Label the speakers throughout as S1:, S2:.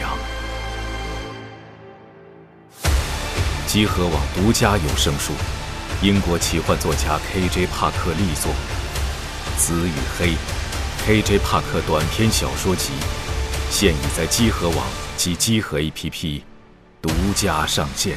S1: 洋。集合网独家有声书，英国奇幻作家 K.J. 帕克力作《紫与黑》，K.J. 帕克短篇小说集，现已在集合网及集合 APP 独家上线。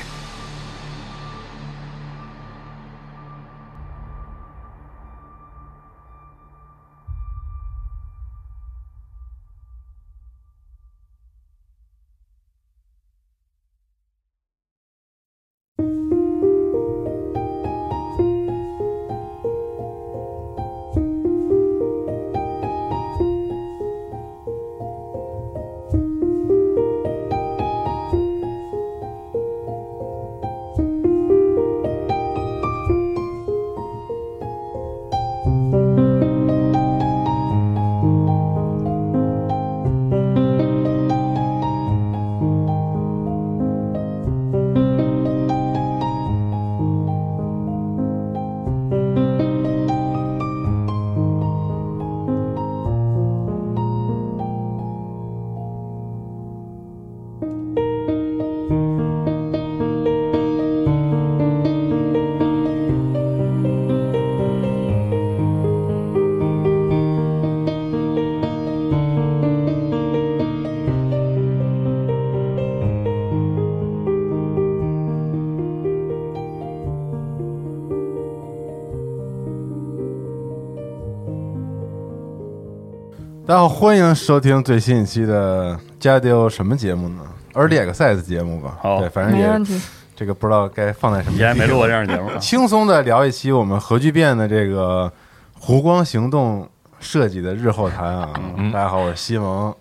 S2: 大家好，欢迎收听最新一期的《加丢》什么节目呢？而 l e x i z e 节目吧。
S3: 好
S2: 对，反正
S4: 没问
S2: 也
S4: 题。
S2: 这个不知道该放在什么。
S3: 以前没录过这样的节 目啊，
S2: 轻松的聊一期我们核聚变的这个湖光行动设计的日后谈啊。
S3: 嗯
S2: 大家好，我是西蒙。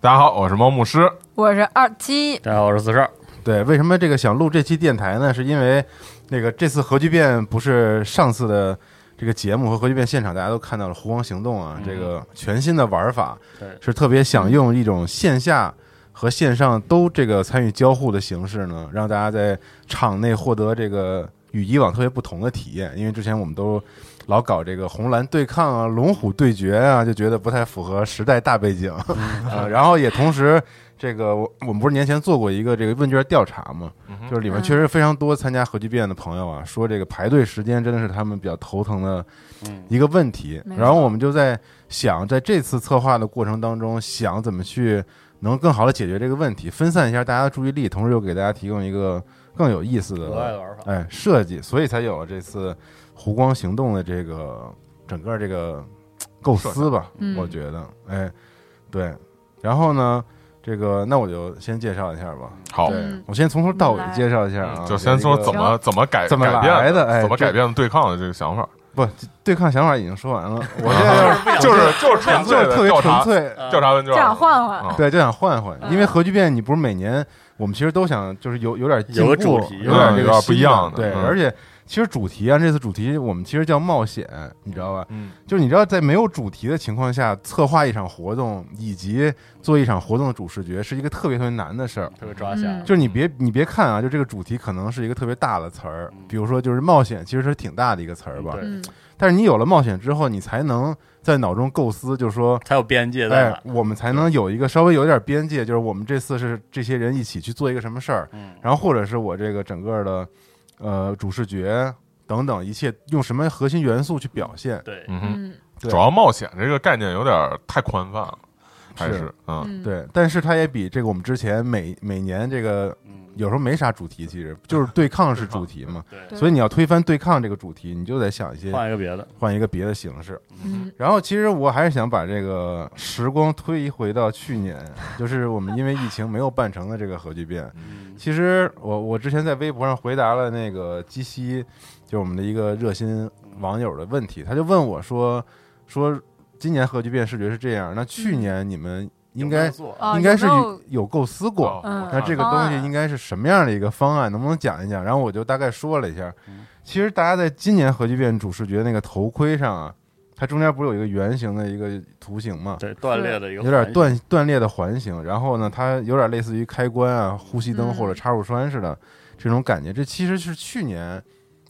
S5: 大家好，我是猫牧师。
S4: 我是二七，
S3: 大家好，我是四十二，
S2: 对，为什么这个想录这期电台呢？是因为那个这次核聚变不是上次的这个节目和核聚变现场，大家都看到了湖光行动啊，这个全新的玩法
S3: 嗯对，
S2: 是特别想用一种线下和线上都这个参与交互的形式呢，让大家在场内获得这个与以往特别不同的体验。因为之前我们都老搞这个红蓝对抗啊、龙虎对决啊，就觉得不太符合时代大背景。 呃，然后也同时，这个我我们不是年前做过一个这个问卷调查嘛，就是
S4: 嗯
S2: 里面确实非常多参加核聚变的朋友啊，说这个排队时间真的是他们比较头疼的一个问题。
S4: 没错
S2: 然后我们就在想，在这次策划的过程当中，想怎么去能更好的解决这个问题，分散一下大家的注意力，同时又给大家提供一个更有意思的
S3: 额外的玩法。
S2: 哎设计，所以才有了这次湖光行动的这个整个这个嘖构思吧，
S4: 嗯
S2: 我觉得，哎，对，然后呢，这个那我就先介绍一下吧，
S5: 好，
S2: 对
S4: 嗯
S2: 我先从头到尾
S4: 来
S2: 介绍一下啊，
S5: 嗯就先说
S2: 这个
S5: 怎么怎么改
S2: 怎么
S5: 改变
S2: 来的哎
S5: 怎么
S2: 这
S5: 改变了对抗的这个想法，
S2: 对抗想法已经说完了，我现在要
S5: 就是就是啊 纯
S2: 就
S5: 粹
S2: 是
S5: 的
S2: 特别
S5: 调
S2: 纯
S5: 查
S2: 粹，
S5: 调查问卷
S4: 这
S5: 儿，
S4: 样换换，
S5: 啊
S2: 对，就想换换，
S4: 嗯
S2: 因为核聚变你不是每年我们其实都想就是有有点进
S3: 有
S2: 步
S3: 个主题
S2: 有点这
S5: 对有
S2: 个
S5: 点
S2: 新
S5: 不一样的
S2: 对，
S5: 嗯
S2: 而且其实主题啊，这次主题我们其实叫冒险，你知道吧？
S5: 嗯，
S2: 就是你知道在没有主题的情况下策划一场活动以及做一场活动的主视觉是一个特别特别难的事儿。
S3: 特别抓瞎
S4: 嗯，
S2: 就是你别你别看啊，就这个主题可能是一个特别大的词儿，
S5: 嗯
S2: 比如说就是冒险，其实是挺大的一个词儿吧。
S3: 对
S4: 嗯，
S2: 但是你有了冒险之后，你才能在脑中构思，就是说
S3: 才有边界在
S2: 哎
S3: 哪，。
S2: 我们才能有一个稍微有点边界，就是我们这次是这些人一起去做一个什么事儿，
S3: 嗯
S2: 然后或者是我这个整个的呃主视觉等等一切用什么核心元素去表现。
S3: 对，
S5: 嗯哼，
S4: 嗯，
S2: 对
S5: 主要冒险这个概念有点太宽泛了，开
S2: 是
S5: 始，嗯，
S4: 嗯，
S2: 对，但是它也比这个我们之前每每年这个有时候没啥主题，其实就是对抗是主题嘛，
S3: 嗯对，
S4: 对
S2: 所以你要推翻对抗这个主题，你就得想一些
S3: 换一个别的，
S2: 换一个别的形式。
S4: 嗯
S2: 然后其实我还是想把这个时光推移回到去年，就是我们因为疫情没有办成的这个核聚变。
S3: 嗯
S2: 其实我我之前在微博上回答了那个基西，就我们的一个热心网友的问题，他就问我说说今年核聚变视觉是这样，那去年你们应该
S3: 哦
S4: 啊
S2: 应该是
S4: 有没有
S2: 有构思过
S5: 哦，我
S2: 那
S5: 看
S2: 这个
S4: 方
S2: 东
S4: 案
S2: 西应该是什么样的一个方案？能不能讲一讲？然后我就大概说了一下
S3: 嗯。
S2: 其实大家在今年核聚变主视觉那个头盔上啊，它中间不是有一个圆形的一个图形嘛，
S3: 对断裂的一个
S2: 有点
S3: 环
S2: 断断裂的环形。然后呢，它有点类似于开关啊、呼吸灯
S4: 嗯
S2: 或者插入栓似的这种感觉。这其实是去年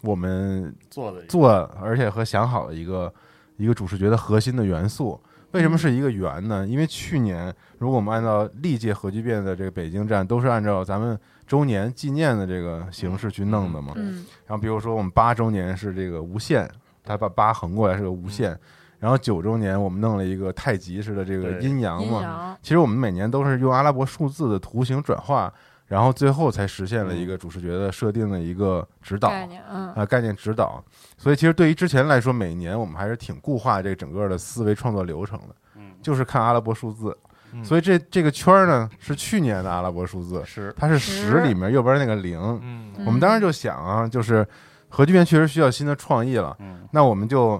S2: 我们
S3: 形做的一个
S2: 做而且和想好的一个一个主视觉的核心的元素。为
S4: 嗯
S2: 什么是一个圆呢？因为去年如果我们按照历届核聚变的这个北京站，都是按照咱们周年纪念的这个形式去弄的嘛。
S4: 嗯
S2: 然后比如说我们八周年是这个无限，它把八横过来是个无
S4: 嗯
S2: 限。然后九周年我们弄了一个太极式的这个
S3: 对
S2: 阴阳
S4: 阴
S2: 嘛。
S4: 阳，
S2: 其实我们每年都是用阿拉伯数字的图形转化，然后最后才实现
S5: 嗯
S2: 了一个主视觉的设定的一个指导。
S4: 概念，嗯
S2: 啊概念指导。所以其实对于之前来说，每年我们还是挺固化这整个的思维创作流程的，
S3: 嗯
S2: 就是看阿拉伯数字。
S5: 嗯
S2: 所以这这个圈儿呢是去年的阿拉伯数字，
S3: 嗯是
S2: 它是
S4: 十
S2: 十里面右边那个零。
S5: 嗯
S4: 嗯
S2: 我们当时就想啊，就是核聚变确实需要新的创意了，
S3: 嗯
S2: 那我们就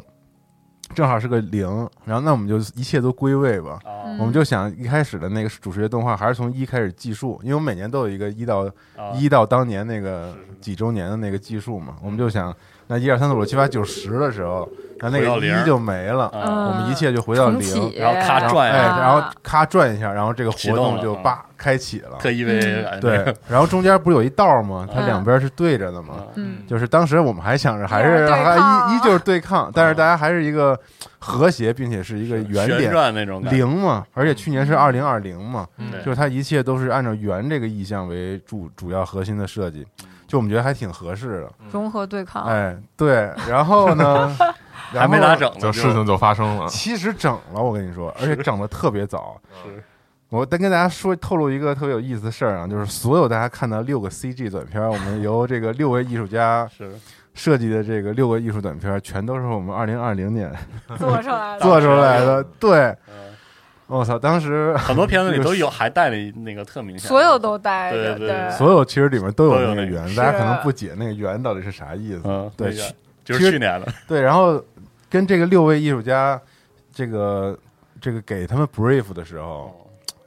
S2: 正好是个零，然后那我们就一切都归位吧。
S3: 啊
S2: 我
S4: 嗯
S2: 们就想一开始的那个主视觉动画还是从一开始计数，因为我们每年都有一个一到
S3: 啊
S2: 一到当年那个
S3: 是是嗯
S2: 几周年的那个技术嘛，我们就想，那一二三四五六七八九十的时候，那那
S3: 回到
S2: 个
S3: 零
S2: 一就没了，
S3: 啊
S2: 我们一切就回到
S4: 呃重
S2: 零
S4: 启，
S3: 然后咔
S2: 哎，
S3: 转一下
S4: 啊
S2: 然后咔转一下，然后这个
S3: 启
S2: 活
S3: 动
S2: 动
S3: 了
S2: 就
S3: 啊
S2: 叭开启了，
S3: 特意为
S2: 对， 然后中间不是有一道吗？它
S4: 嗯
S2: 两边是对着的嘛，
S4: 嗯
S2: 就是当时我们还想着还
S4: 有
S2: 是
S4: 点对
S2: 还
S4: 抗
S2: 依依旧是对抗，但是大家还是一个和谐，并且是一个圆
S3: 嗯旋
S2: 点
S3: 转那种感觉，
S2: 零嘛，而且去年是二零二零嘛，
S3: 对
S2: 就是它一切都是按照圆这个意象为主主要核心的设计，
S3: 嗯
S2: 就我们觉得还挺合适的。
S4: 融合对抗，
S2: 哎，对，然后 呢，然
S3: 啊还没
S2: 后
S3: 咋整呢，
S5: 就事情就发生了，
S2: 其实整了，我跟你说，而且整的特别早。
S3: 是
S2: 我再跟大家说透露一个特别有意思的事儿啊，就是所有大家看到六个 CG 短片儿，我们由这个六位艺术家
S3: 是
S2: 设计的这个六个艺术短片儿，全都是我们二零二零年
S4: 做出来了，
S2: 做出来的。对，
S3: 嗯
S2: 我操，当时
S3: 很多片子里都有，还带了那个特明显的，
S4: 所有都带着，
S3: 对对对
S2: 所有其实里面都有那
S3: 哎都
S2: 个
S3: 有那个
S2: 圆，大家可
S4: 是
S2: 能不解那个圆到底是啥意思。
S3: 嗯
S2: 对
S3: 那个
S2: 去
S3: 就是去年的
S2: 对，然后跟这个六位艺术家，这个这个给他们 brief 的时候，
S3: 哦，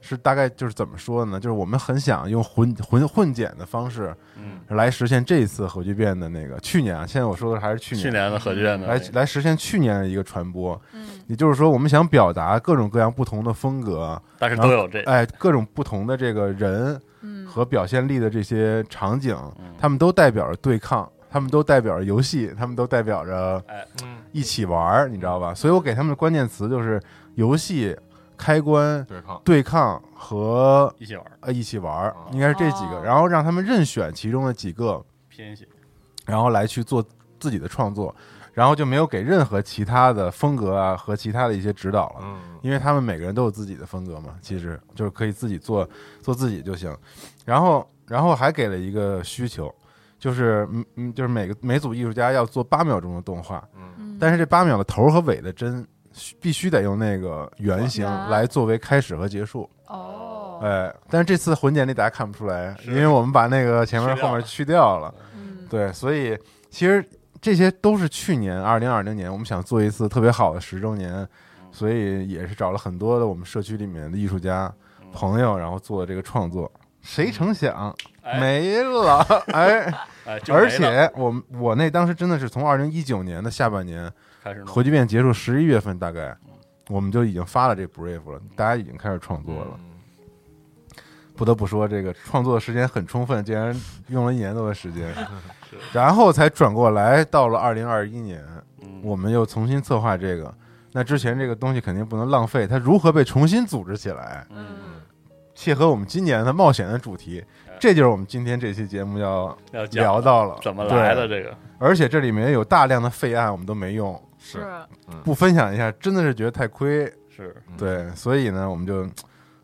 S2: 是大概就是怎么说呢？就是我们很想用混混混剪的方式
S3: 嗯，
S2: 来实现这一次核聚变的那个去年啊，现在我说的还是去年，
S3: 去年的何卷的
S2: 来来实现去年的一个传播。
S4: 嗯
S2: 也就是说，我们想表达各种各样不同的风格，
S3: 但是都有这
S2: 哎，各种不同的这个人
S4: 嗯，
S2: 和表现力的这些场景
S3: 嗯，
S2: 他们都代表着对抗，他们都代表着游戏，他们都代表着
S5: 嗯，
S2: 一起玩儿，你知道吧？所以我给他们的关键词就是游戏、开关、
S5: 对抗，
S2: 对抗和
S3: 嗯一起玩
S2: 呃一起玩儿
S5: 哦，
S2: 应该是这几个。
S4: 哦
S2: 然后让他们任选其中的几个，
S3: 偏写，
S2: 然后来去做自己的创作，然后就没有给任何其他的风格啊和其他的一些指导了。
S5: 嗯，
S2: 因为他们每个人都有自己的风格嘛，其实就是可以自己做做自己就行。然后，然后还给了一个需求，就是嗯嗯，就是每个每组艺术家要做八秒钟的动画，
S4: 嗯
S2: 但是这八秒的头和尾的针需必须得用那个圆形
S4: 圆
S2: 来作为开始和结束。
S4: 哦，
S2: 哎，但是这次混剪里大家看不出来，
S3: 是
S2: 因为我们把那个前面
S3: 去掉
S2: 后面去掉了。
S4: 嗯，
S2: 对，所以其实这些都是去年二零二零年我们想做一次特别好的十周
S3: 嗯
S2: 年，所以也是找了很多的我们社区里面的艺术家
S3: 嗯
S2: 朋友，然后做的这个创作。谁成想
S3: 哎
S2: 没了，哎，
S3: 哎， 就
S2: 而
S3: 没了
S2: 且我们我那当时真的是从二零一九年的下半年
S3: 开始弄
S2: 核聚变结束十一月份大概，我们就已经发了这 brief 了，大家已经开始创作
S3: 嗯
S2: 了。不得不说，这个创作的时间很充分，竟然用了一年多的时间， 然后才转过来到了二零二一年，
S3: 嗯
S2: 我们又重新策划这个。那之前这个东西肯定不能浪费，它如何被重新组织起来，
S4: 嗯
S2: 切合我们今年的冒险的主题，这就是我们今天这期节目要
S3: 要哎讲
S2: 聊到了
S3: 怎么来的
S2: 对
S3: 这个，
S2: 而且这里面有大量的废案，我们都没用，
S4: 是
S5: 是，
S2: 不分享一下真的是觉得太亏。
S3: 是
S5: 嗯
S2: 对，所以呢，我们就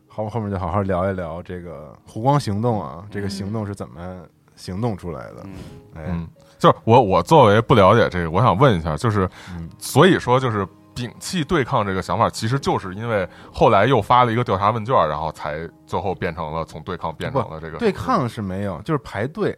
S2: 后后面就好好聊一聊这个湖光行动啊，这个行动是怎么行动出来的？
S3: 嗯
S2: 哎，
S5: 嗯，就是我我作为不了解这个，我想问一下，就是
S2: 嗯
S5: 所以说就是摒弃对抗这个想法，其实就是因为后来又发了一个调查问卷，然后才最后变成了从对抗变成了这个
S2: 对，抗是没有，就是排队，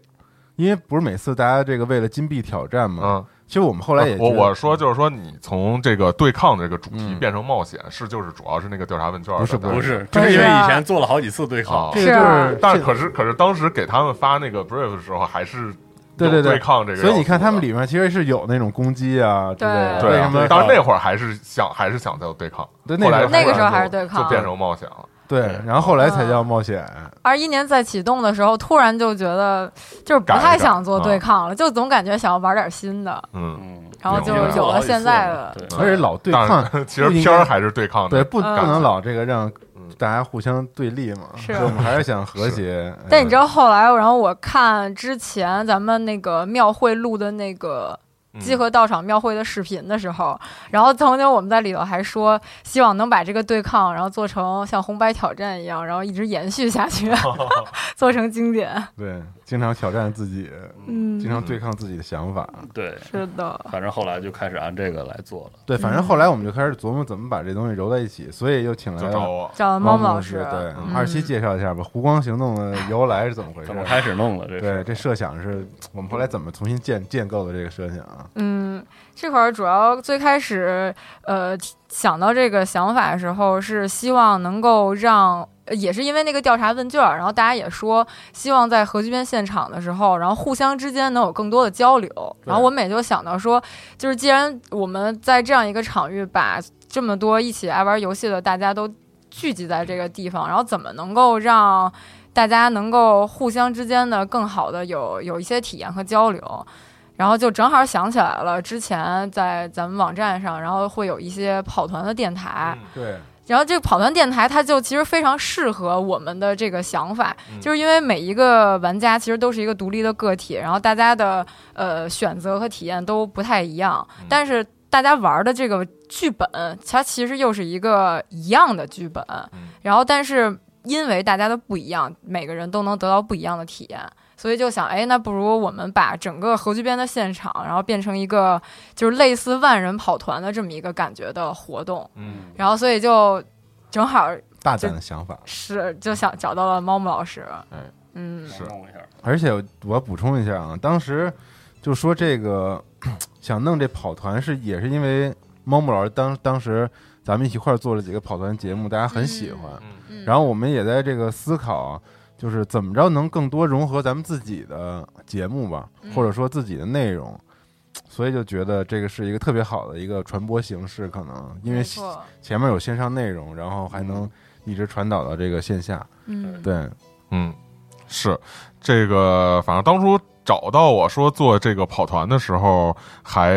S2: 因为不是每次大家这个为了金币挑战嘛。
S5: 嗯，
S2: 其实我们后来也
S5: 我
S2: 觉得
S5: 我说就是说你从这个对抗的这个主题
S2: 嗯
S5: 变成冒险，是就是主要是那个调查问卷的，
S2: 不是
S5: 但
S3: 不是，
S4: 但
S3: 这
S4: 是
S3: 是因为以前做了好几次对抗
S5: 哦，
S2: 这个
S4: 是啊
S2: 就是，
S5: 但是
S2: 这
S5: 可是可是当时给他们发那个 brief 的时候，还是
S2: 对
S5: 有
S2: 对对
S5: 对抗这个要素的，
S2: 所以你看，他们里面其实是有那种攻击啊之类的，
S4: 对
S5: 对
S2: 为
S5: 啊
S2: 什么？
S5: 当然那会儿还是想还是想叫对抗，
S2: 对
S5: 后来
S2: 那嗯
S4: 那个时候
S5: 就
S4: 还是对抗
S5: 就变成冒险了。
S2: 对，然后后来才叫冒险。
S4: 二一年在启动的时候，突然就觉得就是不
S5: 改
S4: 太
S5: 一改
S4: 想做
S5: 啊
S4: 对抗了，就总感觉想要玩点新的，
S5: 嗯，
S3: 嗯，
S4: 然后就
S5: 明白
S4: 有了现在的。
S3: 对，
S2: 而且老对
S5: 当
S2: 抗，
S5: 然，其实片儿还是对抗
S2: 对
S5: 的。
S2: 不不
S4: 嗯
S2: 能老这个让
S5: 嗯
S2: 大家互相对立嘛，
S4: 是
S2: 所以我们还是想和谐。哎
S4: 但你知道后来，然后我看之前咱们那个庙会录的那个
S5: 嗯
S4: 集合到场庙会的视频的时候，然后曾经我们在里头还说，希望能把这个对抗，然后做成像红白挑战一样，然后一直延续下 去，做成经典。
S2: 对，经常挑战自己，经
S4: 嗯，
S2: 常对抗自己的想法。
S3: 对，
S4: 是的，
S3: 反正后来就开始按这个来做了。
S2: 对，反正后来我们就开始琢磨怎么把这东西揉在一起，所以又请来
S5: 就找
S2: 了
S5: 我。
S4: 找
S2: 猫
S4: 猫
S2: 姆
S4: 姆老
S2: 师。
S4: 师，
S2: 对，
S5: 嗯
S2: 二七介绍一下吧，湖光行动的由来是怎么回事
S3: 怎？么开始弄了？这
S2: 对，
S3: 是
S2: 这设想是我们后来怎么重新建建构的这个设想啊？
S4: 嗯，这块儿主要最开始呃提想到这个想法的时候，是希望能够让。呃也是因为那个调查问卷儿，然后大家也说希望在核聚变现场的时候，然后互相之间能有更多的交流。然后我们也就想到说，就是既然我们在这样一个场域，把这么多一起爱玩游戏的大家都聚集在这个地方，然后怎么能够让大家能够互相之间的更好的有有一些体验和交流？然后就正好想起来了，之前在咱们网站上，然后会有一些跑团的电台，
S5: 嗯
S2: 对，
S4: 然后这个跑团电台它就其实非常适合我们的这个想法，
S5: 嗯
S4: 就是因为每一个玩家其实都是一个独立的个体，然后大家的呃选择和体验都不太一样
S5: 嗯，
S4: 但是大家玩的这个剧本，它其实又是一个一样的剧本，
S5: 嗯
S4: 然后但是因为大家都不一样，每个人都能得到不一样的体验，所以就想，哎，那不如我们把整个核聚变的现场，然后变成一个就是类似万人跑团的这么一个感觉的活动，
S5: 嗯，
S4: 然后所以就正好
S2: 大胆的想法。
S4: 是就想找到了猫木老师
S5: 哎，
S4: 嗯，
S5: 是
S3: 弄一下，
S2: 而且我要补充一下啊，当时就说这个想弄这跑团是也是因为猫木老师当当时咱们一起一块儿做了几个跑团节目，大家很喜欢。
S5: 嗯
S2: 然后我们也在这个思考，就是怎么着能更多融合咱们自己的节目吧，
S4: 嗯
S2: 或者说自己的内容。所以就觉得这个是一个特别好的一个传播形式，可能因为
S4: 没错，
S2: 前面有线上内容，然后还能一直传导到这个线下。
S4: 嗯，
S2: 对，
S5: 嗯，是这个，反正当初找到我说做这个跑团的时候，还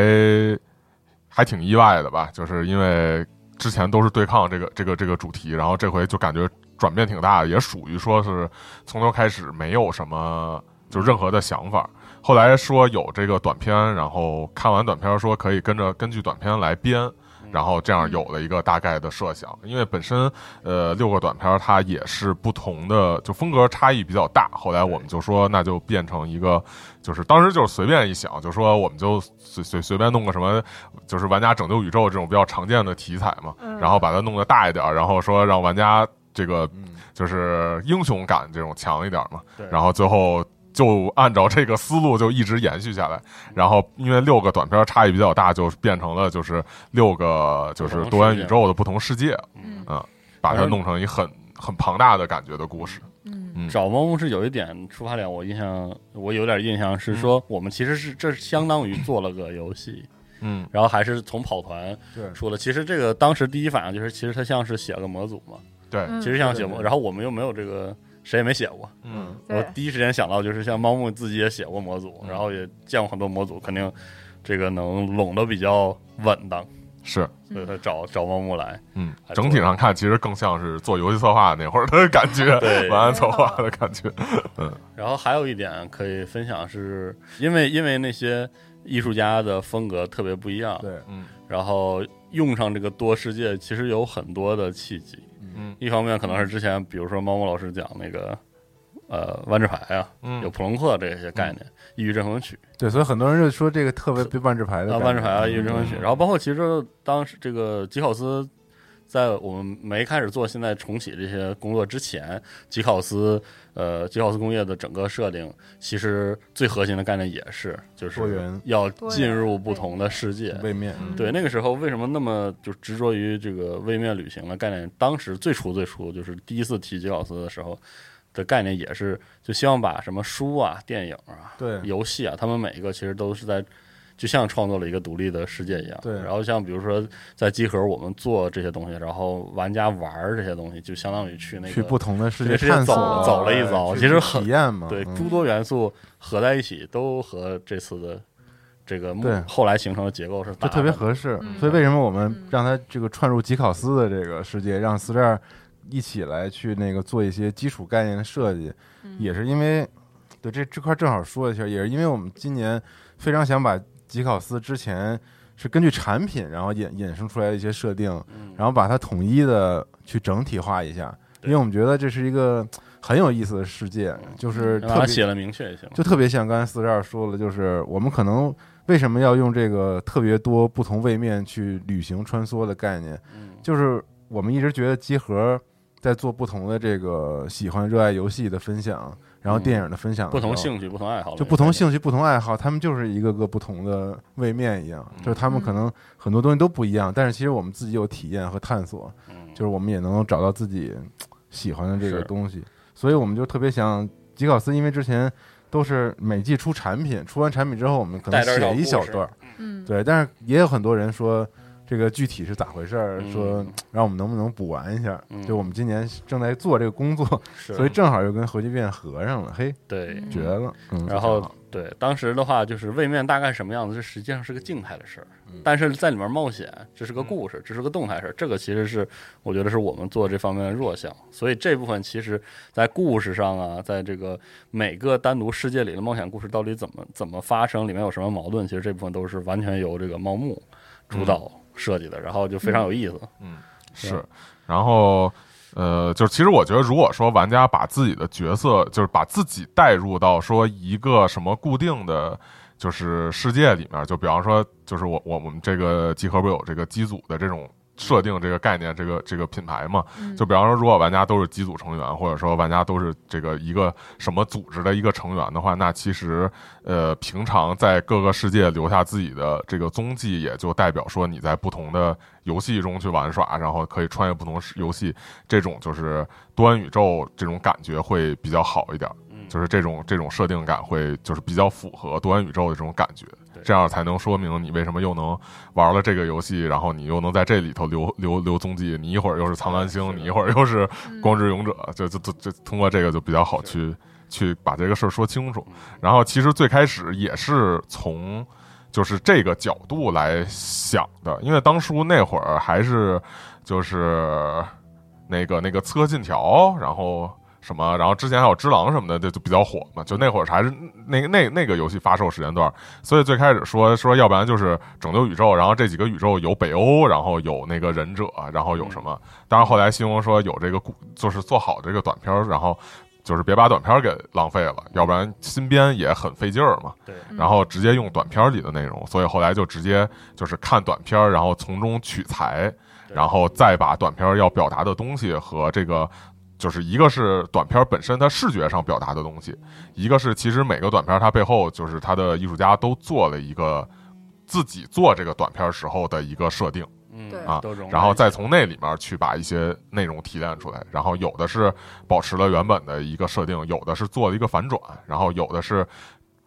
S5: 还挺意外的吧，就是因为之前都是对抗这个这个这个主题，然后这回就感觉转变挺大的，也属于说是从头开始没有什么就任何的想法。后来说有这个短片，然后看完短片说可以跟着根据短片来编，
S3: 嗯
S5: 然后这样有了一个大概的设想。因为本身呃六个短片它也是不同的，就风格差异比较大。后来我们就说那就变成一个，就是当时就是随便一想，就说我们就随随随便弄个什么，就是玩家拯救宇宙这种比较常见的题材嘛，
S4: 嗯
S5: 然后把它弄得大一点儿，然后说让玩家这个
S2: 嗯，
S5: 就是英雄感这种强一点嘛
S3: 对。
S5: 然后最后就按照这个思路就一直延续下来。然后因为六个短片差异比较大，就变成了就是六个就是多元宇宙的不同世界，
S4: 嗯
S5: 把它弄成一很很庞大的感觉的故事。
S4: 嗯
S5: 嗯
S3: 找猫牧师有一点出发点，我印象我有点印象是说，我们其实是这相当于做了个游戏，
S5: 嗯
S3: 然后还是从跑团
S2: 对，
S3: 出了。其实这个当时第一反应就是，其实它像是写个模组嘛，
S5: 对，
S4: 嗯
S3: 其实像写模，
S2: 对对对
S3: 然后我们又没有这个，谁也没写过。
S5: 嗯
S3: 我
S4: 对，
S3: 第一时间想到就是像猫牧自己也写过模组，
S5: 嗯
S3: 然后也见过很多模组，肯定这个能拢的比较稳当，
S5: 是
S3: 所
S4: 嗯
S3: 以他找找猫牧来。
S5: 嗯
S3: 还，
S5: 整体上看其实更像是做游戏策划那会儿的感觉，
S3: 对
S5: 文案策划的感觉。
S3: 然后还有一点可以分享是，因为因为那些艺术家的风格特别不一样，
S2: 对，
S5: 嗯
S3: 然后用上这个多世界，其实有很多的契机。
S2: 嗯
S5: 嗯
S3: 一方面可能是之前，比如说猫猫老师讲那个，呃，万智牌啊，有
S5: 嗯，
S3: 普隆克这些概
S2: 嗯
S3: 念，异域镇魂曲
S2: 对，所以很多人就说这个特别被万智牌的感
S3: 啊，
S2: 觉
S3: 万智牌啊，异域镇魂曲，
S5: 嗯
S3: 然后包括其实当时这个吉考斯。在我们没开始做现在重启这些工作之前，吉考斯呃吉考斯工业的整个设定，其实最核心的概念也是就
S2: 多
S3: 是
S2: 元
S3: 要
S4: 多元
S3: 进入不同的世界，
S2: 位面，
S4: 嗯
S3: 对，那个时候为什么那么就执着于这个位面旅行的概念？当时最初最初就是第一次提吉老斯的时候的概念，也是就希望把什么书啊、电影啊、
S2: 对
S3: 游戏啊，他们每一个其实都是在。就像创作了一个独立的世界一样，
S2: 对
S3: 然后像比如说在集合，我们做这些东西，然后玩家玩儿这些东西，就相当于去那个
S2: 去不同的世
S3: 这个世界
S2: 探索
S3: 走
S2: 啊，
S3: 走了一遭
S2: 去
S3: 其实很
S2: 体验嘛，
S3: 对
S2: 嗯
S3: 诸多元素合在一起，都和这次的这个目
S2: 对
S3: 后来形成的结构是
S2: 就
S3: 打
S2: 特别合适。
S4: 嗯
S2: 所以为什么我们让他这个串入吉考斯的这个世界，让斯这儿一起来去那个做一些基础概念的设计，
S4: 嗯
S2: 也是因为对这这块正好说一下，也是因为我们今年非常想把吉考斯之前是根据产品，然后衍衍生出来的一些设定，然后把它统一的去整体化一下，因
S3: 对
S2: 为我们觉得这是一个很有意思的世界，就是
S3: 让他
S2: 特别
S3: 写的明确一些嘛。
S2: 就特别像刚才四十二说了，就是我们可能为什么要用这个特别多不同位面去旅行穿梭的概念，
S3: 嗯
S2: 就是我们一直觉得集合在做不同的这个喜欢热爱游戏的分享，然后
S3: 嗯
S2: 电影的分享的时
S3: 不
S2: 候，
S3: 同兴趣、不同爱好，
S2: 就不同，兴趣、不同爱好，他们就是一个个不同的位面一样，
S3: 嗯
S2: 就是他们可能很多东西都不一样，但是其实我们自己有体验和探索，
S3: 嗯，
S2: 就是我们也能够找到自己喜欢的这个
S3: 是
S2: 东西，所以我们就特别想吉考斯，因为之前都是每季出产品，出完产品之后我们可能
S3: 带着
S2: 写一小
S3: 小故事
S2: 段儿，
S4: 嗯，
S2: 对，但是也有很多人说这个具体是咋回事儿，
S3: 嗯
S2: 说让我们能不能补完一下，
S3: 嗯
S2: 就我们今年正在做这个工作，
S3: 是
S2: 所以正好又跟核聚变合上了，嘿，
S3: 对。
S2: 绝了，嗯，
S3: 然
S2: 正
S3: 后
S2: 好
S3: 对当时的话，就是位面大概什么样子，这实际上是个静态的事儿，
S5: 嗯
S3: 但是在里面冒险，这是个故事，这是个动态事儿。这个其实是我觉得是我们做这方面的弱项，所以这部分其实在故事上啊，在这个每个单独世界里的冒险故事到底怎么怎么发生，里面有什么矛盾，其实这部分都是完全由这个猫木
S5: 嗯
S3: 主导设计的，然后就非常有意思。
S5: 是，然后。呃，就是其实我觉得，如果说玩家把自己的角色，就是把自己带入到说一个什么固定的，就是世界里面，就比方说，就是我我我们这个集合不有这个机组的这种设定这个概念，这个这个品牌嘛，
S4: 嗯
S5: 就比方说，如果玩家都是机组成员，或者说玩家都是这个一个什么组织的一个成员的话，那其实呃，平常在各个世界留下自己的这个踪迹，也就代表说你在不同的游戏中去玩耍，然后可以穿越不同世游戏，这种就是多元宇宙这种感觉会比较好一点儿，
S3: 嗯
S5: 就是这种这种设定感会就是比较符合多元宇宙的这种感觉
S3: 对，
S5: 这样才能说明你为什么又能玩了这个游戏，然后你又能在这里头留留留踪迹，你一会儿又是苍蓝
S3: 哎是
S5: 星，
S3: 的
S5: 你一会儿又
S4: 嗯
S5: 是光之勇者，就就就就通过这个就比较好去去把这个事儿说清
S3: 嗯
S5: 楚。然后其实最开始也是从就是这个角度来想的，因为当初那会儿还是就是那个那个刺客信条，然后。什么？然后之前还有《只狼》什么的，就就比较火嘛。就那会儿还是那个那那个游戏发售时间段，所以最开始说说，要不然就是拯救宇宙，然后这几个宇宙有北欧，然后有那个忍者，啊然后有什么？当然后来新闻说有这个故，就是做好这个短片儿，然后就是别把短片儿给浪费了，要不然新编也很费劲儿嘛。
S3: 对，
S4: 嗯
S5: 然后直接用短片儿里的内容，所以后来就直接就是看短片儿，然后从中取材，
S3: 对
S5: 然后再把短片儿要表达的东西和这个。就是一个是短片儿本身它视觉上表达的东西，一个是其实每个短片儿它背后就是它的艺术家都做了一个自己做这个短片儿时候的一个设定，
S3: 嗯
S4: 对
S5: 啊
S3: 都融
S5: 然后
S3: 在
S5: 再
S3: 一起
S5: 从那里面去把一些内容提炼出来，然后有的是保持了原本的一个设定，有的是做了一个反转，然后有的是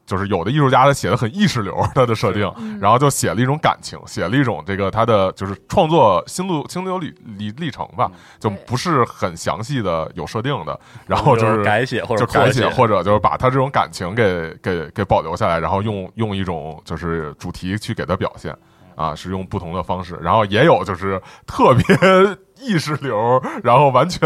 S5: 就是有的艺术家他写的很意识流儿他的设定，
S4: 嗯
S5: 然后就写了一种感情，写了一种这个他的就是创作心路心流历历历程吧
S3: 嗯，
S5: 就
S4: 对
S5: 不是很详细的有设定的，然后就是
S3: 改写或者
S5: 就改
S3: 扩
S5: 写，或者就是把他这种感情给给给保留下来，然后用用一种就是主题去给他表现，啊，是用不同的方式，然后也有就是特别意识流，然后完全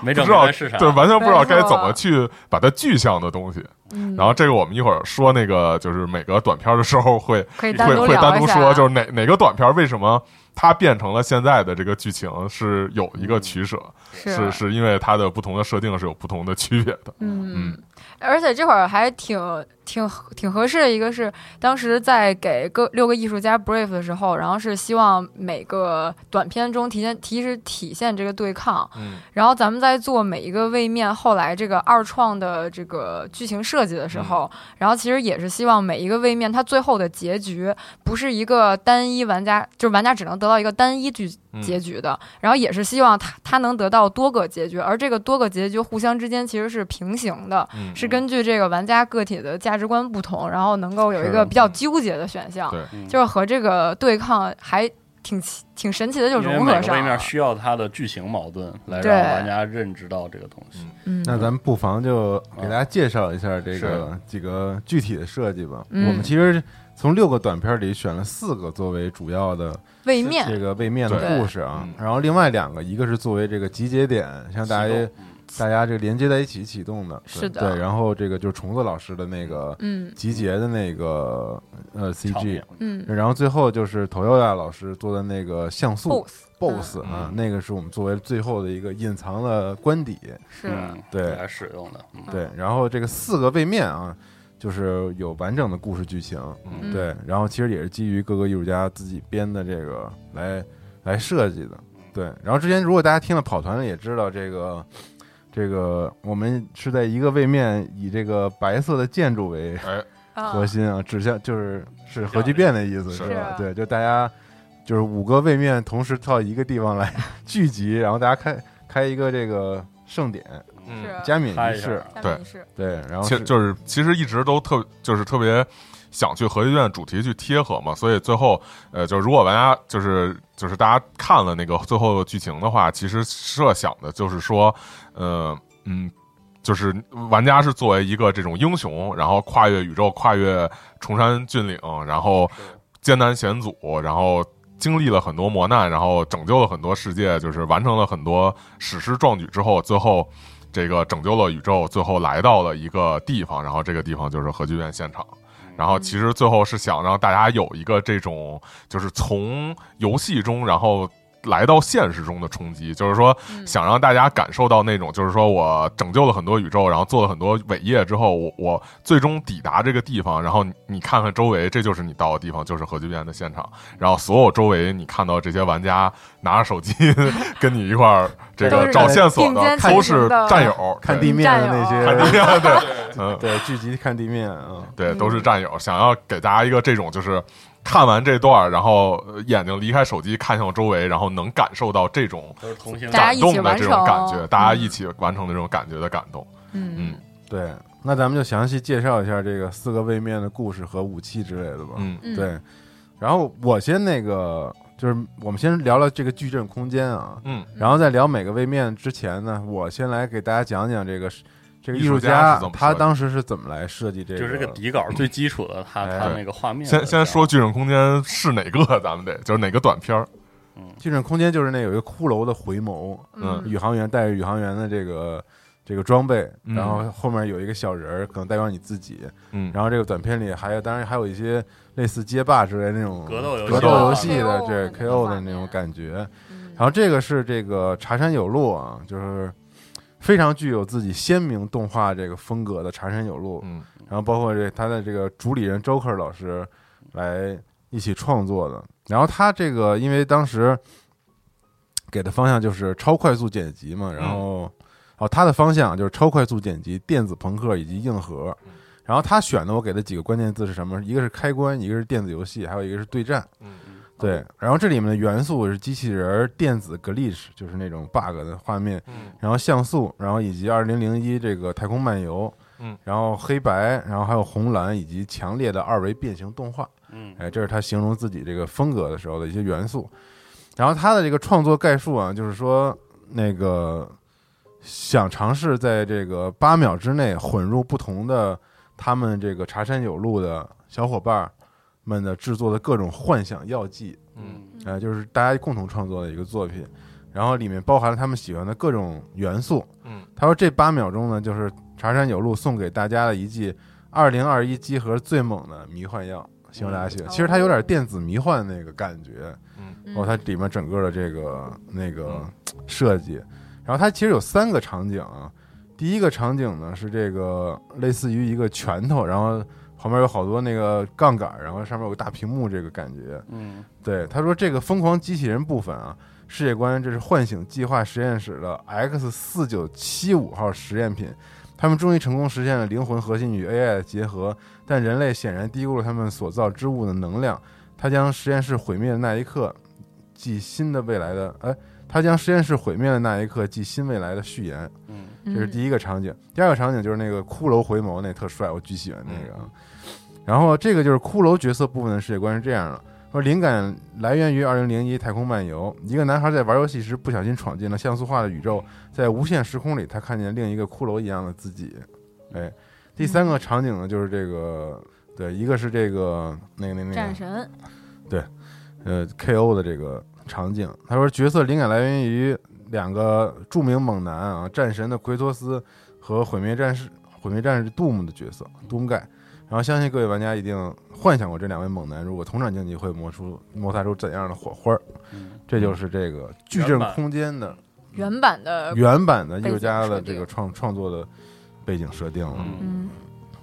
S3: 没
S5: 不
S3: 整
S5: 啊知道
S3: 明白是啥
S5: 对，完全不知道该
S4: 没错
S5: 怎么去把它具象的东西。
S4: 嗯
S5: 然后这个我们一会儿说那个就是每个短片的时候会
S4: 可以单
S5: 会
S4: 独
S5: 会单
S4: 聊一
S5: 独
S4: 下，啊
S5: 说，就是哪哪个短片为什么它变成了现在的这个剧情是有一个取舍，嗯是啊是因为它的不同的设定是有不同的区别的。
S4: 嗯，而且这会儿还挺挺挺合适的一个是，当时在给各六个艺术家 brief 的时候，然后是希望每个短片中体现其实体现这个对抗，
S5: 嗯
S4: 然后咱们在做每一个位面后来这个二创的这个剧情设计的时候，然后其实也是希望每一个位面它最后的结局不是一个单一玩家，就是玩家只能得到一个单一剧
S5: 嗯
S4: 结局的，然后也是希望他他能得到多个结局，而这个多个结局互相之间其实是平行的，
S5: 嗯，
S4: 是根据这个玩家个体的价值观不同，然后能够有一
S2: 是
S3: 啊
S4: 个比较纠结的选项，
S5: 对
S3: 嗯
S4: 就是和这个对抗还挺奇挺神奇的就
S3: 因为
S4: 融
S3: 每个
S4: 合
S3: 位
S4: 上
S3: 面
S4: 了。
S3: 需要它的剧情矛盾来
S4: 对
S3: 让玩家认知到这个东西。
S4: 嗯，
S2: 那咱们不妨就给大家介绍一下这个几个具体的设计吧。
S4: 嗯
S2: 我们其实从六个短片里选了四个作为主要的
S4: 位面
S2: 这个位面的
S4: 对
S2: 故事啊
S5: 嗯，
S2: 然后另外两个，一个是作为这个集结点，像大
S3: 启
S2: 家
S3: 动
S2: 大家这个连接在一起启动的，
S4: 是的
S2: 对，然后这个就是虫子老师的那个
S4: 嗯
S2: 集结的那个呃
S3: 场
S2: CG，
S3: 面
S4: 嗯
S2: 然后最后就是头佑亚老师做的那个像素
S4: BOSS
S2: BOSS
S5: 嗯
S2: 啊，
S5: 嗯
S2: 那个是我们作为最后的一个隐藏的官邸，
S4: 是
S3: 嗯，
S2: 对
S3: 来使用的，
S4: 啊
S3: 嗯，
S2: 对，然后这个四个位面啊，就是有完整的故事剧情，
S4: 嗯
S2: 对，然后其实也是基于各个艺术家自己编的这个来来设计的，对。然后之前如果大家听了跑团也知道这个。这个我们是在一个位面以这个白色的建筑为
S5: 哎，
S4: 啊
S2: 核心啊，指向就是是核聚变的意思，
S5: 是
S2: 吧
S4: 啊？
S2: 对，就大家就是五个位面同时到一个地方来聚集，然后大家开开一个这个盛典
S4: 呃
S5: 嗯
S4: 是
S2: 加冕
S3: 拍
S2: 仪
S3: 一
S2: 式
S3: 下，，嗯
S4: 下
S5: 对
S4: 面是
S2: 对，然后
S5: 其
S2: 是
S5: 就是其实一直都特就是特别想去核聚变主题去贴合嘛，所以最后呃，就是如果玩家就是就是大家看了那个最后的剧情的话，其实设想的就是说，呃嗯。就是玩家是作为一个这种英雄，然后跨越宇宙、跨越崇山峻岭，然后艰难险阻，然后经历了很多磨难，然后拯救了很多世界，就是完成了很多史诗壮举之后，最后这个拯救了宇宙，最后来到了一个地方，然后这个地方就是核聚变现场。然后其实最后是想让大家有一个这种，就是从游戏中然后来到现实中的冲击，就是说
S4: 嗯
S5: 想让大家感受到那种，就是说我拯救了很多宇宙，然后做了很多伟业之后，我我最终抵达这个地方，然后你你看看周围，这就是你到的地方，就是核聚变的现场。然后所有周围你看到这些玩家拿着手机 跟你一块儿这
S4: 都
S5: 个
S4: 是
S5: 找线索
S4: 并肩
S5: 的，
S4: 同行
S5: 都是
S4: 的
S5: 战友，哦
S2: 看
S5: 对
S2: 地面的那
S4: 嗯看
S2: 些，
S5: 嗯，
S2: 对，聚集看地面啊，
S5: 对，都是战友，想要给大家一个这种就是看完这段儿，然后呃眼睛离开手机，看向周围，然后能感受到这种
S3: 都是同性
S4: 大家
S3: 恋，
S5: 感
S4: 一起
S5: 动的这种
S4: 完成
S5: 感觉，大
S4: 嗯
S5: 家一起完成的这种感觉的感动。
S4: 嗯
S2: 对。那咱们就详细介绍一下这个四个位面的故事和武器之类的吧。
S5: 嗯
S4: 嗯
S2: 对。然后我先那个，就是我们先聊聊这个矩阵空间啊。
S5: 嗯，
S2: 然后在聊每个位面之前呢，我先来给大家讲讲这个是这个
S5: 艺
S2: 艺术
S5: 术家
S2: 家
S5: 是怎么设计
S2: 他当时是怎么来设计这个，
S3: 就是这个底稿最基础的，它
S2: 哎
S3: 它那个画面的这
S5: 先
S3: 样。
S5: 先说巨人空间是哪个，咱们得就是哪个短片儿。
S2: 矩阵空间就是那有一个骷髅的回眸，
S5: 嗯
S2: 宇航员带着宇航员的这个这个装备，
S5: 嗯
S2: 然后后面有一个小人儿，可能代表你自己。
S5: 嗯，
S2: 然后这个短片里还有，当然还有一些类似街霸之类那种
S3: 格斗游戏
S2: 格斗游戏的
S4: KO
S2: 这 KO
S4: 啊的那种画
S2: 的那种
S4: 面
S2: 感觉。
S4: 嗯
S2: 然后这个是这个茶山有路啊，就是非常具有自己鲜明动画这个风格的茶山有路，
S5: 嗯
S2: 然后包括这他的这个主理人 Joker 老师来一起创作的。然后他这个因为当时给的方向就是超快速剪辑嘛，
S5: 嗯
S2: 然后哦他的方向就是超快速剪辑、电子朋克以及硬核。
S5: 嗯
S2: 然后他选的我给的几个关键字是什么？一个是开关，一个是电子游戏，还有一个是对战。
S5: 嗯
S2: 对，然后这里面的元素是机器人儿、电子 glitch，就是那种 bug 的画面，
S5: 嗯
S2: 然后像素，然后以及二零零一这个太空漫游，
S5: 嗯，
S2: 然后黑白，然后还有红蓝以及强烈的二维变形动画，
S3: 嗯，
S2: 哎，这是他形容自己这个风格的时候的一些元素。然后他的这个创作概述啊，就是说那个想尝试在这个八秒之内混入不同的他们这个茶山有路的小伙伴们的制作的各种幻想药剂，
S5: 嗯
S4: 嗯
S2: 呃，就是大家共同创作的一个作品，然后里面包含了他们喜欢的各种元素。
S5: 嗯，
S2: 他说这八秒钟呢，就是茶山有路送给大家的一剂二零二一集合最猛的迷幻药，希望大家喜欢。其实它有点电子迷幻那个感觉，哦
S4: 嗯
S2: 包括它里面整个的这个那个设计。然后它其实有三个场景啊，第一个场景呢是这个类似于一个拳头，然后旁边有好多那个杠杆，然后上面有个大屏幕，这个感觉。
S3: 嗯
S2: 对，他说这个疯狂机器人部分啊，世界观这是唤醒计划实验室的 X 四九七五号实验品，他们终于成功实现了灵魂核心与 AI 的结合，但人类显然低估了他们所造之物的能量。他将实验室毁灭的那一刻，即新的未来的哎，他将实验室毁灭的那一刻，即新未来的序言。
S3: 嗯
S2: 这是第一个场景。第二个场景就是那个骷髅回眸，那特帅，我巨喜欢那个啊
S5: 嗯。
S2: 然后这个就是骷髅角色部分的世界观是这样的：说灵感来源于2001《太空漫游》，一个男孩在玩游戏时不小心闯进了像素化的宇宙，在无限时空里，他看见另一个骷髅一样的自己。哎，第三个场景呢，就是这个，对，一个是这个那个那个那
S4: 战
S2: 个
S4: 神，
S2: 呃 KO 的这个场景。他说角色灵感来源于两个著名猛男啊，战神的奎托斯和毁灭战士毁灭战士 Doom 的角色 Doom 盖。然后相信各位玩家一定幻想过这两位猛男如果同场竞技会磨出摩擦出怎样的火花儿
S3: 嗯，
S2: 这就是这个矩阵空间的
S4: 原版的，
S2: 原版的艺
S4: 呃背景
S2: 术家
S4: 设
S2: 的
S4: 定
S2: 这个创创作的背景设定了。
S5: 嗯
S4: 嗯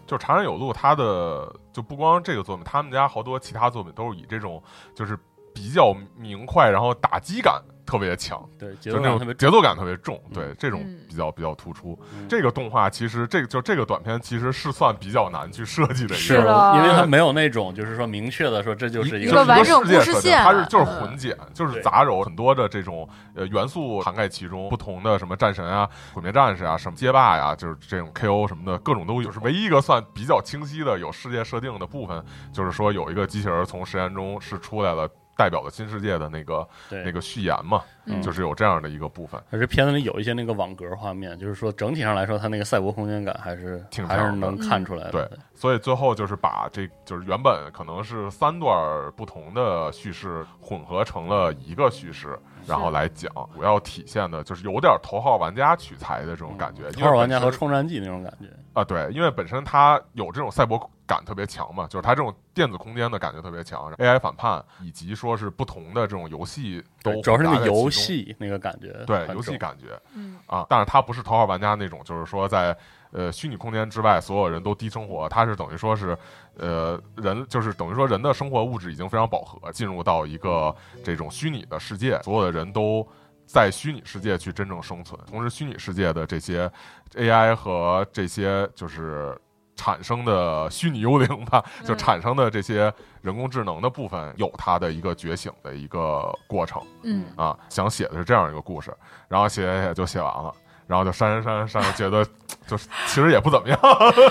S5: 就《茶山有路》，他的就不光这个作品，他们家好多其他作品都是以这种就是比较明快，然后打击感特别强，
S3: 对，节
S5: 就
S3: 奏
S5: 那
S3: 感特别
S5: 种节奏感特别重，
S3: 嗯
S5: 对这种
S4: 嗯
S5: 比较比较突出。
S3: 嗯
S5: 这个动画其实这个就这个短片其实是算比较难去设计的一
S3: 是
S5: 个
S4: 是的
S3: 因为它没有那种就是说明确的说这就是一
S4: 一个
S3: 个
S4: 完整
S5: 世界
S4: 故事
S5: 设定
S4: 线
S5: 它是就是
S4: 嗯
S5: 混剪，就是
S3: 对
S5: 杂糅很多的这种呃元素涵盖其中，不同的什么战神啊、毁灭战士啊、什么街霸呀、就是这种 KO 什么的各种都有，是唯一一个算比较清晰的有世界设定的部分，就是说有一个机器人从实验中是出来了。代表了新世界的那个
S3: 对
S5: 那个序言嘛，
S4: 嗯
S5: 就是有这样的一个部分，
S3: 而这片子里有一些那个网格画面，就是说整体上来说，它那个赛博空间感还是
S5: 挺强
S3: 还
S5: 的
S3: 是
S4: 嗯
S3: 能看出来的。
S5: 所以最后就是把这就是原本可能是三段儿不同的叙事混合成了一个叙事，然后来讲，主要体现的就是有点头号玩家取材的这种感觉。因
S3: 头
S5: 为
S3: 号嗯玩家
S5: 本
S3: 和
S5: 身
S3: 冲战记那种感觉，
S5: 啊，对，因为本身它有这种赛博感特别强嘛，就是它这种电子空间的感觉特别强，AI 反叛以及说是不同的这种游戏都
S3: 对主要是那
S5: 混
S3: 个
S5: 杂在其中
S3: 游戏那个感觉很重，
S5: 对游戏感觉，
S4: 嗯
S5: 啊，但是它不是头号玩家那种，就是说在呃虚拟空间之外，所有人都低生活，它是等于说是呃人就是等于说人的生活物质已经非常饱和，进入到一个这种虚拟的世界，所有的人都。在虚拟世界去真正生存，同时虚拟世界的这些 AI 和这些就是产生的虚拟幽灵吧，就
S4: 嗯
S5: 产生的这些人工智能的部分，有它的一个觉醒的一个过程。
S4: 嗯，
S5: 啊，想写的是这样一个故事，然后写写写就写完了，然后就删删删删，觉得就是其实也不怎么样，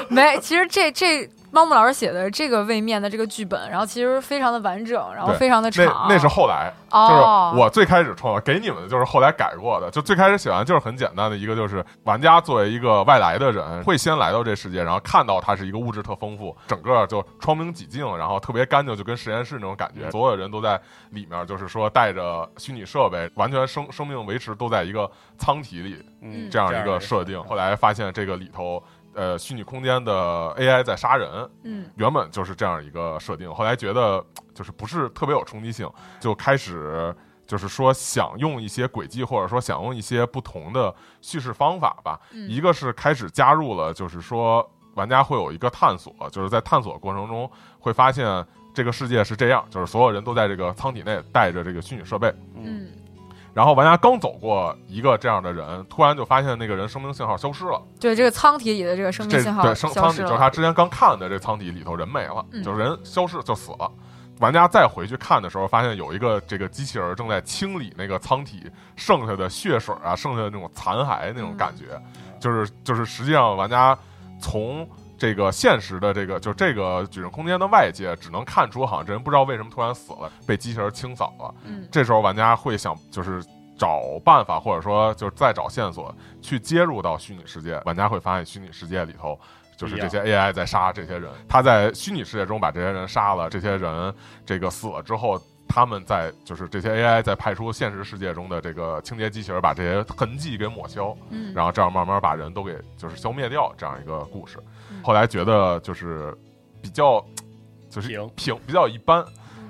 S4: 没，其实这这猫木老师写的这个位面的这个剧本，然后其实非常的完整，然后
S5: 对
S4: 非常的
S5: 那
S4: 长。
S5: 那是后来，
S4: 哦，
S5: 就是我最开始创作给你们的，就是后来改过的。就最开始写完就是很简单的一个，就是玩家作为一个外来的人，会先来到这世界，然后看到它是一个物质特丰富，整个就窗明几净，然后特别干净，就跟实验室那种感觉。所有人都在里面，就是说带着虚拟设备，完全生生命维持都在一个舱体里，
S3: 嗯，
S5: 这样一个设定。后来发现这个里头，呃，虚拟空间的 AI 在杀人，
S4: 嗯
S5: 原本就是这样一个设定。后来觉得就是不是特别有冲击性，就开始就是说想用一些轨迹，或者说想用一些不同的叙事方法吧。
S4: 嗯
S5: 一个是开始加入了，就是说玩家会有一个探索，就是在探索过程中会发现。这个世界是这样，就是所有人都在这个舱体内带着这个虚拟设备，
S3: 嗯，
S4: 嗯，
S5: 然后玩家刚走过一个这样的人，突然就发现那个人生命信号消失了，
S4: 对这个舱体里的这个生命
S5: 这
S4: 信号
S5: 对生
S4: 消
S5: 舱
S4: 失
S5: 体就是
S4: 了。
S5: 他之前刚看的这舱体里头人没了，
S4: 嗯
S5: 就是人消失就死了。玩家再回去看的时候，发现有一个这个机器人正在清理那个舱体剩下的血水啊，剩下的那种残骸那种感觉，
S4: 嗯
S5: 就是就是实际上玩家从这个现实的这个就这个矩阵空间的外界，只能看出好像这人不知道为什么突然死了，被机器人清扫了。
S4: 嗯
S5: 这时候玩家会想就是找办法，或者说就是再找线索去接入到虚拟世界。玩家会发现虚拟世界里头。就是这些 AI 在杀这些人，他在虚拟世界中把这些人杀了，这些人这个死了之后，他们在就是这些 AI 在派出现实世界中的这个清洁机器人把这些痕迹给抹消，
S4: 嗯，
S5: 然后这样慢慢把人都给就是消灭掉这样一个故事
S4: 嗯。
S5: 后来觉得就是比较。就是
S3: 平
S5: 品比较一般。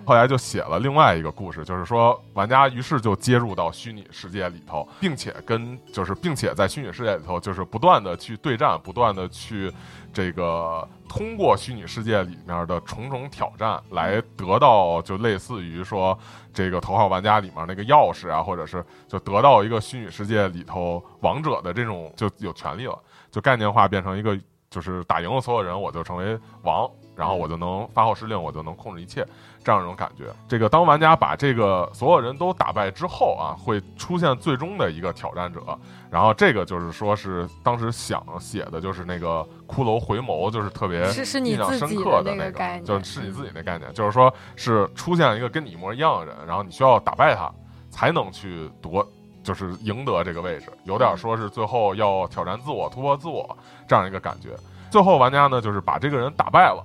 S5: 后来就写了另外一个故事，就是说玩家于是就接入到虚拟世界里头，并且跟就是并且在虚拟世界里头就是不断的去对战，不断的去这个通过虚拟世界里面的重重挑战来得到就类似于说这个头号玩家里面那个钥匙啊，或者是就得到一个虚拟世界里头王者的这种就有权利了，就概念化变成一个就是打赢了所有人我就成为王，然后我就能发号施令，我就能控制一切。这样一种感觉。这个当玩家把这个所有人都打败之后啊，会出现最终的一个挑战者，然后这个就是说是当时想写的就是那个骷髅回眸，就是特别
S4: 是是你
S5: 印象
S4: 自
S5: 深
S4: 己
S5: 刻
S4: 那
S5: 那
S4: 概念，
S5: 就是你自己那概念，就是说是出现一个跟你一模一样的人，然后你需要打败他才能去夺。就是赢得这个位置，有点说是最后要挑战自我、突破自我这样一个感觉。最后玩家呢，就是把这个人打败了。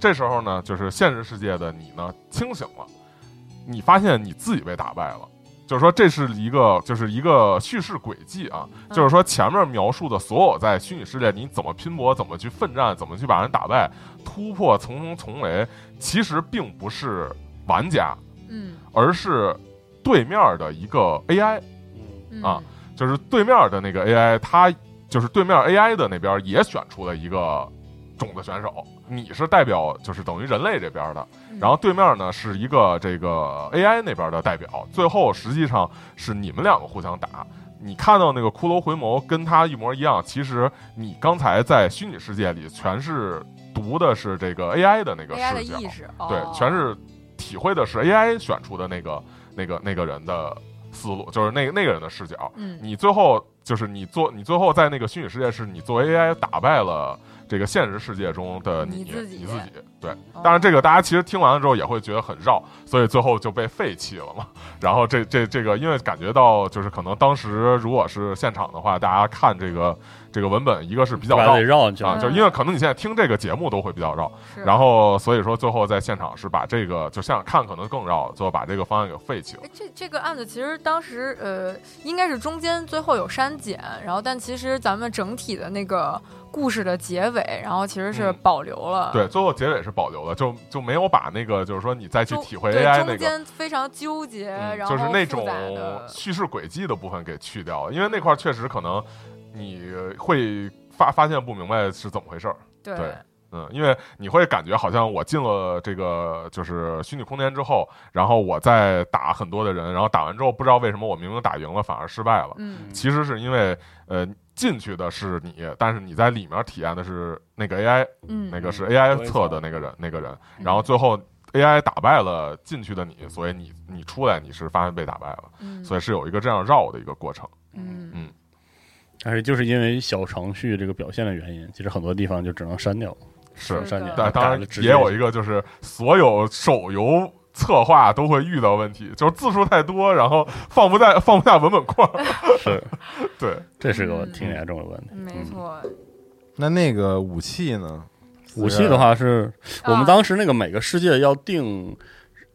S5: 这时候呢，就是现实世界的你呢清醒了，你发现你自己被打败了。就是说，这是一个，就是一个叙事轨迹啊。
S4: 嗯
S5: 就是说，前面描述的所有在虚拟世界你怎么拼搏、怎么去奋战、怎么去把人打败、突破重重重围，其实并不是玩家，
S4: 嗯
S5: 而是对面的一个 AI。
S3: 嗯
S4: 嗯
S5: 啊，就是对面的那个 AI，它就是对面 AI 的那边也选出了一个种子选手，你是代表就是等于人类这边的，
S4: 嗯
S5: 然后对面呢是一个这个 AI 那边的代表，最后实际上是你们两个互相打。你看到那个骷髅回眸跟他一模一样，其实你刚才在虚拟世界里全是读的是这个 AI 的那个
S4: AI 的
S5: 视角，
S4: 意识，
S5: 对，
S4: 哦
S5: 全是体会的是 AI 选出的那个那个那个人的思路，就是那个那个人的视角。
S4: 嗯
S5: 你最后就是你做，你最后在那个虚拟世界是你作为 AI 打败了这个现实世界中的你
S4: 你自己
S5: 你自己。对，
S4: 哦
S5: 当然这个大家其实听完了之后也会觉得很绕，所以最后就被废弃了嘛。 然后这这这个，因为感觉到就是可能当时如果是现场的话，大家看这个这个文本，一个是比较
S3: 不然
S5: 绕
S3: 得绕进去
S5: 啊，
S4: 嗯
S5: 就因为可能你现在听这个节目都会比较绕。
S4: 是
S5: 然后所以说最后在现场是把这个就现场看可能更绕，最后把这个方案给废弃了。
S4: 哎这这个案子其实当时呃，应该是中间最后有删减，然后但其实咱们整体的那个故事的结尾，然后其实是
S5: 嗯
S4: 保留了。
S5: 对，最后结尾是保留了，就就没有把那个就是说你再去
S4: 中
S5: 体会
S4: 对
S5: AI 那
S4: 中
S5: 个。
S4: 间非常纠结，
S5: 嗯，
S4: 然
S5: 就
S4: 后
S5: 是那
S4: 复
S5: 种
S4: 杂的
S5: 叙事轨迹的部分给去掉了，因为那块儿确实可能你会发发现不明白是怎么回事儿，
S4: 对
S5: 对嗯，因为你会感觉好像我进了这个就是虚拟空间之后，然后我再打很多的人，然后打完之后不知道为什么我明明打赢了反而失败了，
S4: 嗯
S5: 其实是因为呃进去的是你，但是你在里面体验的是那个 AI，
S4: 嗯
S5: 那个是
S3: 嗯
S5: AI
S3: 我也
S5: 测
S3: 想
S5: 的
S3: 嗯
S5: 那个人，那个人，然后最后 AI 打败了进去的你，所以你你出来你是发现被打败了，
S4: 嗯
S5: 所以是有一个这样绕的一个过程。
S4: 嗯
S5: 嗯
S3: 但是就是因为小程序这个表现的原因，其实很多地方就只能删掉，
S5: 是
S4: 是
S3: 删掉
S4: 的。
S5: 但当
S3: 改
S5: 然
S3: 了直接
S5: 也有一个就是所有手游。策划都会遇到问题，就是字数太多，然后放不在放不下文本框。
S3: 是，
S5: 对，
S3: 这是个
S4: 嗯
S3: 挺严重的问题。
S4: 没错，
S5: 嗯
S2: 那那个武器呢？
S3: 武器的话是我
S4: 啊
S3: 们当时那个每个世界要定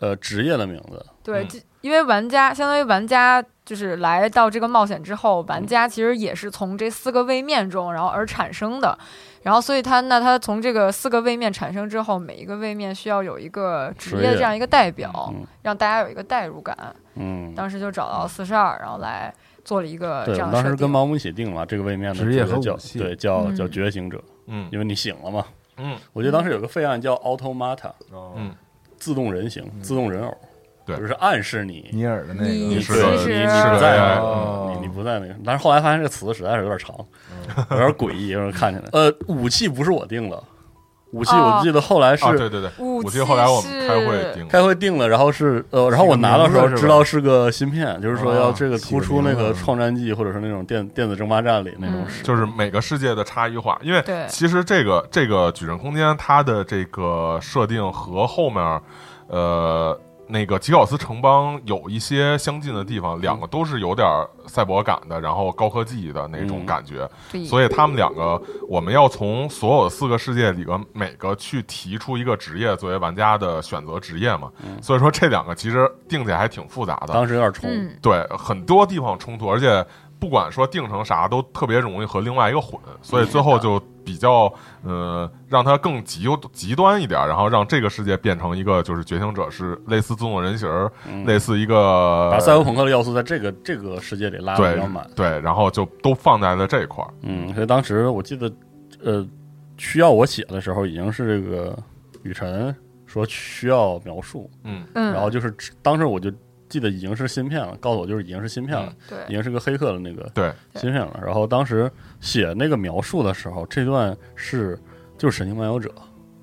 S3: 呃职业的名字，
S4: 对，
S5: 嗯
S4: 这因为玩家相当于玩家就是来到这个冒险之后，
S3: 嗯
S4: 玩家其实也是从这四个位面中，然后而产生的。然后，所以他那他从这个四个位面产生之后，每一个位面需要有一个职
S3: 职
S4: 业
S3: 业
S4: 这样一个代表
S3: 嗯，
S4: 让大家有一个代入感。
S3: 嗯，
S4: 当时就找到四十二，然后来做了一个呃
S3: 对，
S4: 这
S3: 我
S4: 样
S3: 们
S4: 的
S3: 当
S4: 设
S3: 时跟
S4: 定。
S3: 毛姆一起定了这个位面的
S2: 职业和
S3: 叫
S2: 武器
S3: 对叫叫
S4: 嗯
S3: 觉醒者，
S5: 嗯
S3: 因为你醒了嘛。
S5: 嗯，
S3: 我记得当时有个废案叫 Automata，
S2: 哦
S5: 嗯
S3: 自动人形、
S2: 嗯
S3: 自动人偶，
S5: 对
S3: 就是暗示你
S2: 尼尔的那个，
S4: 你
S5: 是
S4: 其
S5: 你
S4: 实
S5: 是个
S3: 不在那
S5: AI
S3: 个
S2: 哦嗯
S3: 你你不在那个，但是后来发现这个词实在是有点长， 有点诡异，有点看起来。呃，武器不是我定的，武器
S4: 嗯哦
S3: 我记得后来是
S5: 啊，对对对，
S4: 武
S5: 武
S4: 器
S5: 器后来我们开
S4: 是
S5: 会定了，
S3: 开会定了，然后是呃，然后我拿到时
S2: 是
S3: 候
S2: 个名字是吧
S3: 知道是个芯片，就是说要
S2: 哦
S3: 这个突出那个创战记或者是那种电电子争霸战里那种
S4: 嗯
S3: 是
S5: 就是每个世界的差异化，因为
S4: 对
S5: 其实这个这个矩阵空间它的这个设定和后面，呃，那个吉考斯城邦有一些相近的地方，两个都是有点赛博感的，然后高科技的那种
S3: 嗯
S5: 感觉，
S4: 对
S5: 所以他们两个我们要从所有四个世界里边每个去提出一个职业作为玩家的选择职业嘛，
S4: 嗯
S5: 所以说这两个其实定起来还挺复杂的，
S3: 当时有点冲，
S4: 嗯，
S5: 对，很多地方冲突，而且不管说定成啥，都特别容易和另外一个混，所以最后就比较呃，让它更极极端一点，然后让这个世界变成一个就是觉醒者是类似自动人形儿，
S3: 嗯
S5: 类似一个
S3: 把赛博朋克的要素在这个这个世界里拉的比
S5: 对
S3: 较满。
S5: 对，然后就都放在了这一块儿。
S3: 嗯，所以当时我记得，呃，需要我写的时候，已经是这个雨辰说需要描述，
S5: 嗯，
S4: 嗯，
S3: 然后就是当时我就记得已经是芯片了，告诉我就是已经是芯片了，已
S4: 嗯对，
S3: 经是个黑客的那个
S5: 对，
S3: 芯片了。然后当时写那个描述的时候，这段是就是《神经漫游者》，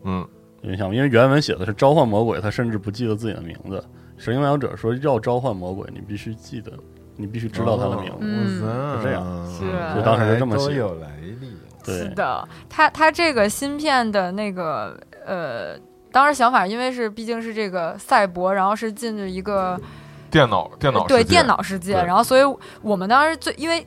S5: 嗯，
S3: 印象，因为原文写的是召唤魔鬼，他甚至不记得自己的名字。《神经漫游者》说要召唤魔鬼，你必须记得，你必须知道他的名字。
S4: 嗯
S2: 哇塞哎
S3: 这样
S4: 是
S3: 就当时就这么
S2: 都
S3: 写
S2: 有来历，
S4: 是
S3: 对，
S4: 的，它它这个芯片的那个呃，当时想法，因为是毕竟是这个赛博，然后是进入一个
S5: 电脑电脑
S4: 对
S5: 世界
S4: 电脑世界，
S5: 对
S4: 然后所以我们当时最因为。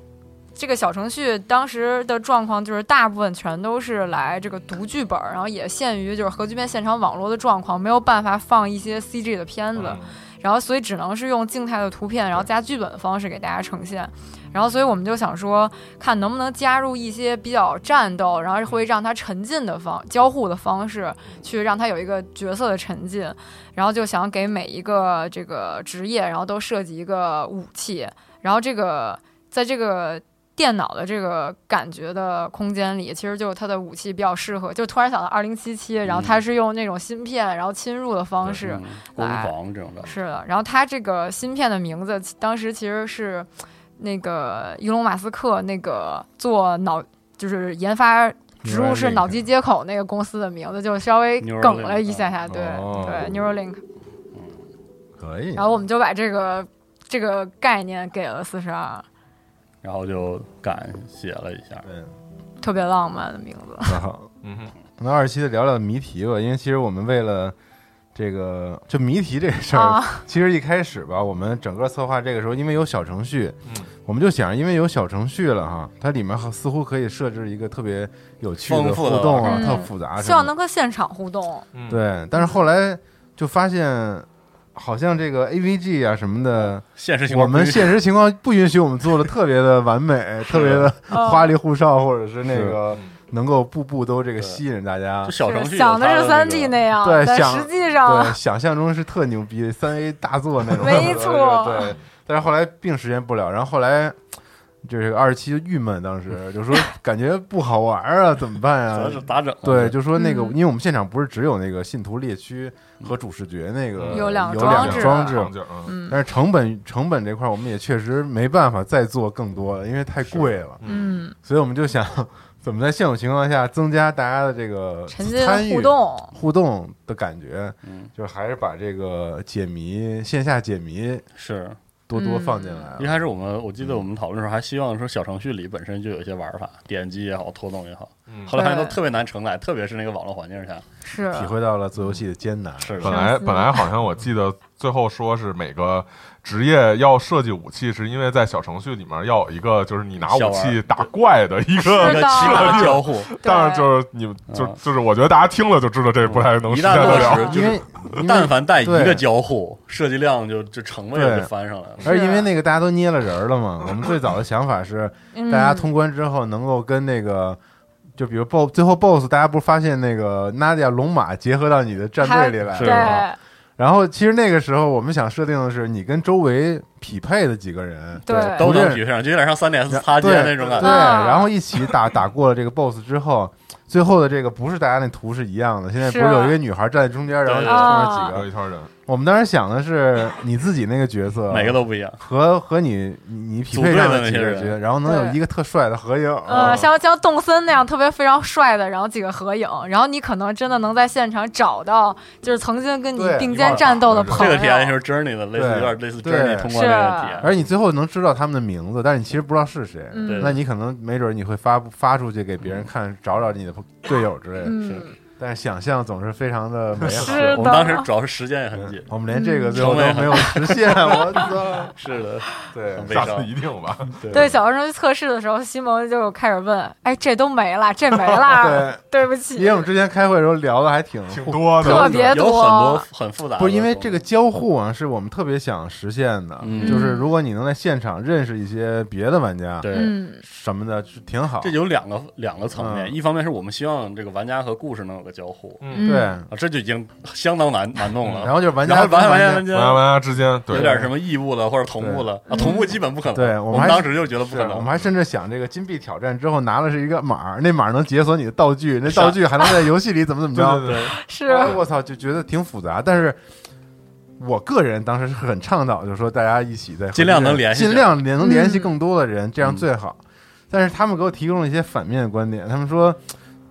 S4: 这个小程序当时的状况就是，大部分全都是来这个读剧本，然后也限于就是核聚变现场网络的状况，没有办法放一些 CG 的片
S5: 嗯
S4: 子，然后所以只能是用静态的图片，然后加剧本的方式给大家呈现。然后所以我们就想说，看能不能加入一些比较战斗，然后会让它沉浸的方交互的方式，去让它有一个角色的沉浸。然后就想给每一个这个职业，然后都设计一个武器，然后这个在这个。电脑的这个感觉的空间里，其实就是它的武器比较适合。就突然想到二零七七，然后它是用那种芯片，然后侵入的方式，
S3: 嗯攻防这种的，
S4: 是的，然后它这个芯片的名字，其当时其实是那个伊隆马斯克那个做脑就是研发植入式
S2: Neuralink
S4: 脑机接口那个公司的名字，就稍微梗了一下下，对、
S2: 哦
S4: 对，Neuralink。
S2: 可以
S4: 然后我们就把这个这个概念给了四十二，
S3: 然后就敢写了一下。
S2: 对，
S4: 特别浪漫的名字。
S2: 挺好。
S5: 嗯哼，
S2: 那二期的聊聊谜题吧，因为其实我们为了这个就谜题这个事儿，
S4: 啊，
S2: 其实一开始吧，我们整个策划这个时候，因为有小程序，
S5: 嗯
S2: 我们就想，因为有小程序了哈，它里面好似乎可以设置一个特别有趣的
S3: 丰
S2: 互
S3: 富的
S2: 动啊，
S4: 玩法
S2: 特复杂什么的，
S4: 嗯希望能和现场互动。
S5: 嗯，
S2: 对。但是后来就发现，好像这个 AVG 啊什么的，
S3: 现实情
S2: 我
S3: 况不
S2: 们
S3: 允许，
S2: 现实情况不允许我们做的特别的完 美，特别的
S4: 嗯
S2: 花里胡哨，或者是那个
S5: 嗯
S2: 能够步步都这个
S3: 对
S2: 吸引大家
S3: 就。小程
S4: 是
S3: 序
S4: 想的是三 D
S3: 那
S4: 那样，
S2: 对
S4: 但
S2: 想
S4: 实际上
S2: 对，想象中是特牛逼，三 A 大作那种。
S4: 没错
S2: 对。但是后来并实现不了，然后后来就是二期就郁闷，当 时就说感觉不好玩啊，怎么办啊
S3: 个 咱是？咋整啊？
S2: 对，就说那个，
S4: 嗯
S2: 因为我们现场不是只有那个信徒猎区和主视觉那个
S5: 嗯
S4: 有两
S2: 有
S4: 装
S2: 两
S4: 置
S2: 个装置，
S5: 场景，嗯
S4: 嗯
S2: 但是成本成本这块儿我们也确实没办法再做更多了，因为太贵了。
S5: 嗯
S4: 嗯，
S2: 所以我们就想 怎么在现有情况下增加大家的这个
S4: 沉浸
S2: 参与
S4: 互动，
S2: 互动的感觉，
S3: 嗯，
S2: 就是还是把这个解谜线下解谜
S3: 是
S2: 多多
S4: 嗯
S2: 放进来了。啊
S3: 一开始我
S2: 嗯
S3: 们我记得我们讨论的时候还希望说小程序里本身就有一些玩法，点击也好，拖动也好，
S5: 嗯，
S3: 后来发现都
S4: 对
S3: 特别难承载，特别是那个网络环境下，
S4: 是
S2: 体会到了做游戏的艰难。
S3: 是的，
S5: 本来
S4: 上次
S5: 本来好像我记得最后说是每个职业要设计武器，是因为在小程序里面要有一个就是你拿
S3: 小
S5: 武
S3: 玩
S5: 器打怪的一
S3: 一
S4: 是
S5: 个，
S3: 个
S4: 的
S3: 奇怪的交互，
S5: 但是就是你们就
S3: 嗯
S5: 就是我觉得大家听了就知道这不太能
S3: 一
S5: 实
S3: 旦
S5: 现得
S3: 落
S5: 了。
S3: 实，嗯就
S2: 因为
S3: 是
S2: 因
S3: 但
S2: 为
S3: 凡带一
S2: 对
S3: 个交互，设计量就就成本也
S2: 对
S3: 就翻上来了。
S4: 啊
S2: 而因为那个大家都捏了人儿了
S4: 嗯
S2: 嘛，我们最早的想法是大
S4: 大
S2: 家通关之后能够跟那个。就比如 BOSS 最后 BOSS，大家不是发现那个 Nadia 龙马结合到你的战队里来
S3: 是
S2: 了吗？
S4: 对
S2: 然后其实那个时候我们想设定的是你跟周围匹配的几个人，
S4: 对
S3: 都
S2: 不
S3: 能
S2: 认
S3: 匹配上，就有点像三 DS
S2: 然
S3: 擦肩
S2: 对
S3: 那种感
S2: 对，
S3: 觉。
S4: 啊
S2: 然后一起打打过了这个 BOSS 之后，最后的这个不是大家那图是一样的，现在不
S4: 是啊
S2: 是有一个女孩站在中间，然后
S3: 对
S2: 冲着几
S5: 有
S2: 个。
S3: 啊
S5: 一圈人，
S2: 我们当时想的是你自己那个角色，
S3: 每个都不一样，
S2: 和和你你你匹配上的几
S3: 组队的那些
S2: 个
S3: 人
S2: 角色，然后能有一个特帅的合影。啊
S5: 哦
S4: 呃，像像动森那样特别非常帅的，然后几个合影，然后你可能真的能在现场找到，就是曾经跟你
S2: 对
S4: 并肩战斗的朋
S3: 这
S4: 友。
S3: 个体验就是 Journey 的，类似
S2: 对
S3: 有点类似
S2: 对
S3: Journey 通关那个体
S4: 啊
S3: 验。
S2: 而你最后能知道他们的名字，但是你其实不知道是谁。
S3: 对
S4: 嗯
S2: 那你可能没准你会发发出去给别人看，找找你的队友之类的。
S4: 嗯，
S2: 但是想象总是非常的美好。
S4: 是
S3: 我
S4: 的
S3: 们当时主要是时间也很紧
S2: 嗯，我们连这个最后都没有实 现，我操！
S3: 嗯是的，嗯
S2: 对，
S3: 很悲
S5: 下次
S3: 伤
S5: 一定吧。
S4: 对，小学生去测试的时候，西蒙就开始问：“哎，这都没了，这没 了，对不起。
S2: 因为我们之前开会的时候聊的还挺
S5: 挺多
S4: 特
S5: 的，
S3: 有
S4: 别
S3: 很
S4: 多
S3: 多很复杂的东西，
S2: 不是因为这个交互啊，是我们特别想实现的，
S3: 嗯
S2: 就是如果你能在现场认识一些别的玩家，
S3: 对。
S4: 嗯，
S2: 什么的，是挺好。
S3: 这有两个两个层面，
S2: 嗯
S3: 一方面是我们希望这个玩家和故事能有个交互
S5: 嗯，
S4: 嗯
S2: 对，
S3: 啊，这就已经相当难难弄了。
S2: 嗯
S3: 啊
S2: 然后就是玩
S3: 然
S2: 家
S3: 后
S2: 跟家
S3: 玩家玩，
S5: 玩家玩家之间对
S3: 有点什么异步了或者同步了啊，同步基本不可能。
S2: 对我
S3: 我
S2: 们还
S3: 当时就觉得不
S2: 是
S3: 可能，
S2: 我们还甚至想这个金币挑战之后拿的是一个码儿，那码儿能解锁你的道具，那
S3: 啊
S2: 道具还能在游戏里怎么怎么
S5: 对
S2: 着。
S5: 对对，
S4: 是
S2: 哎我操，就觉得挺复杂，但是。我个人当时是很倡导，就是说大家一起在
S3: 尽量能联系
S2: 尽量能联系
S4: 嗯
S2: 更多的人，这样最
S3: 嗯
S2: 好。但是他们给我提供了一些反面的观点，他们说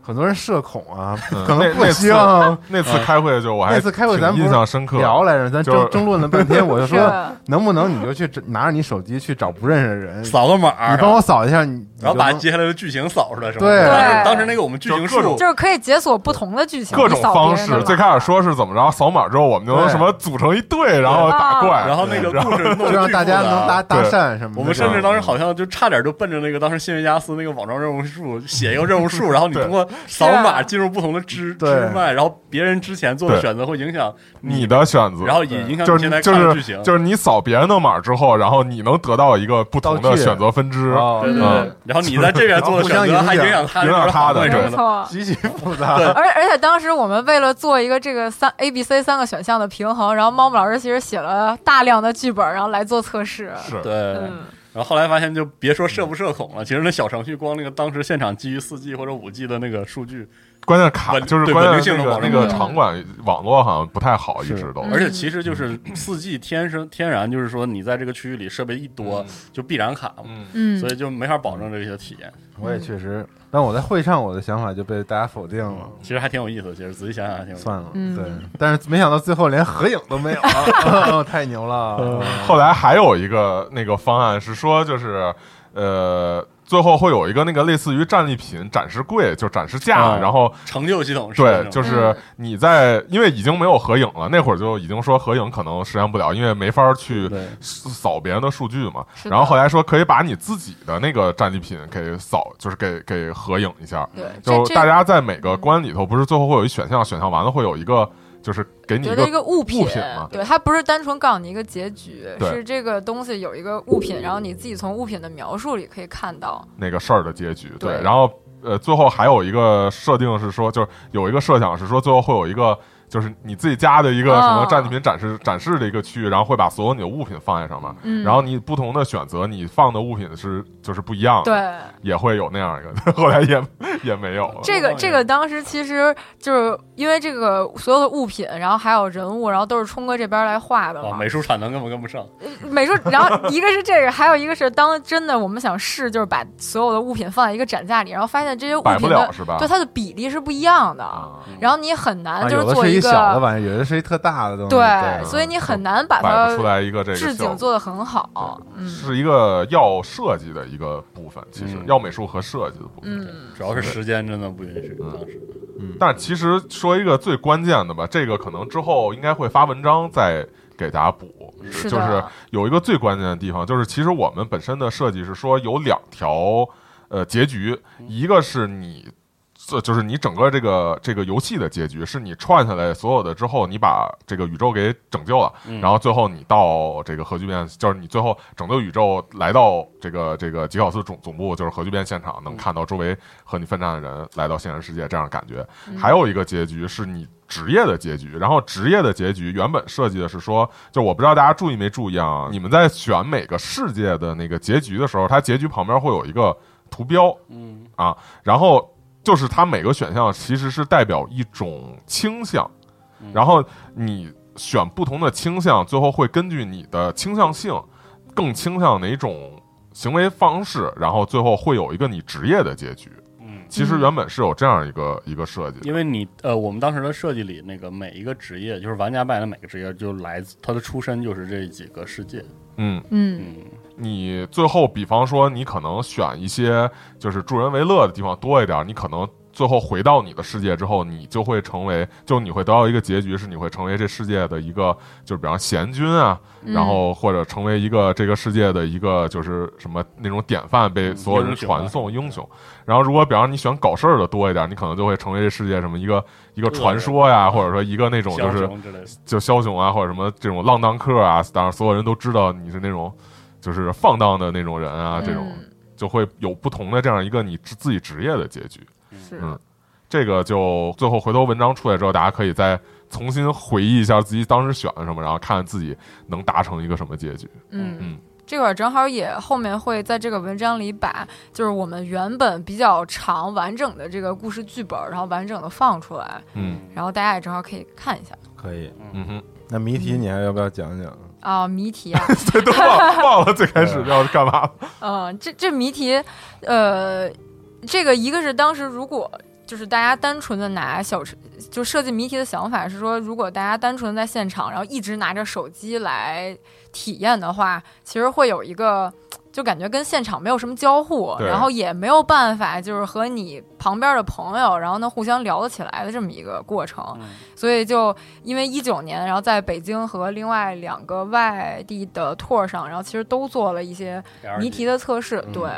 S2: 很多人社恐啊，
S5: 嗯
S2: 可能
S5: 那
S2: 不
S5: 那次
S2: 希望
S5: 那次开会就我还
S2: 那次开会咱们不
S5: 挺
S2: 是
S5: 印象深刻，
S2: 聊来着，咱
S5: 就是
S2: 争争论了半天，我就是 说
S3: 啊
S2: 能不能你就去找拿着你手机去找不认识的人，你
S3: 扫个码，
S2: 帮我扫一下，你
S3: 啊然后
S2: 你
S3: 把
S2: 就能
S3: 接下来的剧情扫出来，是吧？
S2: 对
S3: 当时当时那个我们剧情
S5: 就各
S3: 树
S5: 种
S4: 就是可以解锁不同的剧情，
S5: 各种
S4: 你扫别
S5: 方
S4: 人的
S5: 式。
S4: 嘛
S5: 最开始说是怎么着，扫码之后我们就能
S2: 对
S5: 什么组成一队，然后打怪，
S3: 然后那个故事弄得
S2: 就让
S3: 巨
S2: 大家
S3: 复杂
S2: 能搭搭
S5: 对
S2: 讪什么的。
S3: 我们甚
S2: 能
S3: 至
S5: 嗯
S3: 当时好像就差点就奔着那个当时新维加斯那个网状任务树写一个任务树，然后你
S5: 对
S3: 通过扫
S4: 啊
S3: 码进入不同的支
S2: 对
S3: 支脉，然后别人之前做的
S5: 对
S3: 选择会影响
S5: 你，的选择，
S3: 然后也影响
S5: 就
S3: 你
S5: 是
S3: 现在
S5: 你就
S3: 看的剧
S5: 是
S3: 情。
S5: 就是你扫别人的码之后，然后你能得到一个不同
S2: 道啊
S5: 的
S2: 具
S5: 选择分支，
S3: 对对
S5: 嗯
S3: 对，然后你在这边 做的选
S2: 然
S3: 择
S2: 后互相
S3: 还
S2: 影
S3: 影
S2: 响
S3: 响他
S5: 影响他的
S3: 那边好什么
S4: 没
S5: 对
S3: 的，
S4: 错。
S2: 极其复杂，
S4: 而而且当时我们为了做一个这个三 A、B、C 三个选项的平衡，然后猫姆老师其实写了大量的剧本，然后来做测试。
S5: 是
S3: 对。
S4: 嗯，
S3: 然后后来发现，就别说社不社恐了，其实那小程序光那个当时现场基于四 G 或者五 G 的那个数据，
S5: 关键卡
S3: 稳
S5: 就是
S3: 对
S5: 关
S3: 稳定
S5: 键
S3: 性
S5: 那
S3: 能
S5: 个
S3: 保
S5: 那
S3: 证
S5: 个
S4: 的
S5: 场馆网络好像不太好，一直都
S4: 嗯
S3: 而且其实就是四 G 天生天然就是说你在这个区域里设备一多
S5: 嗯
S3: 就必然卡嘛，
S5: 嗯
S4: 嗯
S3: 所以就没法保证这些体验。
S2: 我也确实，但我在会上我的想法就被大家否定了，
S3: 其实还挺有意思，其实仔细想想还挺有意思。
S2: 算了，
S4: 嗯
S2: 对。但是没想到最后连合影都没有 了，哦太牛
S4: 嗯
S2: 了。嗯
S5: 后来还有一个那个方案是说，就是呃，最后会有一个那个类似于战利品展示柜，就展示架，
S3: 嗯
S5: 然后
S3: 成就系统是
S5: 对，
S3: 这种嗯
S5: 就是你在，因为已经没有合影了，那会儿就已经说合影可能实现不了，因为没法去
S3: 对
S5: 扫别人的数据嘛。
S4: 是的
S5: 然后后来说可以把你自己的那个战利品给扫，就是给给合影一下。
S4: 对，
S3: 嗯
S5: 就
S4: 这这
S5: 大家在每个关里头，不是最后会有一选项，选项完了会有一个，就是给你
S4: 觉
S5: 一
S4: 得一
S5: 个
S4: 个物品，
S5: 物品嘛
S4: 对，它不是单纯告诉你一个结局，
S5: 对
S4: 是这个东西有一个物品，然后你自己从物品的描述里可以看到。
S5: 那个事儿的结局。对，
S4: 对
S5: 然后呃，最后还有一个设定是说，就是有一个设想是说，最后会有一个就是你自己家的一个
S4: 哦
S5: 什么战利品展示、展示的一个区域，然后会把所有你的物品放在上面。
S4: 嗯，
S5: 然后你不同的选择，你放的物品是就是不一样的，
S4: 对，
S5: 也会有那样一个， 后来也也没有了。
S4: 这个
S3: 哦
S4: 这个当时其实就是因为这个所有的物品，然后还有人物，然后都是冲哥这边来画的
S3: 啊，
S4: 嘛。
S3: 美术产能根本跟不上，
S4: 美术，然后一个是这个，还有一个是当真的我们想试，就是把所有的物品放在一个展架里，然后发现这些物
S5: 摆不
S4: 品
S5: 了
S4: 的
S5: 是吧？
S4: 对它的比例是不一样的，
S3: 嗯
S5: 啊，
S4: 嗯然后你很
S2: 啊，
S4: 难就是
S2: 有的
S4: 做
S2: 是一
S4: 一
S2: 小的
S4: 个
S2: 玩意儿，有的是一特大
S5: 嗯
S2: 的东西。
S4: 对，
S2: 对，
S4: 所以你很难把
S5: 摆不
S4: 它
S5: 出来一个这个
S4: 置
S5: 效果
S4: 景做得很好。嗯
S5: 是一个要设计的一个部分，其实
S3: 嗯
S5: 要美术和设计的部分。
S4: 嗯，
S3: 主要是时间真的不允许。
S5: 嗯
S3: 当时
S5: 但其实说一个最关键的吧，这个可能之后应该会发文章再给大家补。
S4: 是
S5: 就
S4: 的
S5: 是有一个最关键的地方，就是其实我们本身的设计是说有两条呃结局，一个是你。这就是你整个这个这个游戏的结局，是你串下来所有的之后，你把这个宇宙给拯救了，
S3: 嗯
S5: 然后最后你到这个核聚变，就是你最后拯救宇宙，来到这个这个吉考斯总总部，就是核聚变现场，能看到周围和你奋战的人来到现实世界，这样的感觉。还有一个结局是你职业的结局，然后职业的结局原本设计的是说，就我不知道大家注意没注意啊，你们在选每个世界的那个结局的时候，它结局旁边会有一个图标，
S3: 嗯，
S5: 然后就是它每个选项其实是代表一种倾向，然后你选不同的倾向，最后会根据你的倾向性更倾向哪种行为方式，然后最后会有一个你职业的结局。
S3: 嗯，
S5: 其实
S4: 嗯
S5: 原本是有这样一个一个设计的，
S3: 因为你呃，我们当时的设计里，那个每一个职业，就是玩家扮演的每个职业，就来自他的出身就是这几个世界。
S5: 嗯，
S4: 嗯
S3: 嗯，
S5: 你最后比方说你可能选一些就是助人为乐的地方多一点，你可能最后回到你的世界之后，你就会成为，就你会得到一个结局，是你会成为这世界的一个，就是比方贤君啊，
S4: 嗯
S5: 然后或者成为一个这个世界的一个就是什么那种典范，被所有人传颂英雄。啊然后如果比方说你喜欢搞事儿的多一点，你可能就会成为这世界什么一个一个传说呀，或者说一个那种就
S3: 枭
S5: 是
S3: 雄之类的，
S5: 就枭雄啊，或者什么这种浪荡客啊，当然所有人都知道你是那种就是放荡的那种人啊，这种
S4: 嗯
S5: 就会有不同的这样一个你自自己职业的结局。
S4: 是
S5: 嗯这个就最后回头文章出来之后，大家可以再重新回忆一下自己当时选了什么，然后看自己能达成一个什么结局。
S4: 嗯
S5: 嗯，
S4: 这会儿正好也后面会在这个文章里把就是我们原本比较长完整的这个故事剧本，然后完整的放出来，
S5: 嗯
S4: 然后大家也正好可以看一下
S2: 可以。
S5: 嗯哼，
S2: 那谜题你还要不要讲讲？
S4: 啊、谜题啊，
S5: 对，都忘 忘了最开始要干嘛了。
S4: 嗯，这这谜题，呃，这个一个是当时如果就是大家单纯的拿小车就设计谜题的想法是说，如果大家单纯地在现场，然后一直拿着手机来体验的话，其实会有一个。就感觉跟现场没有什么交互，
S5: 对
S4: 然后也没有办法，就是和你旁边的朋友，然后呢互相聊得起来的这么一个过程。
S3: 嗯
S4: 所以就因为一九年，然后在北京和另外两个外地的 tour 上，然后其实都做了一些谜题的测试，
S5: 嗯
S4: 对，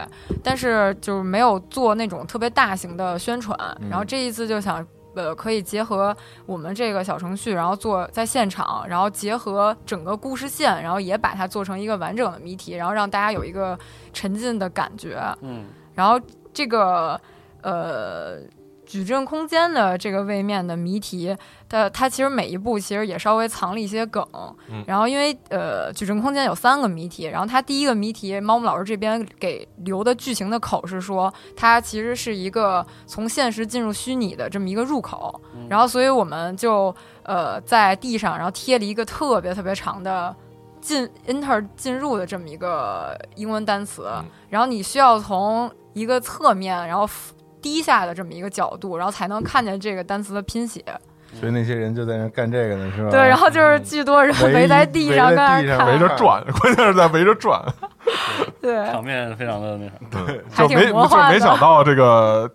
S4: 但是就是没有做那种特别大型的宣传。
S2: 嗯
S4: 然后这一次就想，呃，可以结合我们这个小程序，然后做在现场，然后结合整个故事线，然后也把它做成一个完整的谜题，然后让大家有一个沉浸的感觉。
S3: 嗯，
S4: 然后这个呃矩阵空间的这个位面的谜题，它它其实每一步其实也稍微藏了一些梗。
S5: 嗯
S4: 然后因为呃矩阵空间有三个谜题，然后它第一个谜题，猫木老师这边给留的剧情的口是说，它其实是一个从现实进入虚拟的这么一个入口。
S3: 嗯
S4: 然后所以我们就呃在地上然后贴了一个特别特别长的。进 enter 进入的这么一个英文单词，
S5: 嗯
S4: 然后你需要从一个侧面，然后 f- 低下的这么一个角度，然后才能看见这个单词的拼
S5: 啊
S4: 写。
S2: 所以那些人就在那干这个呢，是吧？
S4: 对，然后就是巨多人
S2: 围
S4: 围在地上
S2: 围
S4: 跟
S2: 在
S4: 那
S2: 地
S4: 儿
S2: 上
S4: 看，
S5: 围着 转，关键是在围着转，
S4: 对，
S3: 场面非常的那啥，
S5: 嗯
S4: 还
S5: 就
S4: 挺
S5: 没
S4: 魔
S5: 就
S4: 幻的
S5: 没想到这个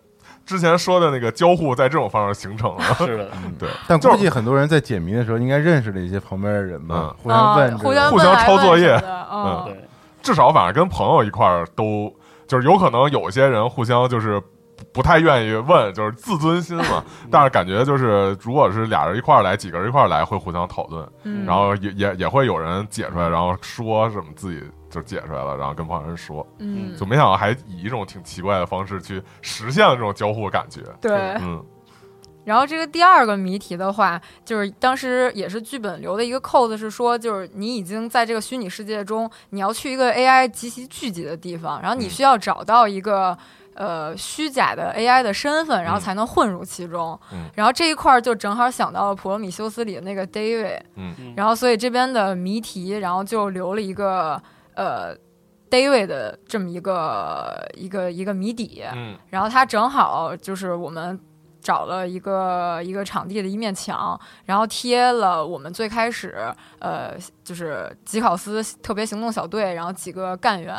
S5: 之前说的那个交互在这种方式形成了。
S3: 是的，
S5: 对，
S2: 但估计很多人在解谜的时候应该认识了一些旁边的人吧，互相问、这
S4: 嗯
S2: 个，
S4: 互相
S5: 互相
S4: 问来
S5: 抄
S4: 问
S5: 作
S4: 什
S5: 业
S4: 么的嗯，
S3: 对，
S5: 至少反正跟朋友一块儿都，就是有可能有些人互相就是不不太愿意问，就是自尊心嘛。
S4: 嗯
S5: 但是感觉就是，如果是俩人一块儿来，几个人一块儿来，会互相讨论，
S4: 嗯
S5: 然后也也也会有人解出来，然后说什么自己就解出来了，然后跟旁边人说，
S4: 嗯，
S5: 就没想到还以一种挺奇怪的方式去实现了这种交互感 觉。
S4: 对。
S5: 嗯
S4: 然后这个第二个谜题的话，就是当时也是剧本留的一个扣子，是说就是你已经在这个虚拟世界中，你要去一个 AI 极其聚集的地方，然后你
S5: 嗯
S4: 需要找到一个。呃，虚假的 AI 的身份，然后才能混入其中。
S5: 嗯
S4: 然后这一块儿就正好想到了《普罗米修斯》里的那个 David，
S5: 嗯
S3: 嗯
S4: 然后所以这边的谜题，然后就留了一个呃 David 的这么一个一个一个谜底。
S5: 嗯
S4: 然后它正好就是我们找了一个一个场地的一面墙，然后贴了我们最开始呃就是吉考斯特别行动小队，然后几个干员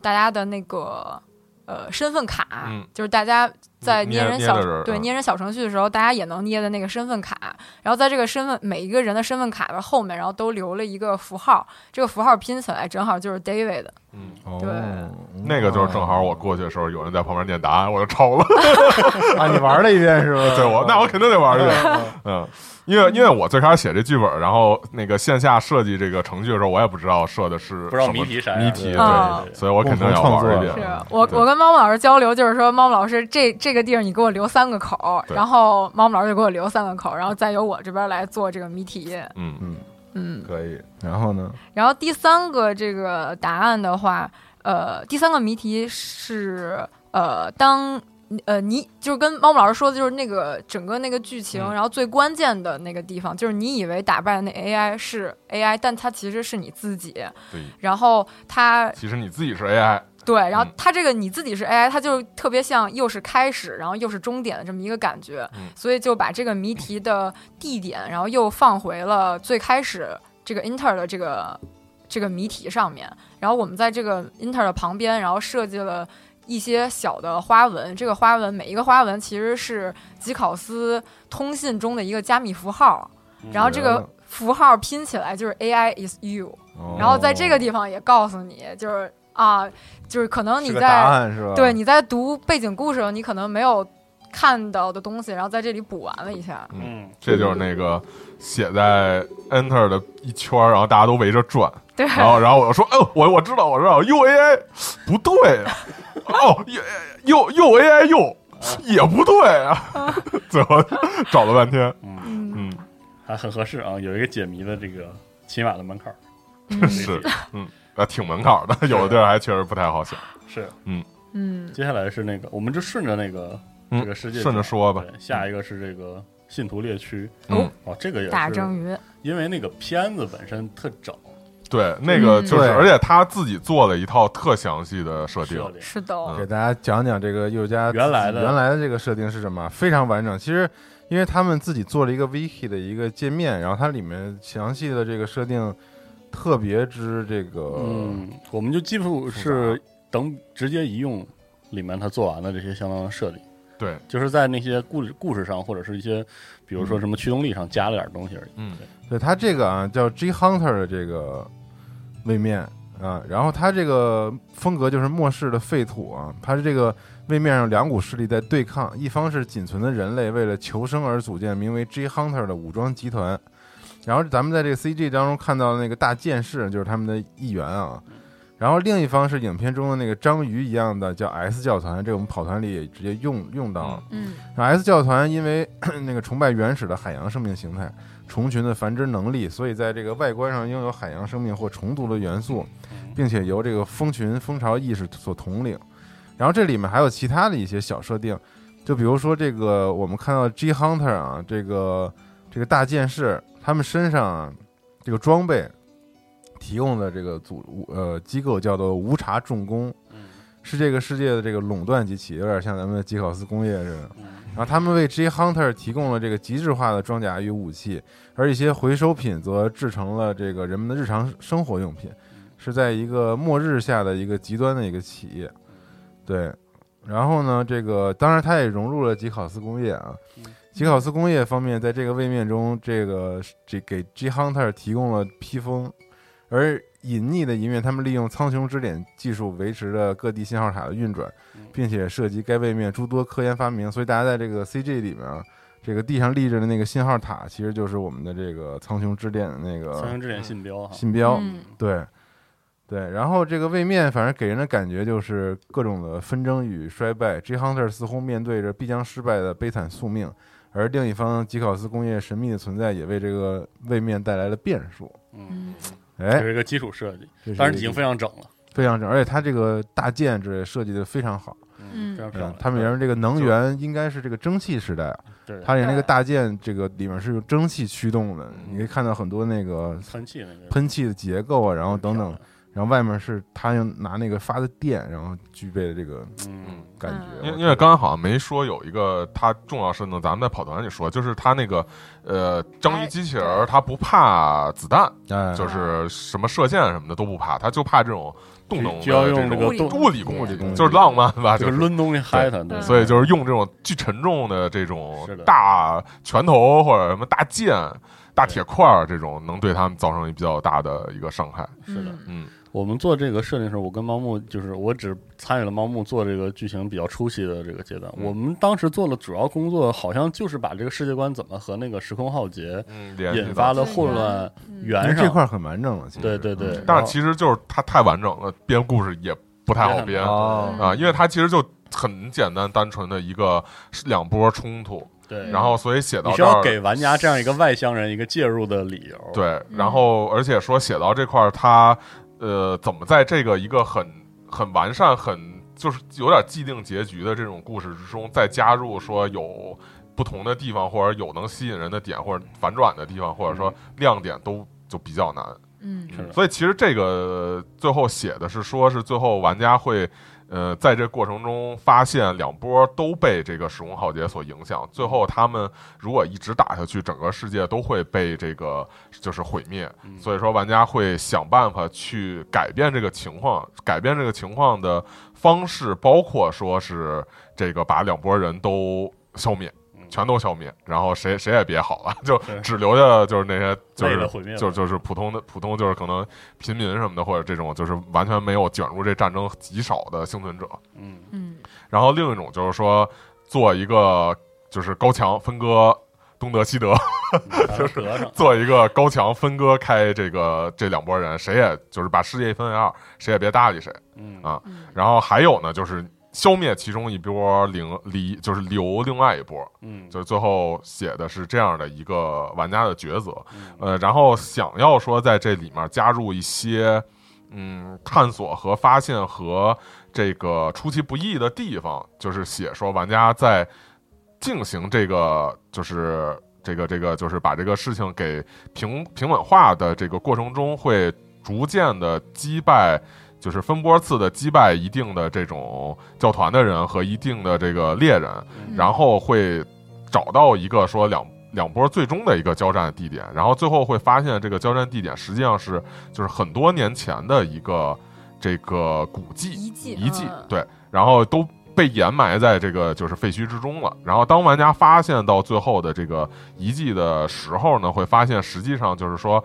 S4: 大家的那个呃身份卡，
S5: 嗯
S4: 就是大家在
S5: 捏
S4: 捏人
S5: 捏
S4: 小
S5: 的人儿
S4: 对
S5: 嗯
S4: 捏人小程序的时候，大家也能捏的那个身份卡，然后在这个身份每一个人的身份卡的后面，然后都留了一个符号，这个符号拼起来正好就是 David。
S5: 嗯，
S2: 哦
S4: 对
S5: 那个就是正好我过去的时候，有人在旁边念答案，我就抄了。
S2: 啊，你玩了一遍是吧？
S5: 对我，那我肯定得玩这个。
S2: 嗯
S5: 嗯，因为因为我最开始写这剧本，然后那个线下设计这个程序的时候，我也不知道设的是
S3: 不知道
S5: 什
S3: 谜
S5: 么
S3: 题啥样
S5: 谜题，啊
S3: 对
S4: 嗯
S5: 对，所以我肯定要玩一
S2: 共同创作啊
S5: 遍
S4: 是
S2: 对。
S4: 我
S5: 对
S4: 我跟猫猫老师交流，就是说猫猫老师这这个地儿你给我留三个口，
S5: 对
S4: 然后猫猫老师就给我留三个口，然后再由我这边来做这个谜题。
S5: 嗯
S2: 嗯，
S4: 嗯，
S2: 可以。然后呢？
S4: 然后第三个这个答案的话，呃，第三个谜题是呃，当呃你就是跟猫猫老师说的，就是那个整个那个剧情，
S5: 嗯
S4: 然后最关键的那个地方，就是你以为打败那 AI 是 AI，但它其实是你自己，
S5: 对，
S4: 然后它
S5: 其实你自己是 AI，
S4: 对，然后
S5: 嗯
S4: 它这个你自己是 AI，它就是特别像又是开始，然后又是终点的这么一个感觉，
S5: 嗯
S4: 所以就把这个谜题的地点，然后又放回了最开始这个 Inter 的这个这个谜题上面。然后我们在这个 Inter 的旁边，然后设计了一些小的花纹，这个花纹每一个花纹其实是吉考斯通信中的一个加密符号，
S5: 嗯
S4: 然
S3: 嗯
S4: 后这个符号拼起来就是 AI is you，
S2: 哦
S4: 然后在这个地方也告诉你，就是啊，就是可能你
S2: 是个答
S4: 在
S2: 案是吧？
S4: 对，你在读背景故事的时候，你可能没有看到的东西，然后在这里补完了一下。
S3: 嗯，
S5: 这就是那个写在 Enter 的一圈儿，然后大家都围着转，
S4: 对，
S5: 然后然后我就说，哦，我我知道我知道，U A I 不对啊，哦，又又又 A I 又也不对啊， 最后找了半天，
S4: 嗯，
S5: 嗯，
S3: 还很合适啊，有一个解谜的这个起码的门槛儿，
S5: 是，嗯，啊，挺门槛的，有的地儿还确实不太好写，
S3: 是。
S4: 嗯，
S3: 接下来是那个，我们就顺着那个
S5: 嗯
S3: 这个世界
S5: 顺着说吧
S3: 对下一个是这个信徒猎区，
S5: 嗯，
S3: 哦，这个也
S4: 大
S3: 是
S4: 章鱼，
S3: 因为那个片子本身特整，
S5: 对，那个就是，
S2: 嗯
S5: 而且他自己做了一套特详细的设定
S3: 设，定
S4: 是的，
S5: 嗯
S2: 给大家讲讲这个艺术家
S3: 原来的
S2: 原来的这个设定是什么，非常完整。其实，因为他们自己做了一个 wiki 的一个界面，然后它里面详细的这个设定特别之这
S5: 呃
S2: 个，
S3: 嗯，我们就几乎是等直接一用里面他做完的这些相当的设定，
S5: 对，
S3: 就是在那些故事故事上或者是一些比如说什么驱动力上加了点东西而已。
S5: 嗯
S2: 对它这个啊叫 G Hunter 的这个位面啊，然后它这个风格就是末世的废土啊，它是这个位面上两股势力在对抗，一方是仅存的人类为了求生而组建名为 G Hunter 的武装集团，然后咱们在这个 CG 当中看到的那个大剑士就是他们的一员啊。然后另一方是影片中的那个章鱼一样的叫 S 教团，这个我们跑团里也直接用用到了。
S4: 嗯
S2: S 教团因为 那个崇拜原始的海洋生命形态、虫群的繁殖能力，所以在这个外观上拥有海洋生命或虫族的元素，并且由这个蜂群蜂巢意识所统领。然后这里面还有其他的一些小设定，就比如说这个我们看到 G Hunter 啊，这个这个大剑士，他们身上啊这个装备提供的这个组呃机构叫做无查重工，
S3: 嗯
S2: 是这个世界的这个垄断机器，有点像咱们的吉考斯工业似的。
S3: 嗯
S2: 然后他们为 G Hunter 提供了这个极致化的装甲与武器，而一些回收品则制成了这个人们的日常生活用品，是在一个末日下的一个极端的一个企业。对，然后呢，这个当然它也融入了吉考斯工业啊
S3: 嗯。
S2: 吉考斯工业方面，在这个位面中，这个这给 G Hunter 提供了披风，而隐匿的一面，他们利用苍穹之脸技术维持着各地信号塔的运转
S3: 嗯，
S2: 并且涉及该位面诸多科研发明。所以大家在这个 CG 里面啊，这个地上立着的那个信号塔，其实就是我们的这个苍穹之恋的那
S5: 嗯
S3: 苍
S2: 个
S3: 穹之眼信标哈，
S2: 信标。
S4: 嗯
S2: 对，对。然后这个位面，反正给人的感觉就是各种的纷争与衰败。G Hunter 似乎面对着必将失败的悲惨宿命，而另一方吉考斯工业神秘的存在也为这个位面带来了变数。
S3: 嗯，
S4: 嗯
S3: 这
S2: 哎，
S3: 是一个基础设计，
S2: 这
S3: 当
S2: 一
S3: 然已经
S2: 个
S3: 非常整了，
S2: 非常正，而且它这个大件之类设计的非常好。
S4: 嗯
S3: 非常
S2: 嗯
S3: 漂亮。，
S2: 他们原来这个能源应该是这个蒸汽时代啊，
S3: 对
S2: 它连那个
S4: 对
S2: 大件这个里面是用蒸汽驱动的，你可以看到很多那个
S3: 喷气那个
S2: 喷气的结构啊，然后等等
S3: 漂，
S2: 然后外面是他用拿那个发的电，然后具备的这个
S3: 亮，嗯，
S2: 感觉。
S5: 因
S2: 我
S5: 为因为刚刚好像没说有一个他重要设定，咱们在跑团里说，就是他那个呃章鱼机器
S3: 哎
S5: 人儿，它不怕子弹，
S2: 哎，
S5: 就是什么射箭什么的都不怕，它就怕这种动能的
S3: 就要用
S5: 这
S3: 这
S5: 种
S3: 个动
S5: 物理
S4: 物
S5: 攻
S4: 理
S5: 击
S2: 攻，击
S5: 就是浪漫吧，
S3: 这
S5: 就
S3: 个
S5: 是。
S3: 抡东西嗨它，对
S4: 对
S5: 所以就是用这种巨沉重的这种
S3: 是的
S5: 大拳头或者什么大剑、大铁块儿这种，能对他们造成比较大的一个伤害。
S3: 是的，
S5: 嗯，
S3: 我们做这个设定的时候，我跟猫木就是我只参与了猫木做这个剧情比较初期的这个阶段。
S5: 嗯
S3: 我们当时做的主要工作，好像就是把这个世界观怎么和那个时空浩劫
S5: 嗯，
S3: 引发
S5: 了。
S3: 的混乱
S4: 嗯
S2: 因为
S3: 圆
S2: 这
S3: 上。
S2: 块很完整了，其实嗯
S3: 对对对，
S5: 嗯但是其实就是它太完整了，编故事也不太好
S3: 也
S5: 编啊、
S2: 哦
S4: 嗯，
S5: 因为它其实就很简单单纯的一个是两波冲突，
S3: 对，
S5: 然后所以
S3: 嗯
S5: 写
S3: 你
S5: 到
S3: 需
S5: 这
S3: 要
S5: 儿。
S3: 给嗯玩家这样一个外乡人一个介入的理由。，
S5: 对，然后而且说写到这块儿，他呃怎么在这个一个很很完善、很就是有点既定结局的这种故事之中，再加入说有不同的地方，或者有能吸引人的点，或者反转的地方，或者说
S3: 嗯
S5: 亮点都就比较难。
S4: 嗯
S3: 是的
S5: 所以其实这个最后写的是说是最后玩家会呃，在这过程中发现两波都被这个时空浩劫所影响，最后他们如果一直打下去，整个世界都会被这个就是毁灭。
S3: 嗯
S5: 所以说，玩家会想办法去改变这个情况，改变这个情况的方式包括说是这个把两拨人都消灭。
S3: 嗯
S5: 全都消灭，然后谁谁也别好了，就只留下就是那些就
S3: 累了
S5: 是
S3: 毁灭了
S5: 就就是普通的普通就是可能平民什么的，或者这种就是完全没有卷入这战争极少的幸存者。
S3: 嗯
S4: 嗯，
S5: 然后另一种就是说做一个就是高墙分割东德西德，
S3: 就是德上，
S5: 做一个高墙分割开这个这两拨人，谁也就是把世界一分为二，谁也别搭理谁。
S3: 嗯
S5: 啊然后还有呢就是。消灭其中一波，零离就是留另外一波，
S3: 嗯，
S5: 就是最后写的是这样的一个玩家的抉择，
S3: 嗯
S5: 呃，然后想要说在这里面加入一些嗯探索和发现和这个出其不意的地方，就是写说玩家在进行这个就是这个这个就是把这个事情给平平稳化的这个过程中，会逐渐的击败。就是分波次的击败一定的这种教团的人和一定的这个猎人，
S3: 嗯
S5: 然后会找到一个说两两波最终的一个交战地点，然后最后会发现这个交战地点实际上是就是很多年前的一个这个古迹
S4: 遗迹
S5: 遗迹
S4: 嗯，
S5: 对，然后都被掩埋在这个就是废墟之中了。然后当玩家发现到最后的这个遗迹的时候呢，会发现实际上就是说。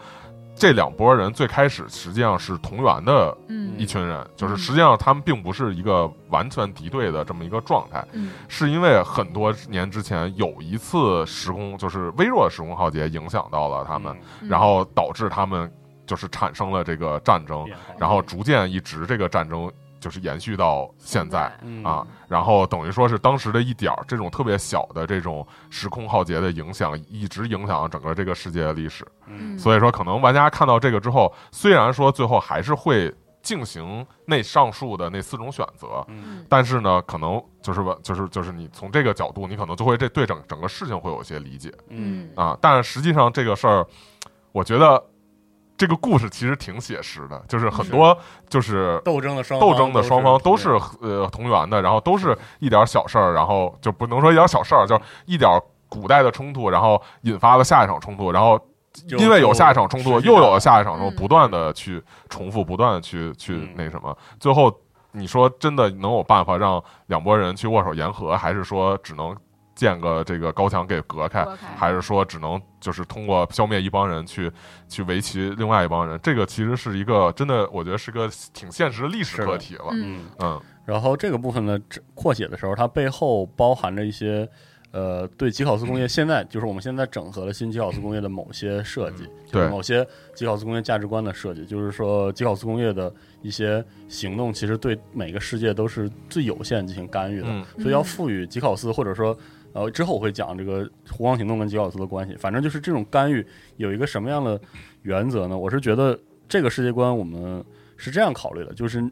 S5: 这两拨人最开始实际上是同源的一
S4: 嗯
S5: 群人，就是实际上他们并不是一个完全敌对的这么一个状态，
S4: 嗯
S5: 是因为很多年之前有一次时空，就是微弱的时空浩劫影响到了他们，
S4: 嗯
S5: 然后导致他们就是产生了这个战争，
S3: 变化
S5: 然后逐渐一直这个战争就是延续到现在。
S3: 嗯
S5: 啊，然后等于说是当时的一点儿这种特别小的这种时空浩劫的影响，一直影响整个这个世界的历史。
S3: 嗯
S5: 所以说，可能玩家看到这个之后，虽然说最后还是会进行那上述的那四种选择，
S3: 嗯
S5: 但是呢，可能就是就是就是你从这个角度，你可能就会这对整整个事情会有一些理解
S3: 嗯
S5: 啊。但实际上这个事儿，我觉得这个故事其实挺写实的，就是很多就是
S3: 斗争的双
S5: 斗争的双方都
S3: 都
S5: 是呃同源的，然后都是一点小事儿，然后就不能说一点小事儿，就是一点古代的冲突，然后引发了下一场冲突，然后
S3: 就
S5: 因为有下一场冲突，
S3: 持续
S5: 又
S3: 打
S5: 有了下一场冲
S4: 嗯
S5: 突，不断的去重复，不断的去去
S3: 嗯
S5: 那什么，最后你说真的能有办法让两拨人去握手言和，还是说只能建个这个高墙给隔开？
S4: 拨开
S5: 还是说只能就是通过消灭一帮人去去围棋另外一帮人，这个其实是一个真的，我觉得是个挺现实的历
S3: 是
S5: 史
S3: 的
S5: 课题了。
S4: 嗯
S3: 嗯。
S5: 嗯
S3: 然后这个部分呢，这扩写的时候，它背后包含着一些呃，对吉考斯工业现在就是我们现在整合了新吉考斯工业的某些设计，就是
S5: 嗯对
S3: 某些吉考斯工业价值观的设计，就是说吉考斯工业的一些行动，其实对每个世界都是最有限进行干预的，
S5: 嗯
S3: 所以要赋予吉考斯或者说。呃，之后我会讲这个湖光行动跟吉考斯的关系。反正就是这种干预有一个什么样的原则呢？我是觉得这个世界观我们是这样考虑的，就是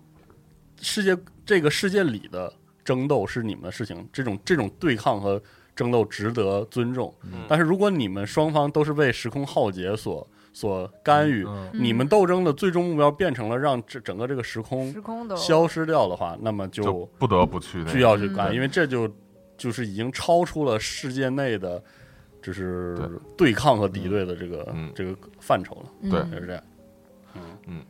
S3: 世界这个世界里的争斗是你们的事情，这种这种对抗和争斗值得尊重。
S5: 嗯
S3: 但是如果你们双方都是被时空浩劫所所干预，
S2: 嗯
S4: 嗯
S3: 你们斗争的最终目标变成了让这整个这个时空
S4: 时空都
S3: 消失掉的话，那么
S5: 就
S3: 就
S5: 不得不去那
S3: 需
S5: 个。
S3: 要去干，
S4: 嗯
S3: 因为这就就是已经超出了世界内的。就是
S5: 对
S3: 对抗和敌对的这个、
S5: 嗯
S3: 这个范畴了，
S4: 嗯
S5: 对
S3: 就是这样。嗯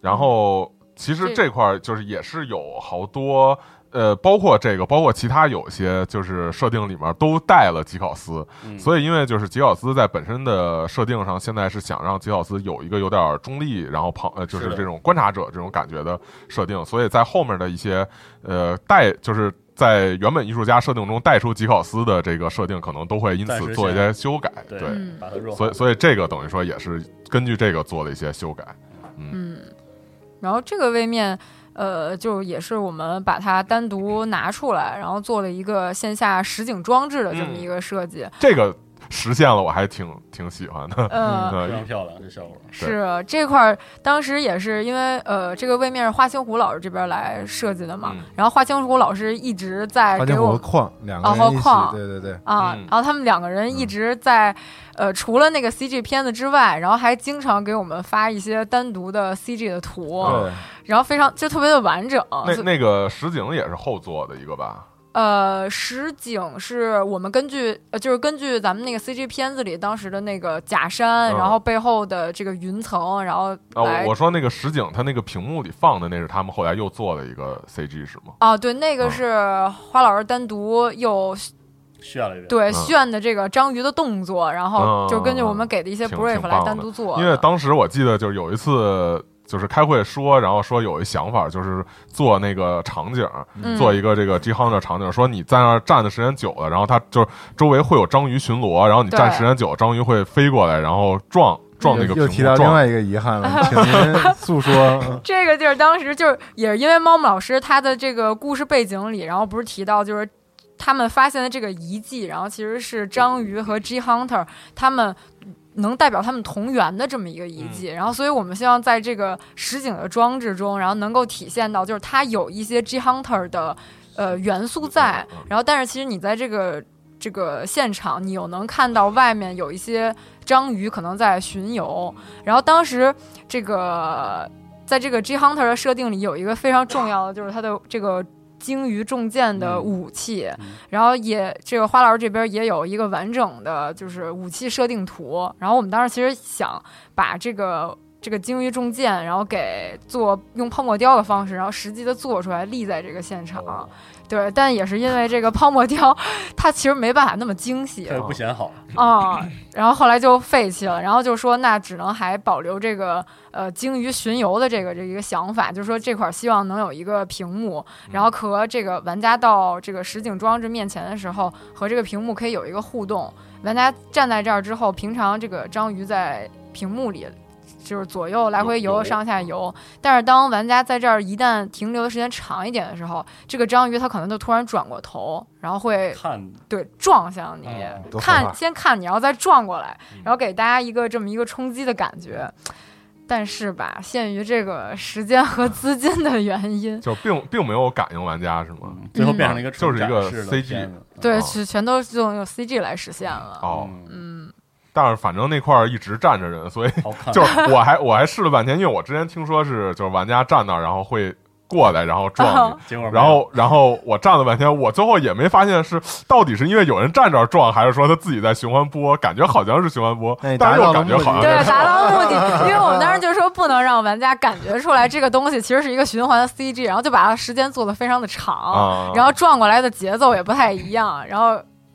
S5: 然后其实这块儿就是也是有好多。呃，包括这个，包括其他有些就是设定里面都带了吉考斯，
S3: 嗯，
S5: 所以因为就是吉考斯在本身的设定上，现在是想让吉考斯有一个有点中立，然后旁呃就是是
S3: 的
S5: 这种观察者这种感觉的设定，所以在后面的一些呃带就是在原本艺术家设定中带出吉考斯的这个设定，可能都会因
S3: 暂时
S5: 此做一些
S3: 先
S5: 修改，对。
S4: 嗯
S3: 把它弱化。
S5: 所以，所以这个等于说也是根据这个做了一些修改。
S4: 嗯，然后这个位面，呃，就也是我们把它单
S5: 嗯
S4: 独拿出来，然后做了一个线下实景装置的这么一个设计。
S5: 这个实现了，我还挺挺喜欢的。
S4: 呃，
S5: 对
S3: 非常漂亮这效果。
S4: 是这块儿，当时也是因为呃，这个位面是花千骨老师这边来设计的嘛，
S5: 嗯
S4: 然后花千骨老师一直在
S2: 花
S4: 嗯给
S2: 千骨
S4: 我
S2: 和
S4: 们
S2: 矿两个
S4: 啊
S2: 人一
S4: 和
S2: 起，
S4: 矿
S2: 对对对，
S4: 啊，
S5: 嗯
S4: 然后他们两个人一直在呃，除了那个 CG 片子之外，然后还经常给我们发一些单独的 CG 的图，
S5: 啊
S2: 对，
S4: 然后非常就特别的完整。
S5: 那
S4: 所以
S5: 那个实景也是后做的一个吧？
S4: 呃，实景是我们根据呃，就是根据咱们那个 CG 片子里当时的那个假山，
S5: 嗯
S4: 然后背后的这个云层，然后
S5: 啊，
S4: 来
S5: 我我说那个实景，它那个屏幕里放的那是他们后来又做的一个 CG 是吗？
S4: 啊，对，那个
S5: 嗯
S4: 是花老师单独又
S3: 炫了一遍，
S4: 对
S5: 嗯
S4: 炫的这个章鱼的动作，然后就根据我们给的一些
S5: 挺
S4: brief
S5: 挺
S4: 来
S5: 棒
S4: 单
S5: 的
S4: 独做的。
S5: 因为当时我记得就是有一次就是开会说，然后说有一想法就是做那个场景，
S4: 嗯
S5: 做一个这个 G Hunter 场景，说你在那儿站的时间久了，然后它就是周围会有章鱼巡逻，然后你
S4: 对。
S5: 站时间久，章鱼会飞过来，然后撞撞那个
S2: 又
S5: 屏
S2: 提
S5: 幕
S2: 到另
S5: 撞。
S2: 外一个遗憾了，请您诉说
S4: 这个地儿当时就是也是因为猫姆老师他的这个故事背景里，然后不是提到就是他们发现的这个遗迹，然后其实是章鱼和 G Hunter 他们。能代表他们同源的这么一个遗迹，然后所以我们希望在这个实景的装置中，然后能够体现到，就是它有一些 G Hunter 的呃元素在
S5: 嗯嗯，
S4: 然后但是其实你在这个这个现场，你有能看到外面有一些章鱼可能在巡游，然后当时这个在这个 G Hunter 的设定里有一个非常重要的，就是它的这个鲸鱼重剑的武器，
S3: 嗯
S4: 然后也这个花老师这边也有一个完整的就是武器设定图，然后我们当时其实想把这个。这个鲸鱼重剑，然后给做用泡沫雕的方式，然后实际的做出来立在这个现场，
S3: 哦
S4: 对，但也是因为这个泡沫雕，它其实没办法那么精细，
S3: 这个不显好，
S4: 啊、然后后来就废弃了，然后就说那只能还保留这个呃鲸鱼巡游的这个这一个想法，就是说这块儿希望能有一个屏幕，然后和这个玩家到这个实景装置面前的时候，和这个屏幕可以有一个互动。玩家站在这儿之后，平常这个章鱼在屏幕里。就是左右来回
S3: 游
S4: 游，上下游。但是当玩家在这儿一旦停留的时间长一点的时候，这个章鱼它可能就突然转过头，然后会
S3: 看
S4: 对撞向你。
S3: 啊
S2: 多害
S4: 看
S2: 怕
S4: 先看你，然后再撞过来
S3: 嗯，
S4: 然后给大家一个这么一个冲击的感觉。但是吧，限于这个时间和资金的原 因，
S5: 就并并没有感应玩家是吗？
S3: 嗯最后变成了一个
S5: 嗯就是一个
S3: 纯展示的
S5: CG
S3: 片子
S4: 对，
S5: 哦
S4: 全全都是用 CG 来实现了。
S5: 哦，
S3: 嗯
S4: 嗯，
S5: 但是反正那块儿一直站着人，所以
S3: 好看，
S5: 就是我还我还试了半天，因为我之前听说是就是玩家站那儿，然后会过来，然后撞
S4: 哦
S5: 你。
S3: 结果没有
S5: 然后，然后我站了半天，我最后也没发现是到底是因为有人站这儿撞，还是说他自己在循环播，感觉好像是循环播
S2: 那你，
S5: 但
S2: 哎达
S5: 是
S2: 到了
S5: 又感觉好
S2: 目
S5: 像
S4: 对
S2: 的
S5: 是，
S4: 达到目 的，因为我们当时就说不能让玩家感觉出来这个东西其实是一个循环的 CG，然后就把它时间做的非常的长，
S5: 啊，
S4: 然后撞过来的节奏也不太一样，然后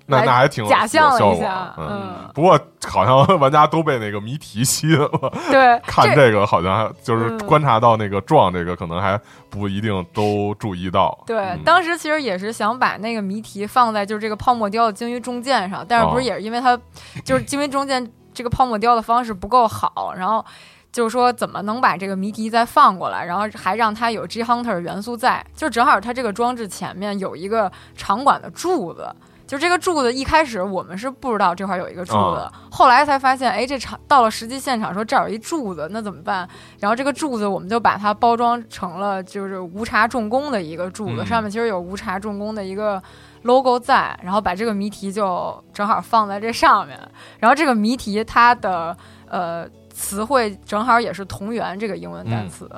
S5: 那那还挺有
S4: 假象
S5: 有
S4: 了 一
S5: 效果
S4: 下
S5: 的，嗯。
S4: 嗯，
S5: 不过好像 玩家都被那个谜题吸引了，
S4: 对，
S5: 嗯 看这个好像还就是
S4: 嗯
S5: 观察到那个撞这个可能还不一定都注意到。
S4: 对
S5: 嗯，
S4: 当时其实也是想把那个谜题放在就是这个泡沫雕的鲸鱼中间上，但是不
S5: 哦
S4: 是也是因为它就是鲸鱼中间这个泡沫雕的方式不够好，然后就是说怎么能把这个谜题再放过来，然后还让它有 G Hunter 元素在，就正好它这个装置前面有一个场馆的柱子。就这个柱子，一开始我们是不知道这块有一个柱子，
S5: 哦
S4: 的，后来才发现，哎，这场到了实际现场说这儿有一柱子，那怎么办？然后这个柱子我们就把它包装成了就是无茶重工的一个柱子，
S5: 嗯
S4: 上面其实有无茶重工的一个 logo 在，然后把这个谜题就正好放在这上面，然后这个谜题它的呃词汇正好也是同源这个英文单词，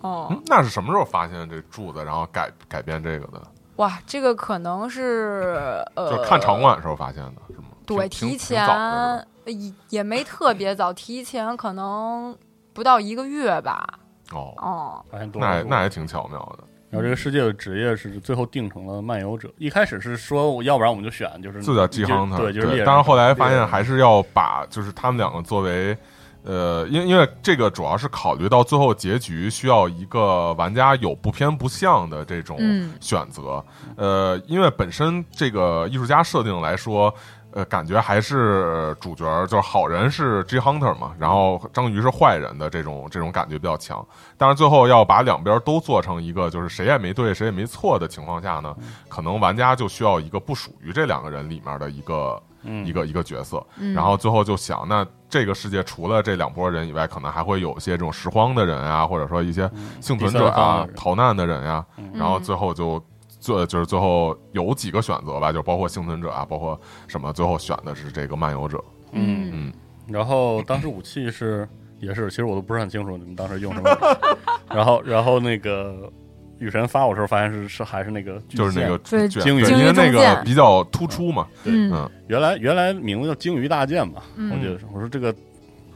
S4: 哦、
S5: 嗯，那是什么时候发现这柱子，然后改改变这个的？
S4: 哇，这个可能是呃
S5: 就是看场馆的时候发现的，是吗？
S4: 对，
S5: 挺
S4: 提
S5: 挺
S4: 前
S5: 挺早的是吧
S4: 呃也也没特别早，提前可能不到一个月吧。
S5: 哦，
S4: 哦，
S3: 发现多
S5: 那也
S3: 了
S5: 那也挺巧妙的。
S3: 然后这个世界的职业是最后定成了漫游者。一开始是说，我要不然我们就选就是
S5: 就叫
S3: 你
S5: 季
S3: 就
S5: 亨特，
S3: 对，就是猎人。
S5: 但是后来发
S3: 猎
S5: 现
S3: 人
S5: 还是要把就是他们两个作为，呃，因因为这个主要是考虑到最后结局需要一个玩家有不偏不向的这种
S4: 嗯
S5: 选择，呃，因为本身这个艺术家设定来说。呃，感觉还是主角就是好人是 G Hunter 嘛，然后章鱼是坏人的这种这种感觉比较强。但是最后要把两边都做成一个就是谁也没对谁也没错的情况下呢，可能玩家就需要一个不属于这两个人里面的一个
S3: 嗯
S5: 一个一个角色。
S4: 嗯
S5: 然后最后就想，那这个世界除了这两拨人以外，可能还会有一些这种拾荒的人啊，或者说一些
S3: 嗯
S5: 幸存
S3: 第
S5: 者
S3: 三方
S5: 啊
S3: 的、人
S5: 逃难的人呀、
S3: 嗯
S5: 然后最后就最就是最后有几个选择吧，就包括幸存者啊，包括什么，最后选的是这个漫游者。
S3: 嗯
S4: 嗯
S3: 然后当时武器是也是，其实我都不是很清楚你们当时用什么武器。 然后然后那个雨神发我的时候，发现是是还是那个
S5: 就是那个
S4: 对
S5: 卷
S3: 鲸鱼
S5: 对
S4: 鲸鱼
S5: 因为那
S4: 中
S5: 个
S4: 箭
S5: 比较突出嘛。
S4: 嗯
S5: 嗯
S3: 原来原来名字叫鲸鱼大剑嘛，
S4: 嗯
S3: 我觉得是我说这个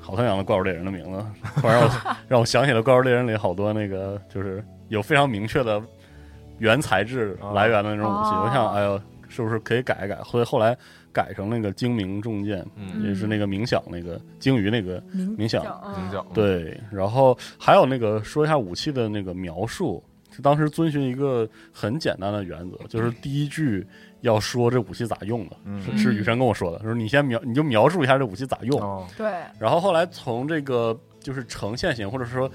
S3: 好像养的怪物猎人的名字，突然让我让我想起了怪物猎人里好多那个就是有非常明确的原材质
S5: 啊
S3: 来源的那种武器，
S4: 哦
S3: 我想哎呦是不是可以改一改？所以后来改成那个精明重剑，
S5: 嗯，
S3: 也是那个冥想那个鲸鱼那个
S4: 冥
S3: 冥想
S5: 您
S4: 嗯
S5: 讲，
S3: 对，然后还有那个说一下武器的那个描述，就当时遵循一个很简单的原则，就是第一句要说这武器咋用的，
S2: 嗯
S3: 是是雨山跟我说的，说你先描你就描述一下这武器咋用，
S2: 哦，
S4: 对，
S3: 然后后来从这个就是呈现型或者说。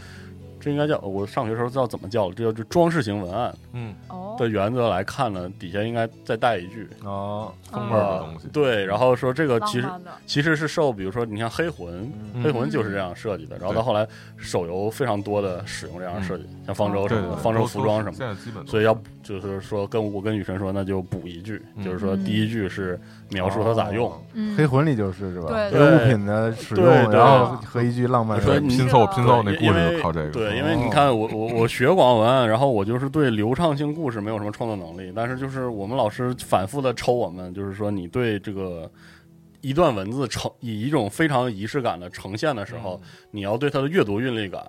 S3: 这应该叫我上学时候知道怎么叫了，这叫就装饰型文案
S5: 嗯，
S4: 哦，
S3: 的原则来看呢，底下应该再带一句
S2: 哦，
S5: 风味儿的
S3: 啊
S5: 东西，，。
S3: 对，然后说这个
S4: 嗯浪
S3: 其实
S4: 漫的，
S3: 其实是受，比如说你像黑魂，
S2: 嗯
S3: 黑魂就是这样设计的。然后到后来，手游非常多的使用这样的设计，像方舟什
S5: 对
S3: 么
S5: 嗯对
S3: 的，
S5: 对
S3: 方舟
S5: 都
S3: 服装什么
S5: 现
S3: 的。
S5: 在基本都
S3: 所以要就是说，跟我跟雨神说，那就补一句，
S5: 嗯
S3: 就是说
S4: 嗯
S3: 第一句是描述它咋用。
S2: 哦
S4: 嗯
S2: 黑魂里就是是吧？
S4: 对
S2: 一个
S3: 对
S2: 物品的使用，
S3: 对对
S2: 然后和一句浪漫
S3: 说
S2: 的
S5: 对
S3: 你
S5: 拼凑
S4: 是啊
S5: 拼凑那
S3: 对
S5: 故
S3: 因
S5: 事
S3: 为
S5: 就靠这个，嗯
S3: 对，因
S2: 哦
S3: 为你看我我我学广告文案，然后我就是对流畅性故事没有什么创作能力，但是就是我们老师反复的抽我们，就是说你对这个一段文字呈以一种非常有仪式感的呈现的时候，你要对它的阅读韵律感，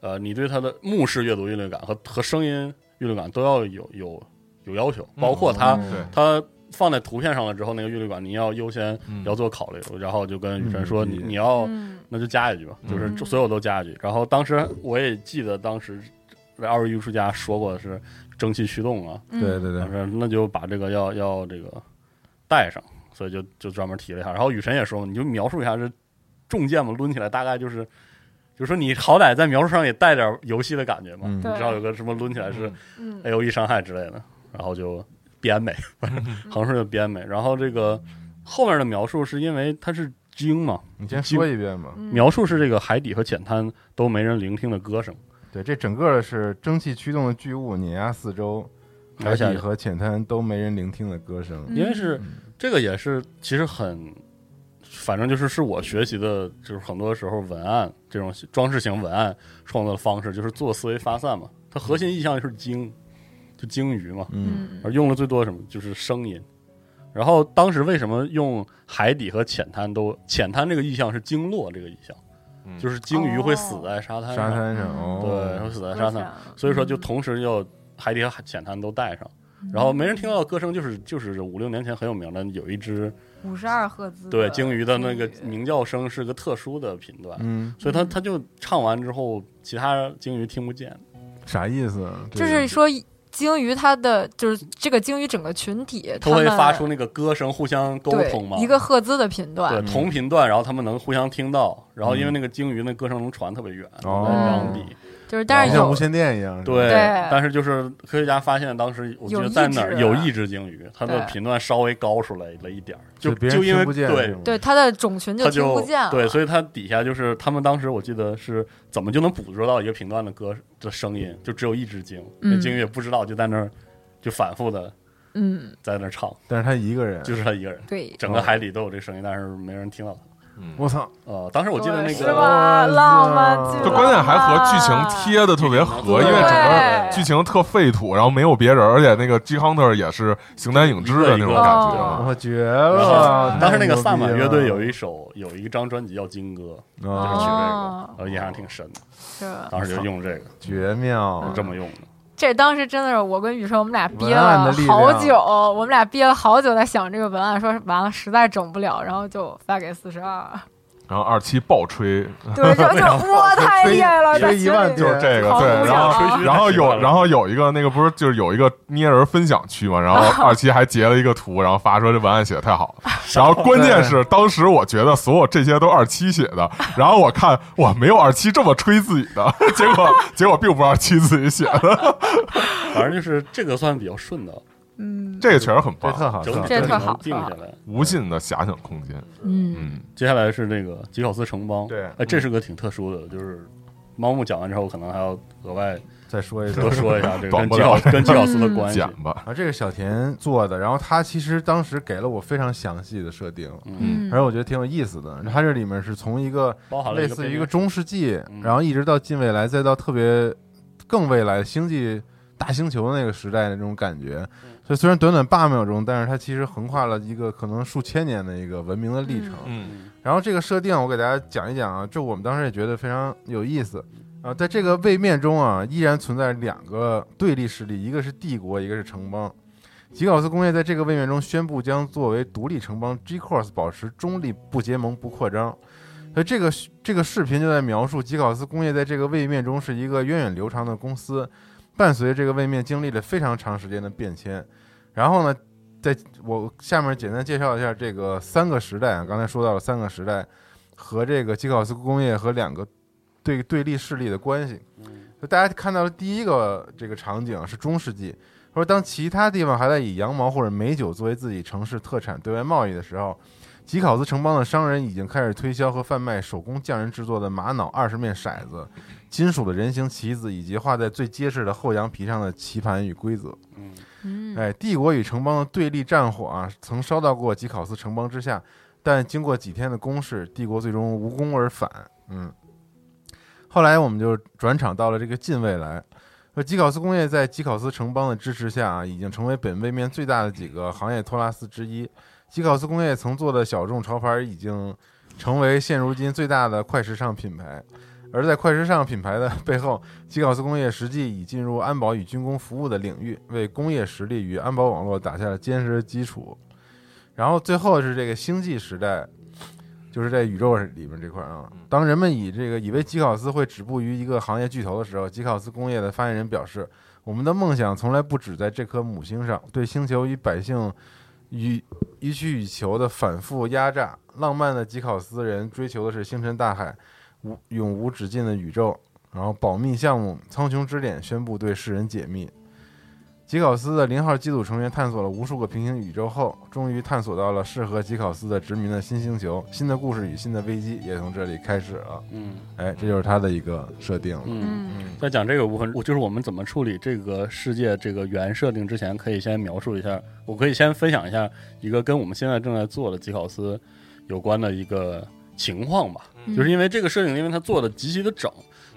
S3: 呃，你对它的目视阅读韵律感和和声音韵律感都要有有有要求，包括它、
S2: 嗯
S5: 对
S3: 它。放在图片上了之后，那个韵律感你要优先
S5: 嗯
S3: 要做考虑，然后就跟雨
S2: 嗯
S3: 辰说，你
S2: 嗯
S3: 你要
S4: 嗯
S3: 那就加一句吧，
S5: 嗯
S3: 就是所有都加一句。然后当时我也记得，当时二位艺术家说过的是蒸汽驱动啊，
S4: 嗯
S2: 对对对
S3: 当，时那就把这个要要这个带上，所以就就专门提了一下。然后雨神也说嘛，你就描述一下这重剑嘛，抡起来大概就是，就是说你好歹在描述上也带点游戏的感觉嘛，
S2: 嗯
S3: 你
S4: 对
S3: 知道有个什么抡起来是
S4: 嗯
S3: A O E 伤害之类的，然后就编美， 横顺就编美。然后这个后面的描述是因为它是鲸嘛，
S2: 你先说一遍吧。
S4: 嗯
S3: 描述是这个海底和浅滩都没人聆听的歌声，
S2: 对，这整个是蒸汽驱动的巨物碾压四周，海
S3: 而且
S2: 底和浅滩都没人聆听的歌声。
S4: 嗯
S3: 因为是这个也是其实很，反正就是是我学习的，就是很多时候文案这种装饰型文案创作的方式，就是做思维发散嘛。它核心意象就是鲸，就鲸鱼嘛，
S2: 嗯，
S4: 嗯
S3: 而用的最多的什么就是声音。然后当时为什么用海底和浅滩都浅滩这个意象是鲸落这个意象，
S5: 嗯
S3: 就是鲸鱼会死
S4: 哦
S3: 在沙滩
S2: 沙
S3: 上，
S2: 滩上
S4: 嗯
S3: 对，
S2: 哦，
S3: 会死
S4: 我
S3: 在沙
S4: 想
S3: 滩上。所以说就同时要海底和浅滩都带上。
S4: 嗯
S3: 然后没人听到的歌声就是就是五六年前很有名的，有一只
S4: 五十二赫兹
S3: 对鲸鱼的那个
S4: 鲸鱼
S3: 鸣叫声是个特殊的频段，
S2: 嗯，
S3: 所以它
S4: 嗯
S3: 它就唱完之后，其他鲸鱼听不见。
S2: 啥意思啊？这
S4: 就
S2: 个
S4: 是说鲸鱼它的就是这个鲸鱼整个群体，
S3: 它
S4: 它
S3: 会
S4: 们
S3: 发出那个歌声，互相沟
S4: 对
S3: 通嘛。
S4: 一个赫兹的频
S3: 对
S4: 段，
S3: 同频段，然后他们能互相听到，然后因为
S2: 嗯
S3: 那个鲸鱼那歌声能传特别远，
S2: 哦
S3: 在当地。
S4: 就是但
S2: 就是像
S4: 有
S2: 无线电一样，是吧
S3: 对
S4: 对，
S3: 但是就是科学家发现，当时我记
S4: 有
S3: 得
S4: 一
S3: 在哪儿
S4: 只
S3: 有一只鲸鱼，它的
S4: 对
S3: 频段稍微高出来了一点儿，就
S2: 就别人
S3: 就因
S2: 听
S3: 为
S2: 不见，
S3: 对
S2: 是吗
S4: 对它的种群
S3: 他
S4: 听
S3: 就
S4: 不见了，
S3: 对，所以他底下就是他们当时我记得是怎么就能捕捉到一个频段的歌的声音，就只有一只鲸，
S4: 嗯
S3: 那鲸鱼也不知道，就在那儿就反复的
S4: 嗯
S3: 在那儿唱，
S2: 但是他一个人，
S3: 就是他一个人，
S4: 对，
S5: 哦
S3: 整个海底都有这声音，但是没人听到他。
S2: 我操，
S3: 呃，当时我记得那
S4: 是
S3: 个
S4: 吧？浪漫极了，
S5: 就哎关键还和剧
S4: 啊
S5: 情贴的特别合，因为整个
S4: 对
S5: 剧情特废土，然后没有别人，而且那个 G Hunter 也是形单影只的那种感觉
S4: 哦
S5: 嘛。
S2: 我绝
S3: 然
S2: 了
S5: 哦
S3: 后！当时那个萨满乐队有
S2: 一
S3: 一首有一张专辑叫《鲸歌》，就是取这个，
S4: 哦
S3: 然后印象挺深的，
S4: 是
S3: 当时就用这个，
S2: 绝妙啊
S3: 就，这么用的。
S4: 这当时真的是我跟雨生，我们俩憋
S2: 文案的
S4: 了
S2: 力量
S4: 好久，我们俩憋了好久在想这个文案，说是完了实在整不了，然后就发给四十二。
S5: 然后二期爆吹，
S4: 对，就就哇，太厉害了，在
S2: 吹一
S4: 群
S2: 万
S4: 里
S5: 就是这个
S4: 好
S5: 对，
S4: 鼓
S5: 然
S4: 掌
S5: 后
S4: 啊
S5: 然后 有然后有一个那个不是就是有一个捏人分享区嘛，然后二期还截了一个图，然后发说这文案写的太好了，然后关键是当时我觉得所有这些都是二期写的，然后我看哇没有二期这么吹自己的， 结果结果并不是二期自己写的，
S3: 反正就是这个算比较顺的。
S4: 嗯，
S5: 这个确实很
S2: 这
S5: 棒，
S2: 特好，
S3: 整
S2: 特好
S3: 体
S4: 这
S3: 整体
S4: 特好
S3: 能定下
S4: 特
S3: 来。
S5: 无尽的遐想空间。
S4: 嗯
S5: 嗯，
S3: 接下来是这个吉考斯城邦，
S5: 对
S3: 哎，
S2: 嗯
S3: 这是个挺特殊的，就是猫木讲完之后，可能还要额 外
S2: 再说一
S3: 多
S2: 说。
S3: 说一下这个跟
S5: 短不
S3: 吉
S5: 了
S3: 考跟吉考斯的关系。
S5: 讲吧，
S2: 然后这个小田做的，然后他其实当时给了我非常详细的设定，
S3: 嗯，
S2: 而且我觉得挺有意思的。他这里面是从一个
S3: 包含
S2: 嗯
S3: 了
S2: 类似于一个
S3: 边
S2: 中世纪
S3: 嗯，
S2: 然后一直到近未来，再到特别更未来星际大星球的那个时代的那种感觉。所以虽然短短八秒钟，但是它其实横跨了一个可能数千年的一个文明的历程。
S5: 嗯
S3: 嗯
S2: 然后这个设定我给大家讲一讲啊，这我们当时也觉得非常有意思啊。在这个位面中啊，依然存在两个对立势力，一个是帝国，一个是城邦。吉考斯工业在这个位面中宣布将作为独立城邦 G Course 保持中立、不结盟、不扩张。所以这个这个视频就在描述吉考斯工业在这个位面中是一个源远流长的公司，伴随着这个位面经历了非常长时间的变迁。然后呢，在我下面简单介绍一下这个三个时代啊，刚才说到了三个时代和这个基考斯工业和两个对对立势力的关系。就大家看到的第一个这个场景是中世纪，说当其他地方还在以羊毛或者美酒作为自己城市特产对外贸易的时候，吉考斯城邦的商人已经开始推销和贩卖手工匠人制作的玛瑙二十面骰子、金属的人形棋子以及画在最结实的后羊皮上的棋盘与规则。
S3: 嗯
S4: 嗯
S2: 哎，帝国与城邦的对立战火啊，曾烧到过吉考斯城邦之下，但经过几天的攻势，帝国最终无功而返。嗯，后来我们就转场到了这个近未来。那吉考斯工业在吉考斯城邦的支持下啊，已经成为本位面最大的几个行业托拉斯之一。吉考斯工业曾做的小众潮牌已经成为现如今最大的快时尚品牌，而在快时尚品牌的背后，吉考斯工业实际已进入安保与军工服务的领域，为工业实力与安保网络打下了坚实的基础。然后最后是这个星际时代，就是在宇宙里面这块啊。当人们以这个以为吉考斯会止步于一个行业巨头的时候，吉考斯工业的发言人表示：“我们的梦想从来不止在这颗母星上，对星球与百姓予予取予求的反复压榨。浪漫的吉考斯人追求的是星辰大海，无永无止境的宇宙。”然后保密项目《苍穹之脸》宣布对世人解密。吉考斯的零号机组成员探索了无数个平行宇宙后，终于探索到了适合吉考斯的殖民的新星球。 新的故事与新的危机也从这里开始了。
S3: 嗯
S2: 哎，这就是它的一个设定了。
S3: 嗯。
S4: 嗯
S3: 在讲这个部分，我就是我们怎么处理这个世界这个原设定之前，可以先描述一下，我可以先分享一下一个跟我们现在正在做的吉考斯有关的一个情况吧。就是因为这个设定，因为它做的极其的整，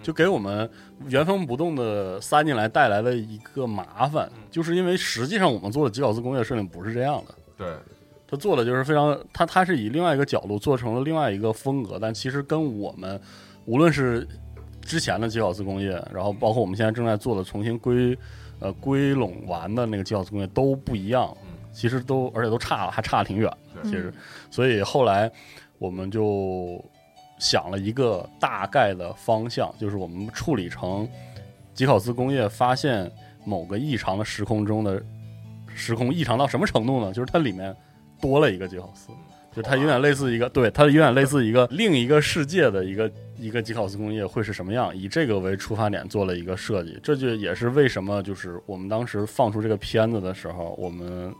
S3: 就给我们原封不动的塞进来带来了一个麻烦，就是因为实际上我们做的吉考斯工业设定不是这样的。
S5: 对，
S3: 他做的就是非常，他他是以另外一个角度做成了另外一个风格，但其实跟我们无论是之前的吉考斯工业，然后包括我们现在正在做的重新归呃归拢完的那个吉考斯工业都不一样
S5: 嗯，
S3: 其实都而且都差还差挺远的，
S5: 对
S3: 其
S4: 嗯
S3: 实，所以后来我们就想了一个大概的方向，就是我们处理成吉考斯工业发现某个异常的时空中的时空异常到什么程度呢？就是它里面多了一个吉考斯，就它有点类似一个，对，它有点类似一个另一个世界的一个一个吉考斯工业会是什么样，以这个为出发点做了一个设计。这就也是为什么就是我们当时放出这个片子的时候，我们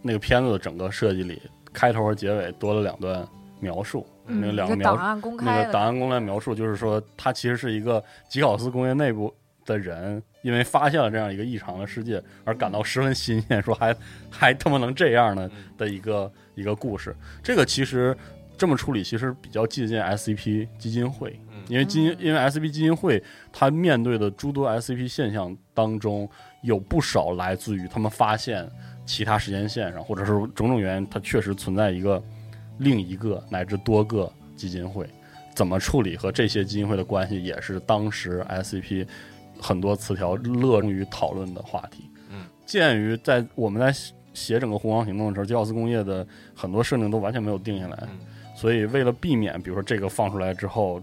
S3: 那个片子的整个设计里开头和结尾多了两段描述，那个
S4: 嗯，
S3: 两
S4: 一
S3: 个
S4: 个
S3: 描
S4: 档案公
S3: 那
S4: 开
S3: 个档
S4: 的，
S3: 案公开描述，就是说他其实是一个吉考斯工业内部的人，因为发现了这样一个异常的世界而感到十分新鲜，说还 还他妈能这样呢的一个一个故事。这个其实这么处理其实比较接近 SCP 基金会，因
S4: 嗯
S3: 为基金因为 SCP 基金会它面对的诸多 SCP 现象当中，有不少来自于他们发现其他时间线上，或者是种种原因，它确实存在一个另一个乃至多个基金会。怎么处理和这些基金会的关系，也是当时 SCP 很多词条乐于讨论的话题。
S5: 嗯，
S3: 鉴于在我们在写整个红黄行动的时候，吉奥斯工业的很多设定都完全没有定下来，
S5: 嗯
S3: 所以为了避免，比如说这个放出来之后，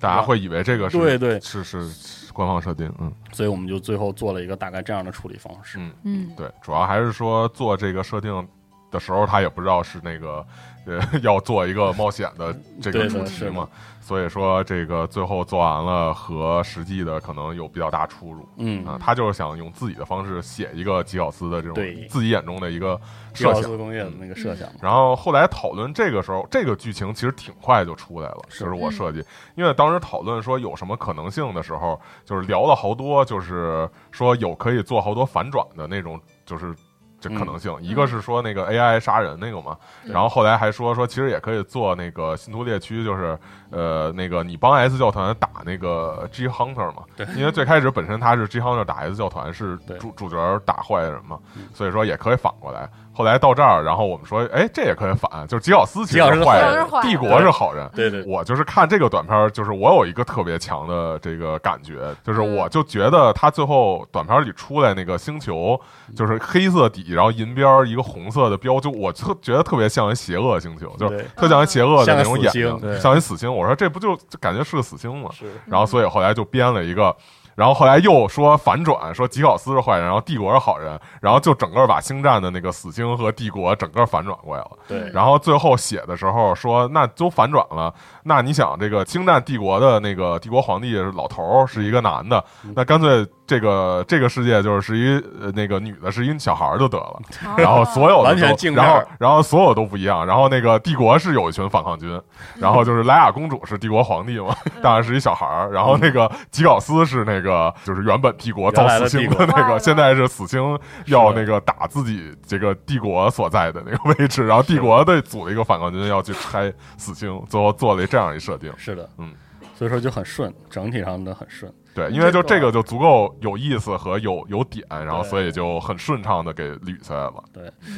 S5: 大家会以为这个是
S3: 对对，
S5: 是是是官方设定，嗯
S3: 所以我们就最后做了一个大概这样的处理方式。
S5: 嗯。
S4: 嗯
S5: 对，主要还是说做这个设定的时候，他也不知道是那个呃 要做一个冒险的这
S3: 对
S5: 个
S3: 的
S5: 主
S3: 是
S5: 题
S3: 的
S5: 嘛，所以说这个最后做完了和实际的可能有比较大出入。
S3: 嗯，
S5: 啊，他就是想用自己的方式写一个吉奥斯的这
S3: 对
S5: 种自己眼中的一个
S3: 吉奥
S5: 设
S3: 斯
S5: 想。嗯
S3: 工业的那个设想嘛，
S5: 然后后来讨论这个时候，这个剧情其实挺快就出来了，
S3: 是
S5: 就是我设计，因为当时讨论说有什么可能性的时候，就是聊了好多，就是说有可以做好多反转的那种，就是这可能性。一个是说那个 AI 杀人那个嘛，
S4: 嗯
S5: 然后后来还说说其实也可以做那个信徒猎区，就是呃那个你帮 S 教团打那个 G Hunter 嘛，
S3: 对
S5: 因为最开始本身他是 G Hunter 打 S 教团是
S3: 对嗯
S5: 主主角打坏人嘛，所以说也可以反过来。后来到这儿，然后我们说，哎，这也可以反，就是吉奥斯其实
S3: 吉奥斯
S5: 是
S3: 是嗯
S5: 坏
S4: 坏
S5: 人
S4: 人，
S5: 帝国是好人。
S3: 对对，
S5: 我就是看这个短片儿，就是我有一个特别强的这个感觉，就是
S4: 嗯
S5: 我就觉得他最后短片儿里出来那个星球，
S3: 嗯
S5: 就是黑色底，然后银边儿一个红色的标，就我特觉得特别像一邪恶星球，就是
S3: 对
S5: 特像一邪恶的
S3: 像
S5: 那
S3: 个
S5: 种
S3: 死
S5: 眼
S3: 星
S5: 睛，
S2: 对
S5: 像一死星。我说这不就就感觉是个死星吗？
S3: 是
S5: 然后所以后来就编了一个，然后后来又说反转，说吉考斯是坏人，然后帝国是好人，然后就整个把星战的那个死星和帝国整个反转过来了。
S3: 对，
S5: 然后最后写的时候说，那都反转了。那你想，这个星战帝国的那个帝国皇帝是老头儿，是一个男的，那干脆这个这个世界就是是一呃那个女的是一小孩儿就得了。
S4: 哦
S5: 然后所有的
S3: 完全
S5: 都
S3: 镜
S5: 然
S3: 面
S5: 后
S3: 儿
S5: 然后所有都不一样。然后那个帝国是有一群反抗军，然后就是莱雅公主是帝国皇帝嘛，当然是一小孩儿。然后那个吉考斯是那个就是原本帝国
S3: 原
S5: 造
S3: 来
S5: 死
S3: 的
S5: 星
S3: 帝国
S5: 那
S4: 哇
S5: 个，
S4: 哦
S5: 现在是死星要那个打自己这个帝国所在的那个位置，然后帝国队组了一个反抗军要去拆死星，最后做了这样一设定。
S3: 是的，
S5: 嗯，
S3: 所以说就很顺，整体上的很顺，
S5: 对，因为就
S4: 这
S5: 这
S4: 个
S5: 个就足够有意思和有有点，然后
S3: 对
S5: 所以就很顺畅的给捋下来了。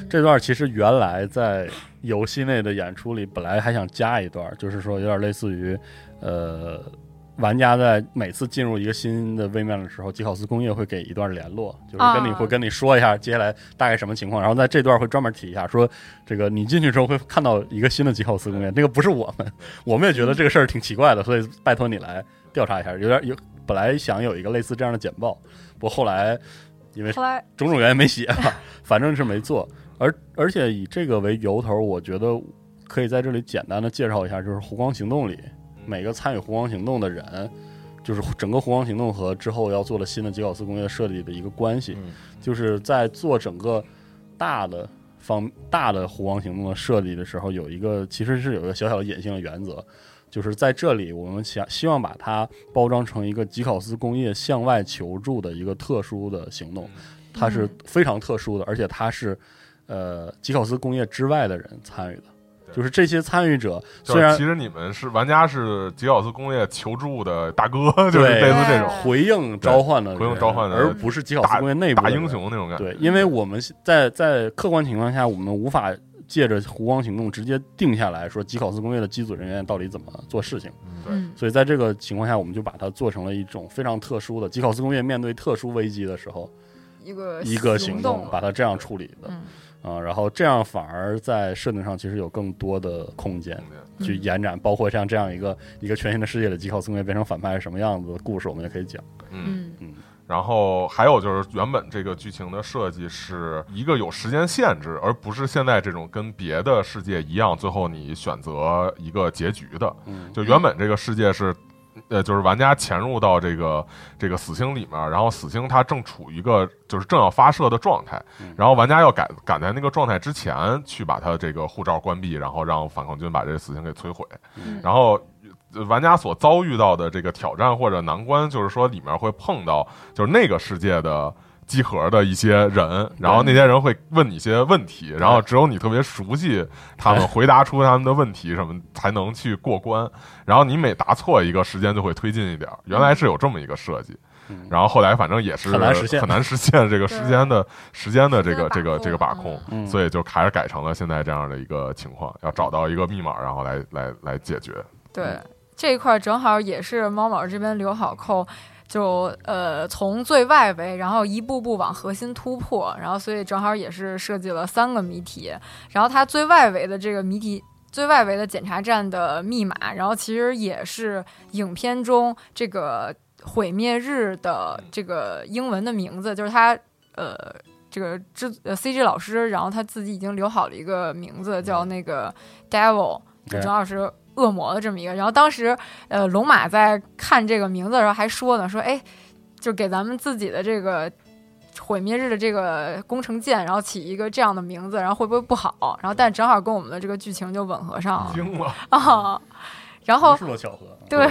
S3: 这段其实原来在游戏内的演出里，本来还想加一段，就是说有点类似于，呃，玩家在每次进入一个新的位面的时候，吉考斯工业会给一段联络，就是跟你
S4: 啊
S3: 会跟你说一下接下来大概什么情况，然后在这段会专门提一下，说这个你进去之后会看到一个新的吉考斯工业，那个不是我们，我们也觉得这个事儿挺奇怪的，所以拜托你来调查一下，有点有本来想有一个类似这样的简报，不过后来因为
S4: 后来
S3: 种种原因没写吧，反正是没做。而而且以这个为由头，我觉得可以在这里简单的介绍一下，就是《湖光行动》里每个参与《湖光行动》的人，就是整个《湖光行动》和之后要做的新的吉考斯工业设计的一个关系，
S2: 嗯
S3: 就是在做整个大的方大的《湖光行动》的设计的时候，有一个其实是有一个小小的隐性的原则。就是在这里，我们想希望把它包装成一个吉考斯工业向外求助的一个特殊的行动，它是
S4: 嗯
S3: 非常特殊的，而且它是呃吉考斯工业之外的人参与的，就是这些参与者
S5: 就
S3: 虽
S5: 是
S3: 然
S5: 其实你们是玩家，是吉奥斯工业求助的大哥， 就是
S3: 对
S5: 类似这种
S4: 对
S3: 回应召唤的人
S5: 回应召唤的人
S3: 而不是吉考斯工业内部的
S5: 大
S3: 人
S5: 英。雄那种感觉。
S3: 对，因为我们在在客观情况下，我们无法借着湖光行动直接定下来说吉考斯工业的机组人员到底怎么做事情。
S4: 嗯
S3: 所以在这个情况下，我们就把它做成了一种非常特殊的吉考斯工业面对特殊危机的时候
S4: 一个
S3: 一个
S4: 呃行
S3: 行动，把它这样处理的
S4: 嗯
S3: 啊、然后这样反而在设定上其实有更多的空间
S4: 嗯
S3: 去延展，包括像这样一个一个全新的世界里，吉考斯工业变成反派是什么样子的故事，我们也可以讲。
S5: 嗯，
S4: 嗯
S5: 然后还有就是原本这个剧情的设计是一个有时间限制，而不是现在这种跟别的世界一样，最后你选择一个结局的。
S3: 嗯，
S5: 就原本这个世界是，呃，就是玩家潜入到这个这个死星里面，然后死星它正处于一个就是正要发射的状态
S3: 嗯，
S5: 然后玩家要赶赶在那个状态之前去把它这个护照关闭，然后让反抗军把这个死星给摧毁
S4: 嗯，
S5: 然后。呃玩家所遭遇到的这个挑战或者难关，就是说里面会碰到就是那个世界的集合的一些人，然后那些人会问你一些问题，然后只有你特别熟悉他们，
S3: 对
S5: 回答出他们的问题什么，才能去过关。然后你每答错一个，时间就会推进一点儿。原来是有这么一个设计，
S3: 嗯
S5: 然后后来反正也是
S3: 很难实现
S5: 很难实现这个时间的时间的这个这
S4: 时间的把
S5: 个
S4: 控
S5: 这个把控，
S3: 嗯
S5: 所以就还是改成了现在这样的一个情况，要找到一个密码，然后来来来解决。
S4: 对，这一块儿正好也是猫毛这边留好扣，就呃从最外围，然后一步步往核心突破，然后所以正好也是设计了三个谜题，然后它最外围的这个谜题。最外围的检查站的密码，然后其实也是影片中这个毁灭日的这个英文的名字，就是它呃这个制呃 CG 老师，然后他自己已经留好了一个名字叫那个 Devil，
S3: 对
S4: 主要是恶魔的这么一个。然后当时呃龙马在看这个名字的时候还说呢，说哎，就给咱们自己的这个。毁灭日的这个工程舰，然后起一个这样的名字，然后会不会不好？然后但正好跟我们的这个剧情就吻合上了
S5: 惊了，
S4: 啊。然后
S3: 嗯不是多嗯巧合，
S4: 对，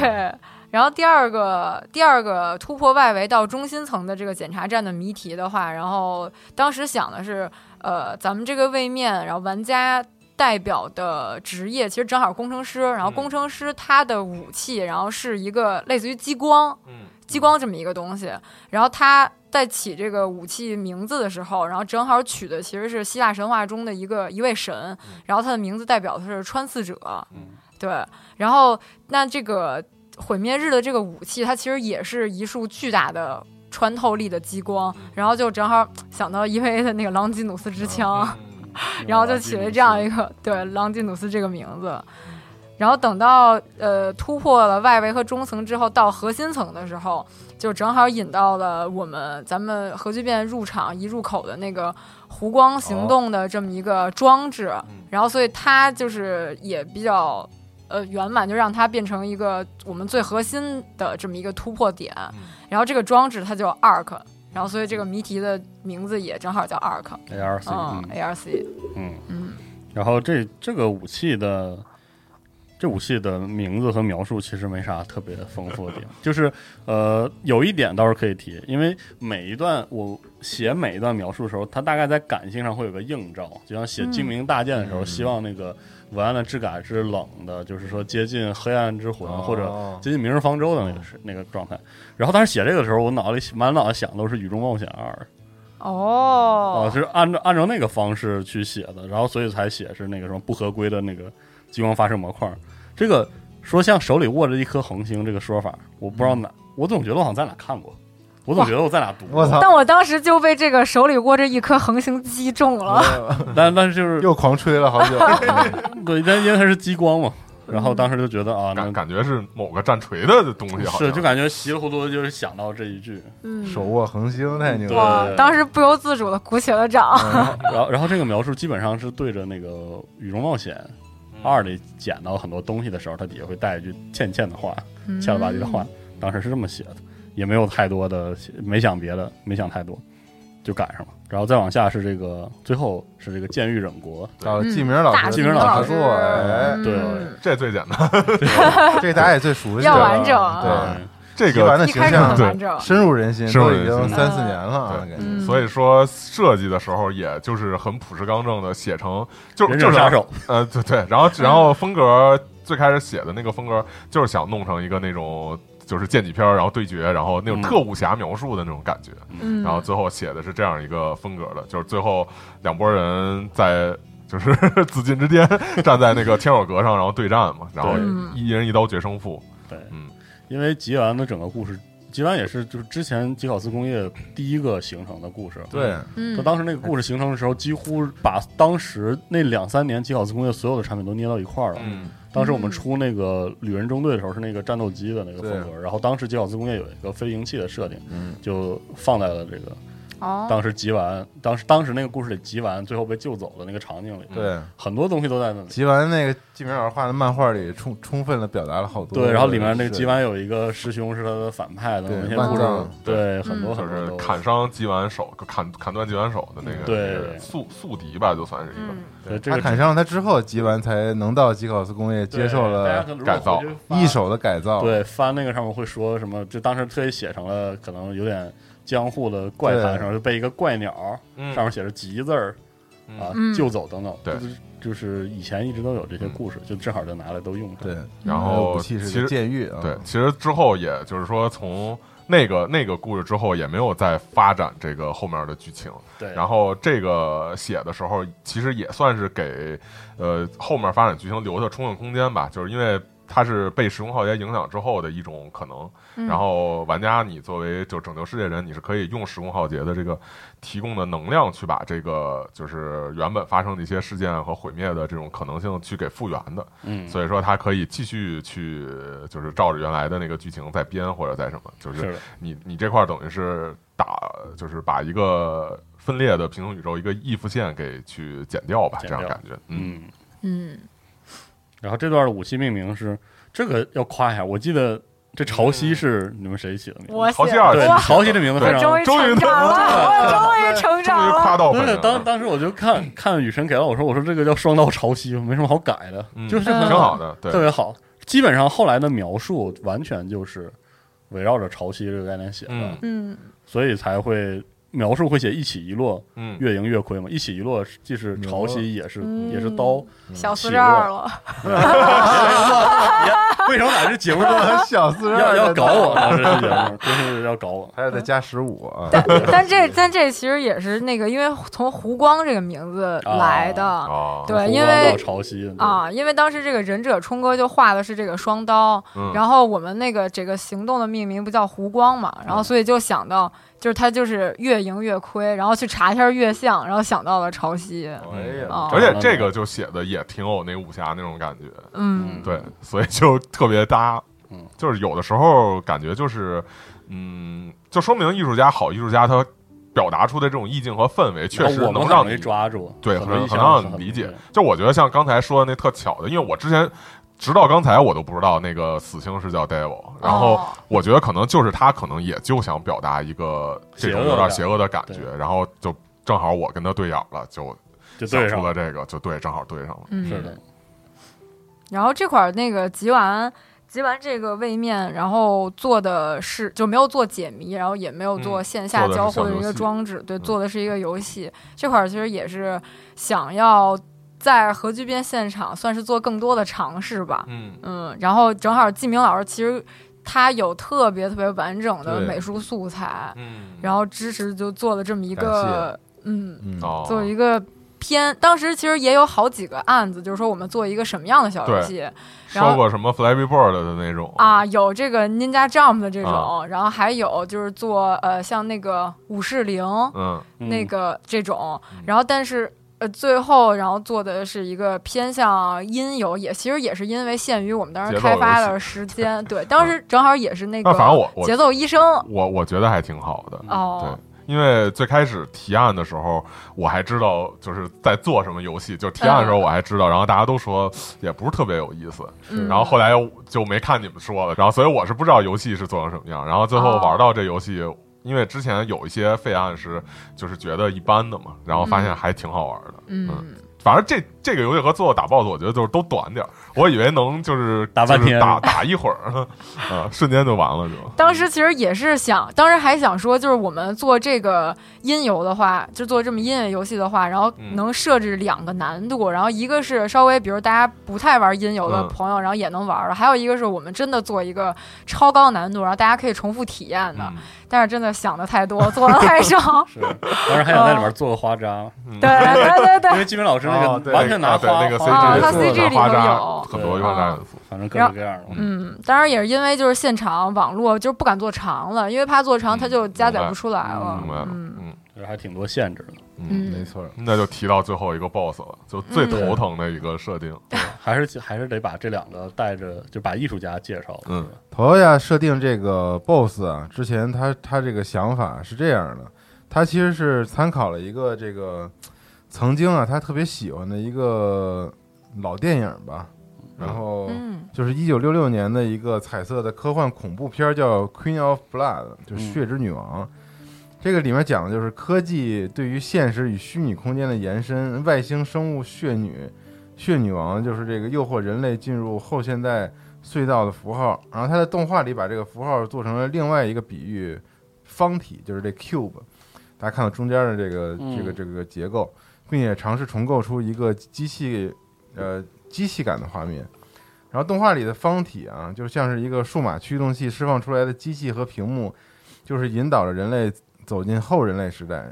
S4: 然后第二个第二个突破外围到中心层的这个检查站的谜题的话，然后当时想的是，呃，咱们这个位面，然后玩家。代表的职业其实正好工程师，
S3: 嗯
S4: 然后工程师他的武器，然后是一个类似于激光，
S5: 嗯，
S4: 激光这么一个东西。然后他在起这个武器名字的时候，然后正好取的其实是希腊神话中的一个一位神，然后他的名字代表的是穿刺者。
S3: 嗯，
S4: 对，然后那这个毁灭日的这个武器，它其实也是一束巨大的穿透力的激光，然后就正好想到 EVA 的那个朗基努斯之枪，
S5: 嗯
S4: 然后就起了这样一
S3: 个，
S4: 个对朗基努斯这个名字。然后等到呃突破了外围和中层之后，到核心层的时候，就正好引到了我们咱们核聚变入场一入口的那个湖光行动的这么一个装置。
S5: 嗯
S4: 然后所以它就是也比较呃圆满，就让它变成一个我们最核心的这么一个突破点。然后这个装置它叫 ARC，然后所以这个谜题的名字也正好叫 ARC，
S3: ARC，
S4: 嗯
S3: 嗯
S4: ，ARC，
S3: 嗯
S4: 嗯。
S3: 然后这这个武器的这武器的名字和描述其实没啥特别丰富的地方，就是呃有一点倒是可以提，因为每一段我写每一段描述的时候，它大概在感性上会有个映照，就像写《精明大剑》的时候，
S2: 嗯
S3: 希望那个文案的质感是冷的，就是说接近黑暗之魂、或者
S2: 哦
S3: 接近《明日方舟》的那个是那个状态。然后当时写这个的时候，我脑子里满脑子想都是《宇宙冒险二》。哦，
S4: 哦，
S3: 是按照按照那个方式去写的，然后所以才写是那个什么不合规的那个激光发射模块儿。这个说像手里握着一颗恒星这个说法，我不知道哪，我总觉得我好像在哪看过，我总觉得我在哪读
S2: 嗯
S3: 过
S2: 我，操，
S4: 但我当时就被这个手里握着一颗恒星击中了。
S3: 但但是就是
S2: 又狂吹了好久。
S3: 对，但因为它是激光嘛，
S2: 嗯
S3: 然后当时就觉得啊，
S5: 感
S3: 那
S5: 感觉是某个战锤的东西，好像
S3: 是就感觉稀里糊涂地就是想到这一句，
S4: 嗯，
S2: 手握恒星太牛了，
S4: 哇
S3: 对，
S4: 当时不由自主的鼓起了掌。
S3: 然后然后这个描述基本上是对着那个《宇宙冒险
S2: 嗯
S3: 二》里捡到很多东西的时候，它底下会带一句欠欠的话。
S4: 嗯
S3: 欠了吧唧的话，当时是这么写的，也没有太多的，没想别的，没想太多，就赶上了。然后再往下是这个，最后是这个监狱忍国，
S2: 哦，
S4: 嗯
S2: 季明老
S4: 大
S2: 师，
S3: 纪明老师
S2: 做，哎，
S4: 嗯，
S3: 对
S5: 这 最简单，
S2: 这个大家也最熟悉
S4: 要
S2: 了，
S4: 完整
S2: 对
S4: 啊，
S5: 这
S2: 齐完
S5: 个
S2: 的
S4: 一
S2: 形
S4: 开始
S2: 象
S4: 很
S5: 对
S4: 完整。
S2: 深入人心，
S5: 深入
S2: 都已
S5: 人心
S2: 经三四
S4: 嗯
S2: 年了啊，感
S5: 对
S2: 觉
S4: 嗯
S5: 所以说设计的时候，也就是很朴实刚正的写成，就
S3: 忍
S5: 就
S3: 者
S5: 是
S3: 杀手，
S5: 呃，对对，然后然后风格最开始写的那个风格，就是想弄成一个那种就是剑戟片儿，然后对决，然后那种
S3: 嗯
S5: 特武侠描述的那种感觉，
S4: 嗯，
S5: 然后最后写的是这样一个风格的，就是最后两拨人在。就是 紫禁之巅站在那个天守阁上，然后对战嘛，然后
S3: 对
S4: 嗯
S5: 一人一刀决胜负。
S3: 对，
S5: 嗯，
S3: 因为吉安的整个故事，吉安也是就是之前吉考斯工业第一个形成的故事，
S2: 对，
S3: 他
S4: 嗯，
S3: 当时那个故事形成的时候，几乎把当时那两三年吉考斯工业所有的产品都捏到一块儿了。
S5: 嗯，
S3: 当时我们出那个旅人中队的时候是那个战斗机的那个风格，然后当时吉考斯工业有一个飞行器的设定，
S2: 嗯
S3: 就放在了这个
S4: 哦，
S3: 当时吉完，当时当时那个故事里吉完最后被救走的那个场景里，
S5: 嗯
S2: 对。
S3: 很多东西都在那里。
S2: 吉完那个季明老师画的漫画里充充分的表达了好多，
S3: 对，然后里面那个吉
S2: 吉，
S3: 完有一个师兄是他的反派的，
S2: 对
S3: 那些
S2: 万
S3: 故
S2: 藏
S3: 事，对，很多
S5: 就
S3: 很多
S5: 是
S3: 都嗯
S5: 砍伤击完手，砍砍断击完手的那个
S3: 对
S5: 那个宿宿敌吧，就算是一个。
S4: 嗯，
S3: 对这
S2: 他
S3: 个
S2: 砍伤了他之后，吉完才能到吉考斯工业
S3: 对
S2: 接受
S3: 大家
S2: 了
S3: 可能如果
S5: 改造
S3: 回去翻
S2: 一手的改造，
S3: 对翻那个上面会说什么，就当时特意写成了可能有点江户的怪谈上就被一个怪鸟
S5: 嗯
S3: 上面写着吉字儿
S5: 嗯
S3: 啊
S4: 嗯
S3: 救走等等，
S5: 对嗯
S3: 就是就是以前一直都有这些故事，就正好就拿来都用上。
S2: 对，
S5: 然
S2: 还有
S5: 后
S2: 武
S5: 哦其
S2: 器是
S5: 实
S2: 个监狱啊，
S5: 对，其实之后也就是说从那个那个故事之后，也没有再发展这个后面的剧情。
S3: 对，
S5: 然后这个写的时候，其实也算是给呃后面发展剧情留下充分空间吧，就是因为。它是被《时空浩劫》影响之后的一种可能，
S4: 嗯
S5: 然后玩家你作为就拯救世界人，你是可以用《时空浩劫》的这个提供的能量去把这个就是原本发生的一些事件和毁灭的这种可能性去给复原的，
S3: 嗯，
S5: 所以说它可以继续去就是照着原来的那个剧情再编或者再什么，就是
S3: 的，
S5: 你你这块儿等于是打，就是把一个分裂的平行宇宙一个 if 线给去剪掉吧，
S3: 剪
S5: 这样
S3: 掉
S5: 感觉，嗯，
S3: 嗯，
S4: 嗯，
S3: 然后这段的武器命名是这个要夸一下，我记得这潮汐是你们谁起的名字？
S4: 我
S5: 淘
S4: 写
S5: 气二
S3: 对，
S5: 哇
S3: 潮汐的名字非
S4: 我
S3: 常
S4: 终于
S5: 终于
S4: 成长
S5: 能
S4: 了，我终于成
S5: 终
S4: 长
S5: 于夸
S4: 了。
S5: 到本
S3: 对，
S5: 人
S3: 嗯当
S5: 了，
S3: 当时我就看看雨神给了我说，我说这个叫双刀潮汐，没什么好改的，
S5: 嗯
S3: 就是
S5: 挺
S3: 很
S5: 好的，对
S3: 特，别好。基本上后来的描述完全就是围绕着潮汐这个概念写的，
S5: 嗯
S4: 嗯，
S3: 所以才会描述会写一起一落，
S5: 嗯，
S3: 越赢越亏嘛。一起一落既是潮汐，也是、
S4: 嗯
S3: 也是 刀。
S4: 小四十二了，
S3: 为什么老是节目中
S2: 小四十
S3: 要
S2: 二
S3: 要搞我呢？这期节目真是要搞我。
S2: 还得再加十五啊！
S4: 但这但这其实也是那个，因为从湖光这个名字来的，
S5: 哦，
S4: 对
S3: 从
S4: 因
S3: 湖光
S4: 为
S3: 到潮汐，
S4: 啊，因为当时这个忍者冲哥就画的是这个双刀，
S5: 嗯
S4: 然后我们那个这个行动的命名不叫湖光嘛，然后所以就想到就是他就是越赢越亏，然后去查一下月相，然后想到了潮汐，
S2: 哎呀，
S4: 哦
S5: 而且这个就写的也挺有那武侠那种感觉，
S4: 嗯
S5: 对，所以就 特别搭。
S3: 嗯
S5: 就是有的时候感觉就是，嗯，就说明艺术家好，艺术家他表达出的这种意境和氛围，确
S3: 然后
S5: 实
S3: 我们
S5: 能
S3: 可
S5: 让
S3: 没
S5: 你
S3: 抓住，
S5: 对，
S3: 可
S5: 很
S3: 能一
S5: 很
S3: 下
S5: 让
S3: 子
S5: 你
S3: 很
S5: 理解
S3: 对。
S5: 就我觉得像刚才说的那特巧的，因为我之前直到刚才我都不知道那个死星是叫 Devil，然后
S4: 哦
S5: 我觉得可能就是他可能也就想表达一个这种
S3: 邪恶
S5: 有点
S3: 感
S5: 邪恶的感觉，然后就正好我跟他对眼了，就
S3: 就
S5: 想
S3: 对
S5: 出
S3: 上
S5: 了
S3: 了，
S5: 这个，就对，正好对上了。
S4: 嗯
S3: 是的，
S4: 然后这块儿那个吉丸，吉丸这个位面，然后做的是就没有做解谜，然后也没有做
S5: 嗯
S4: 线下
S5: 做的是
S4: 交互的
S5: 小游
S4: 一个
S5: 戏
S4: 装置，对，
S5: 嗯
S4: 做的是一个游戏。这块儿其实也是想要在核聚变现场算是做更多的尝试吧，
S5: 嗯
S4: 嗯，然后正好季明老师其实他有特别特别完整的
S2: 对
S4: 美术素材，
S5: 嗯，
S4: 然后支持就做了这么一
S2: 感
S4: 个，嗯，
S2: 嗯，
S5: 哦，
S4: 做一个偏，当时其实也有好几个案子，就是说我们做一个什么样的小游戏然后
S5: 说过什么 Flappy Bird 的那种，
S4: 啊，有这个 Ninja Jump 的这种，
S5: 啊
S4: 然后还有就是做呃像那个武士零、
S5: 嗯
S4: 那
S3: 嗯
S4: 个这种
S5: 嗯，
S4: 然后但是。呃，最后然后做的是一个偏向音游，也其实也是因为限于我们当时
S5: 节奏
S4: 开发
S5: 游戏嗯
S4: 的时 间，对，当时正好也是那个
S5: 那反正我我嗯
S4: 节奏医生
S5: 我我觉得还挺好的。对
S4: 哦，，
S5: 因为最开始提案的时候，我还知道就是在做什么游戏，就提案的时候我还知道，然后大家都说也不是特别有意思，
S4: 嗯
S5: 然后后来就没看你们说了，然后所以我是不知道游戏是做成什么样，然后最后
S4: 哦
S5: 玩到这游戏。因为之前有一些废案是就是觉得一般的嘛，然后发现还挺好玩的。
S4: 嗯，
S5: 反正这这个游戏和最后打 BOSS，我觉得就是都短点儿。我以为能就是
S3: 打半
S5: 就是
S3: 天。
S5: 打打一会儿，啊，瞬间就完了就。
S4: 当时其实也是想，当时还想说，就是我们做这个音游的话，就做这么音乐游戏的话，然后
S5: 嗯
S4: 能设置两个难度，然后一个是稍微比如大家不太玩音游的
S5: 嗯
S4: 朋友，然后也能玩的，还有一个是我们真的做一个超高难度，然后大家可以重复体验的。
S5: 嗯
S4: 但是真的想的太多，做的太 少
S3: 是，当时还想在里面做个花渣，
S5: 嗯
S4: 对对对
S3: 因
S4: 对，
S3: 为金明老师
S2: 哦
S3: 那
S2: 对
S3: 个完全拿
S5: 啊对
S3: 花
S5: 那个
S3: 花
S5: CG
S4: 啊
S5: 的
S4: 它
S5: 做的
S4: CG 里头
S5: 花渣
S4: 有
S5: 很多花
S4: 啊
S5: 渣元素。
S3: 反正各
S4: 然
S3: 式
S4: 后
S3: 各样的。
S4: 嗯，当然也是因为就是现场网络就是不敢做长了，因为怕做长它就加载不出来了
S5: 嗯明。白了，
S4: 嗯
S5: 嗯
S3: 就是还挺多限制的，
S5: 嗯，
S4: 嗯
S2: 没错儿，
S5: 那就提到最后一个 boss 了，就最头疼的一个设定，
S3: 还是还是得把这两个带着，就把艺术家介绍了。
S5: 嗯
S3: 是吧，
S2: 头亚设定这个 BOSS 啊，之前他他这个想法是这样的，他其实是参考了一个这个曾经啊他特别喜欢的一个老电影吧，然后。
S4: 嗯
S2: 就是一九六六年的一个彩色的科幻恐怖片儿，叫《Queen of Blood》，就是《血之女王》。这个里面讲的就是科技对于现实与虚拟空间的延伸。外星生物血女，血女王就是这个诱惑人类进入后现代隧道的符号。然后它在动画里把这个符号做成了另外一个比喻，方体，就是这 cube。大家看到中间的这个
S3: 嗯
S2: 这个这个结构，并且尝试重构出一个机器呃机器感的画面。然后动画里的方体啊，就像是一个数码驱动器释放出来的机器和屏幕，就是引导着人类走进后人类时代。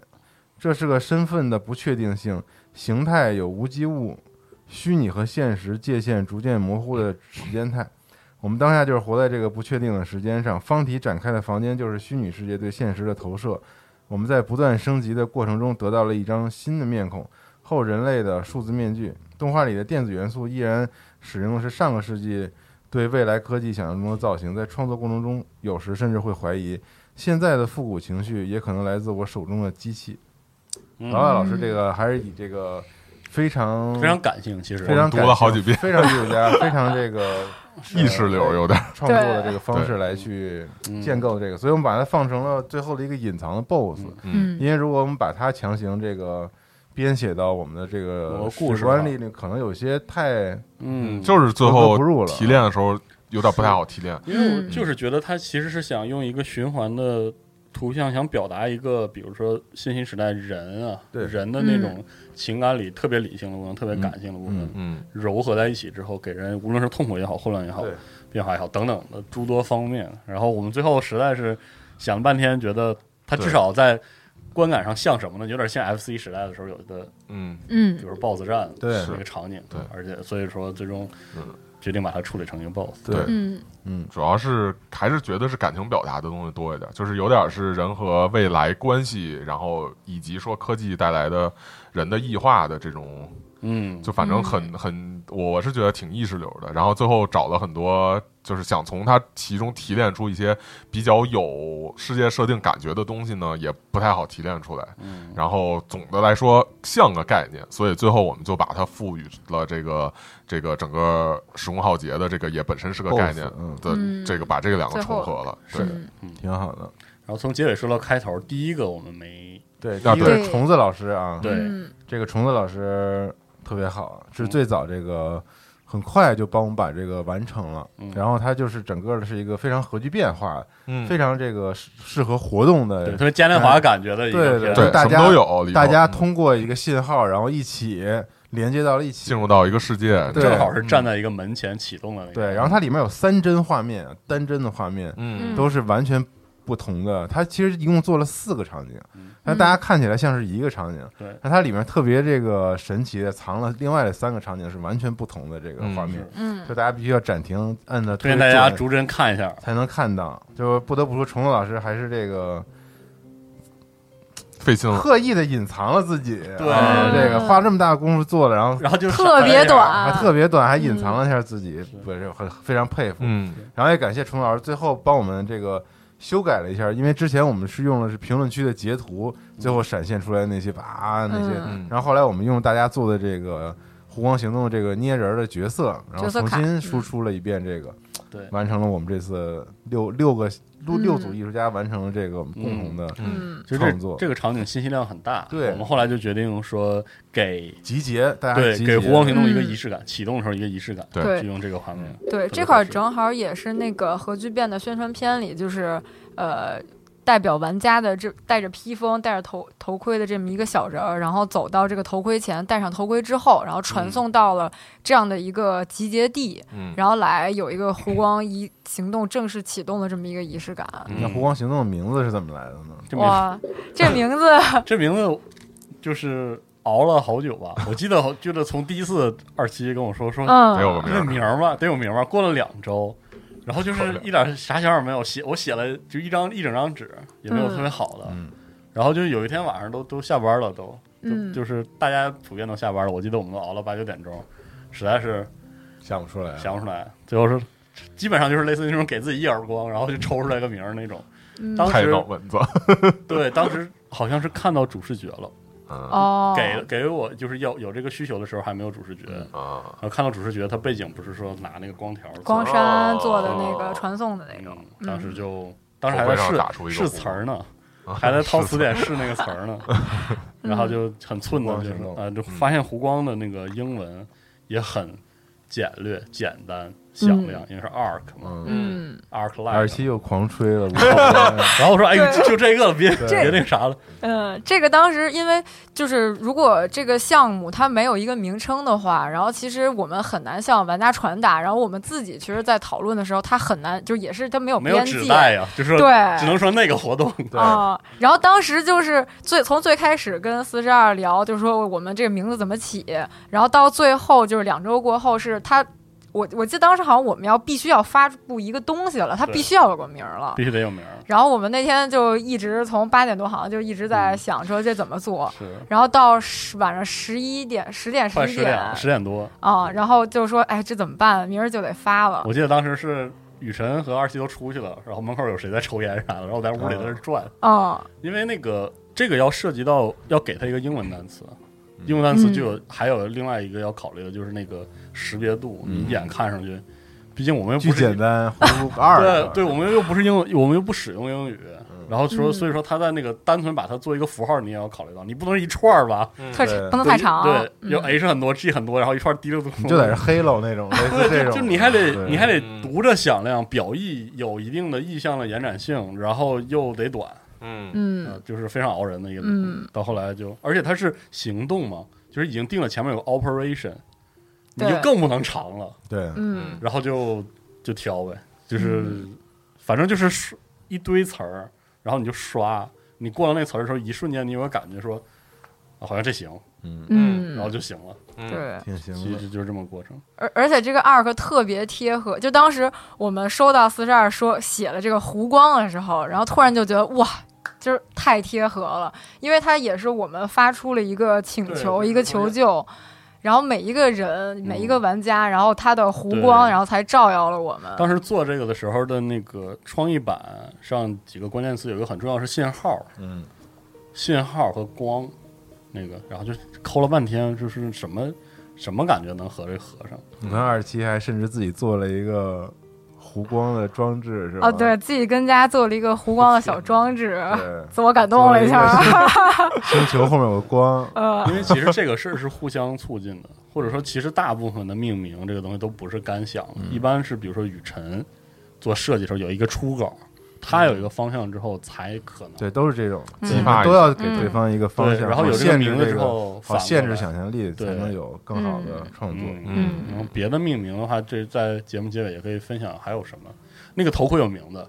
S2: 这是个身份的不确定性，形态有无机物，虚拟和现实界限逐渐模糊的时间态。我们当下就是活在这个不确定的时间上。方体展开的房间就是虚拟世界对现实的投射。我们在不断升级的过程中，得到了一张新的面孔，后人类的数字面具。动画里的电子元素依然使用的是上个世纪对未来科技想象中的造型，在创作过程中，有时甚至会怀疑现在的复古情绪也可能来自我手中的机器。
S3: 嗯
S5: 啊
S2: 老外老师这个还是以这个非常
S3: 非常感性，其实
S2: 非常
S5: 读了好几遍
S2: 非常艺术家， 非常这个
S5: 意识流有点儿
S2: 创作的这个方式来去建构这个，所以我们把它放成了最后的一个隐藏的 BOSS。
S4: 嗯
S2: 因为如果我们把它强行这个编写到我们的这
S3: 某
S2: 个
S3: 个故事
S2: 史观里呢，可能有些太
S3: 嗯，
S5: 就是最
S2: 格
S5: 后
S2: 格不入了
S5: 提炼的时候有点不太好提炼。
S3: 因为我
S4: 嗯
S3: 就是觉得他其实是想用一个循环的图像，想表达一个，比如说信息时代人啊，
S2: 对
S3: 人的那种情感里特别理性的部分、特别感性的部分，
S2: 嗯
S5: 嗯，
S3: 柔合在一起之后，给人无论是痛苦也好、混乱也好
S2: 对、
S3: 变化也好等等的诸多方面。然后我们最后实在是想了半天，觉得他至
S5: 对
S3: 少在观感上像什么呢？有点像 FC 时代的时候有的，
S5: 嗯，
S4: 嗯
S3: 比如说 BOSS 战
S2: 对
S3: 那个场景，
S5: 对
S3: 而且所以说最终
S5: 嗯
S3: 决定把它处理成一个 BOSS。
S2: 对
S4: 嗯
S2: 嗯
S5: 主要是还是觉得是感情表达的东西多一点，就是有点是人和未来关系，然后以及说科技带来的人的异化的这种，
S3: 嗯，
S5: 就反正很很，我是觉得挺意识流的。然后最后找了很多，就是想从它其中提炼出一些比较有世界设定感觉的东西呢，也不太好提炼出来。
S3: 嗯
S5: 然后总的来说像个概念，所以最后我们就把它赋予了这个这个整个时空浩劫的这个也本身是个概念
S2: Boss，嗯
S5: 的
S4: 嗯
S5: 这个把这个两个重合了，对，
S4: 嗯
S2: 挺好的。
S3: 然后从结尾说到开头，第一个我们没
S2: 对，
S5: 啊
S2: 第一个
S4: 对
S2: 是虫子老师啊，
S3: 对
S4: 嗯
S2: 这个虫子老师特别好，
S3: 嗯
S2: 是最早这个很快就帮我们把这个完成了。
S3: 嗯
S2: 然后他就是整个的是一个非常核聚变化、
S5: 嗯，
S2: 非常这个适适合活动
S3: 对
S2: 的
S3: 特，别嘉年华感觉的一个
S2: 对
S3: 片
S2: 对
S3: 子
S5: 对，
S2: 大
S5: 什
S2: 家
S5: 么都有，里头
S2: 大家
S5: 嗯
S2: 通过一个信号，然后一起连接到了一起
S5: 进。入到一个世界，
S2: 对
S3: 正好是站在一个门前启动的那个。
S2: 对，然后它里面有三帧画面、单帧的画面，
S5: 嗯
S2: 都是完全不同的。它其实一共做了四个场景
S3: 嗯，
S2: 但大家看起来像是一个场景。
S3: 对
S2: 那它里面特别这个神奇的藏了另外的三个场景是完全不同的这个画面
S3: 嗯，
S4: 嗯
S2: 就大家必须要暂停，按的
S3: 推荐大家
S2: 准
S3: 逐帧看一下，
S2: 才能看到。就不得不说，虫子老师还是这个
S5: 费心了，
S2: 刻意的隐藏了自己，
S3: 嗯对
S2: 啊这个花这么大功夫做了，然后
S3: 然后就
S4: 特别短
S2: 还特别短，还隐藏了一下自己，不是很非常佩服。
S5: 嗯
S2: 然后也感谢虫老师最后帮我们这个修改了一下，因为之前我们是用的是评论区的截图，最
S3: 嗯
S2: 后闪现出来的那些啊那些，
S5: 嗯
S2: 然后后来我们用大家做的这个湖光行动的这个捏人儿的角色，然后
S4: 角色
S2: 重
S4: 卡嗯
S2: 新输出了一遍这个，
S3: 对
S2: 完成了我们这次六六个六
S4: 嗯
S2: 六组艺术家完成了这个我们共同的
S5: 嗯，
S4: 嗯
S3: 其实
S2: 创
S3: 这
S2: 作
S3: 这个场景信息量很大，
S2: 对
S3: 我们后来就决定说给
S2: 集结，大家
S3: 对
S2: 集
S3: 给
S2: 结
S3: 湖光行动一个仪式感，启动的时候一个仪式感，
S5: 对
S4: 对
S3: 就用这个画面，
S4: 对，这块儿正好也是那个核聚变的宣传片里，就是呃，代表玩家的这带着披风、戴着头头盔的这么一个小人儿，然后走到这个头盔前，戴上头盔之后，然后
S3: 嗯
S4: 传送到了这样的一个集结地，
S5: 嗯
S4: 然后来有一个湖光一行动正式启动的这么一个仪式感。
S2: 那
S3: 嗯
S2: 湖光行动的名字是怎么来的呢？
S3: 这名
S4: 哇，这名字，
S3: 嗯这名字就是熬了好久吧，我记得好记得从第一次二期跟我说说
S5: 得有个
S4: 嗯，
S5: 名
S3: 那
S5: 儿，
S3: 名儿吧，得有名儿吧。过了两周，然后就是一点啥想法没有，写我写了就一张一整张纸，也没有
S4: 嗯
S3: 特别好的。
S2: 嗯
S3: 然后就有一天晚上都都下班了，都就、
S4: 嗯
S3: 就是大家普遍都下班了。我记得我们都熬到八九点钟，实在是
S2: 想不出来啊，
S3: 想不出
S5: 嗯
S3: 来，最后是。基本上就是类似于那种给自己一耳光，然后就抽出来个名儿那种。
S4: 嗯
S3: 当
S5: 太
S3: 时
S5: 闹蚊子，
S3: 对，当时好像是看到主视觉了，
S5: 嗯
S4: 哦，
S3: 给给我就是要有这个需求的时候还没有主视觉，然
S5: 啊，
S3: 后看到主视觉，它背景不是说拿那个光条做
S4: 光
S3: 的
S4: 山做的那
S3: 哦
S4: 个传送的那个，
S3: 种，
S4: 嗯
S3: 当时就当时
S5: 口
S3: 还
S5: 碑
S3: 在
S5: 上打出
S3: 试
S5: 一个
S3: 试
S5: 火
S3: 词儿呢，
S5: 啊
S3: 还在掏词典试那个词儿呢，
S4: 嗯
S3: 然后就很寸的，
S2: 湖光
S3: 就是
S2: 行动
S3: 啊，就发现湖光的那个英文也很简略、简单、响亮，因为是 arc 嘛
S2: 嗯，
S4: 嗯，
S3: ，arc
S2: 二
S3: light
S2: 期
S3: 嘛。
S2: 又狂吹 了，我
S3: 然后我说：“哎呦，
S4: 对
S3: 就就这个，别
S2: 这
S3: 别那啥了。
S4: 嗯，这个当时因为就是如果这个项目它没有一个名称的话，然后其实我们很难向玩家传达，然后我们自己其实，在讨论的时候，它很难，就也是它没有”
S3: 没有
S4: 边
S3: 指
S4: 界，
S3: 代呀，就是说
S4: 对
S3: 只能说那个活动。
S2: 对
S4: 啊、然后当时就是最从最开始跟四十二聊，就是说我们这个名字怎么起，然后到最后就是两周过后是他，我我记得当时好像我们要必须要发布一个东西了，他
S3: 对
S4: 必须要有个名儿了
S3: 必。须得有名儿，
S4: 然后我们那天就一直从八点多好像就一直在想说这怎么做，
S3: 是
S4: 然后到十晚上十一点十点
S3: 快
S4: 十一
S3: 十
S4: 点
S3: 点十点多。
S4: 啊，然后就说哎这怎么办，明儿就得发了
S3: 我。记得当时是雨晨和二七都出去了，然后门口有谁在抽烟啥的，然后我在屋里在那儿转，
S4: 嗯
S3: 因为那个这个要涉及到要给它一个英文单词，
S2: 嗯
S3: 英文单词就有还有另外一个要考虑的就是那个识别度，你一眼看上去，毕竟我们又
S2: 嗯巨
S3: 不是
S2: 简 单，嗯葫芦二
S3: 对对，我们又不是英文，我们又不使用英语。然后
S4: 嗯
S3: 说，所以说它在那个单纯把它做一个符号，你也要考虑到，你不能是一串儿吧？
S4: 特
S2: 对
S4: 不能太长。
S3: 对，
S4: 嗯
S3: 有 H 很多，G 很多，然后一串滴溜嘟。
S2: 你就得是黑喽那种，类似这
S3: 对，就
S2: 种，
S3: 就你还得
S2: 对
S3: 你还得
S5: 嗯
S3: 读着响亮，表意有一定的意向的延展性，然后又得短，
S5: 嗯
S3: 呃
S4: 嗯
S3: 就是非常熬人的一个。
S4: 嗯，
S3: 到后来就，而且它是行动嘛，就是已经定了前面有个 operation，你
S4: 对
S3: 就更不能长了，
S2: 对，
S4: 嗯
S3: 然后就就挑呗，就是、反正就是刷一堆词儿，然后你就刷，你过到那词儿的时候，一瞬间你有个感觉说。啊好像这行，
S2: 嗯，
S4: 嗯，
S3: 然后就行了。
S4: 对。
S2: 挺行
S3: 其
S2: 的，
S3: 实就是这么个过程。
S4: 而而且这个 arc 特别贴合，就当时我们收到四十二说写了这个湖光的时候，然后突然就觉得哇，就是太贴合了，因为它也是我们发出了一个请求，
S3: 对嗯
S4: 一个求救，然后每一个人、每一个玩家，然后他的湖光，
S3: 对
S4: 然后才照耀了我们。
S3: 当时做这个的时候的那个创意板上几个关键词，有一个很重要是信号，
S2: 嗯，
S3: 信号和光，那个，然后就抠了半天，就是什么什么感觉能和这合上？
S2: 你看二七还甚至自己做了一个弧光的装置，是吧？
S4: 哦，对自己跟家做了一个湖光的小装置，
S2: 对，
S4: 自我感动了一下。
S2: 星球后面有个光，
S4: 呃，
S3: 因为其实这个事儿是互相促 进的，或者说其实大部分的命名这个东西都不是干想的，
S2: 嗯
S3: 一般是比如说雨辰做设计的时候有一个初稿，他有一个方向之后才可能。
S2: 对，都是这种，
S4: 嗯
S5: 激发一下
S2: 都要给对方一个方
S3: 对
S2: 向，
S3: 然后有这个
S2: 限制
S3: 名字
S2: 这
S3: 之
S2: 个
S3: 后
S2: 好
S3: 反
S2: 限
S3: 过
S2: 制
S3: 来
S2: 想象力，才
S3: 对
S2: 能有更好的创作。
S3: 嗯
S5: 嗯
S3: 然后别的命名的话，这在节目结尾也可以分享还有什么。那个头盔有名字，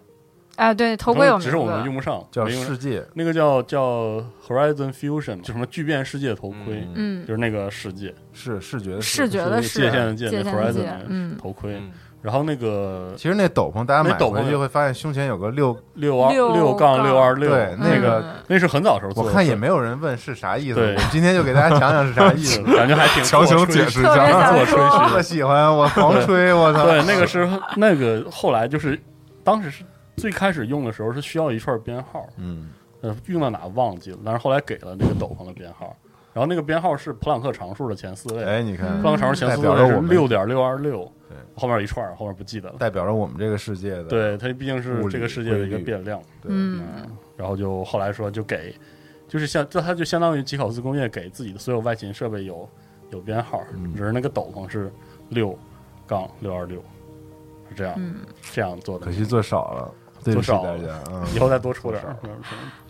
S4: 哎，对，头盔有名字，
S3: 只是我们用不上，
S2: 叫
S3: 没用上
S2: 世界，
S3: 那个叫叫 Horizon Fusion，嘛就什么巨变世界头盔，
S2: 嗯
S4: 嗯
S3: 就，是那个世界
S2: 是视觉的
S4: 视
S2: 视。
S4: 觉的
S3: 是界限的界，
S4: 啊界
S3: 那
S4: 限的
S3: Horizon
S4: 界
S3: 那个
S4: 嗯
S3: 头盔。
S5: 嗯
S3: 然后那个
S2: 其实那斗篷大家
S3: 那
S2: 买
S3: 斗
S2: 回
S3: 篷
S2: 去
S3: 有
S2: 会发现胸前有个六，
S3: 六二
S4: 六
S3: 六杠六二六，
S2: 对那个
S4: 嗯
S3: 那是很早时候做的，
S2: 我看也没有人问是啥意思。
S3: 对。
S2: 我们今天就给大家讲讲是啥意思
S3: 感觉还挺
S5: 强行解释一
S4: 特别
S5: 下
S4: 想
S3: 做吹嘘
S4: 说，
S2: 啊 我喜欢，我狂吹，我操！
S3: 对，那个是那个后来就是当时是最开始用的时候是需要一串编号，
S2: 嗯，
S3: 呃，用到哪忘记了，但是后来给了那个斗篷的编号，然后那个编号是普朗克常数的前四位，
S2: 哎，你看
S3: 普，朗克常数前四
S2: 代表
S3: 位
S2: 着
S3: 是
S2: 我们
S3: 六点六二六
S2: 对，
S3: 后面有一串儿，后面不记得了。
S2: 代表着我们这个世界的。
S3: 对，它毕竟是
S2: 物理
S3: 这个世界的一
S2: 规
S3: 个
S2: 律
S3: 变量。
S2: 对，
S4: 嗯，
S3: 然后就后来说就给，就是像这它就相当于吉考斯工业给自己的所有外勤设备有有编号，
S2: 嗯
S3: 只是那个斗篷是六杠六二六，是这样、
S4: 嗯
S3: 这样做的。
S2: 可惜做少了，对不起
S3: 做少
S2: 大
S3: 了
S2: 家啊。
S3: 以后再多出点
S2: 是
S3: 儿。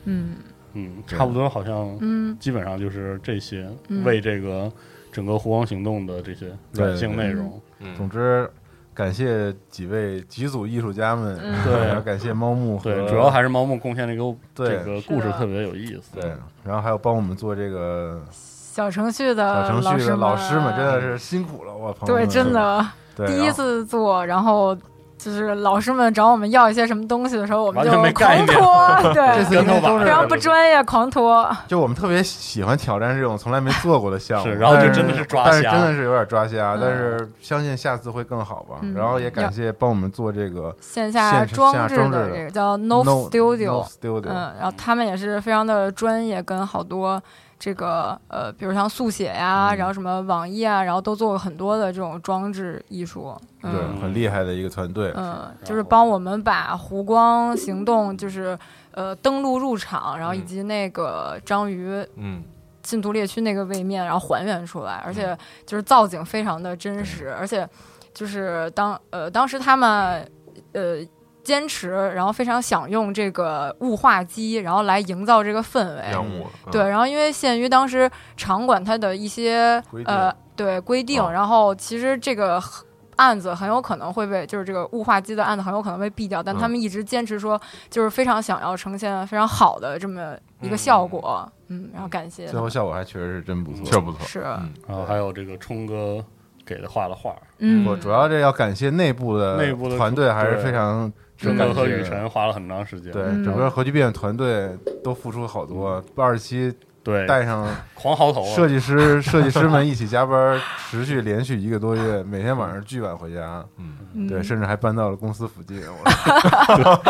S4: 嗯
S3: 嗯，差不多好像
S4: 嗯
S3: 基本上就是这些
S4: 嗯
S3: 为这个整个湖光行动的这些软性内容。
S5: 嗯
S2: 总之，感谢几位几组艺术家们，
S4: 嗯
S3: 对
S2: 然后感谢猫木和
S3: 对，主要还是猫木贡献这个
S2: 对
S3: 这个故事
S4: 是的
S3: 特别有意思。
S2: 对，然后还有帮我们做这个
S4: 小程序的
S2: 小程序的老师们，真的
S4: 是
S2: 是辛苦了，我朋友
S4: 对，
S2: 们
S4: 真的
S2: 对
S4: 第一
S2: 然后
S4: 次做，然后就是老师们找我们要一些什么东西的时候，我们
S3: 完
S4: 就
S3: 全没概
S4: 狂
S3: 念
S4: 拖，
S2: 这
S4: 对，
S2: 次应该都
S3: 跟头
S2: 是
S3: 吧
S4: 非常不专业，狂拖。
S2: 就我们特别喜欢挑战这种从来没做过的项目，
S3: 是然后就
S2: 但
S3: 真的是抓
S2: 但是
S3: 瞎
S2: 真的是有点抓瞎，
S4: 嗯
S2: 但是相信下次会更好吧。
S4: 嗯
S2: 然后也感谢帮我们做这个
S4: 线下装置
S2: 线下装置
S4: 的
S2: 的
S4: 这个叫 No Studio，
S2: Studio，
S4: 嗯，然后他们也是非常的专业，跟好多这个呃，比如像速写呀，
S2: 嗯
S4: 然后什么网页啊，然后都做过很多的这种装置艺术，嗯。
S2: 对，很厉害的一个团队，
S4: 嗯，就是帮我们把湖光行动，就是呃登录入场，然后以及那个章鱼
S5: 嗯
S4: 信徒猎区那个位面，然后还原出来，而且就是造景非常的真实，而且就是当呃当时他们呃坚持，然后非常想用这个雾化机，然后来营造这个氛围。
S5: 厌恶了
S4: 哎
S2: 啊
S4: 对，然后因为限于当时场馆它的一些
S2: 规定啊
S4: 呃对规定，
S5: 哦
S4: 然后其实这个很案子很有可能会被就是这个雾化机的案子很有可能被毙掉，但
S2: 啊
S4: 他
S5: 嗯
S4: 们一直坚持说就是非常想要呈现非常好的这么一个效果，嗯，然后感谢
S2: 最后效果还确实是真不错。
S5: 这不错，
S4: 是
S5: 嗯
S3: 然后还有这个冲哥给的画的画，
S4: 嗯，
S2: 我主要这要感谢内部的
S3: 内部的
S2: 团队，还是
S3: 对
S2: 非常值
S3: 冲
S2: 得
S3: 哥
S2: 感
S3: 和
S2: 谢
S3: 雨
S2: 的
S3: 辰花了很长时间。
S2: 对，
S4: 嗯
S2: 整个核聚变团队都付出了好多。二十七
S3: 对，
S2: 带上
S3: 狂嚎头啊，
S2: 设计师、设计师们一起加班，持续连续一个多月，每天晚上巨晚回家，
S5: 嗯
S4: 嗯
S2: 对，甚至还搬到了公司附近。我
S3: 太牛逼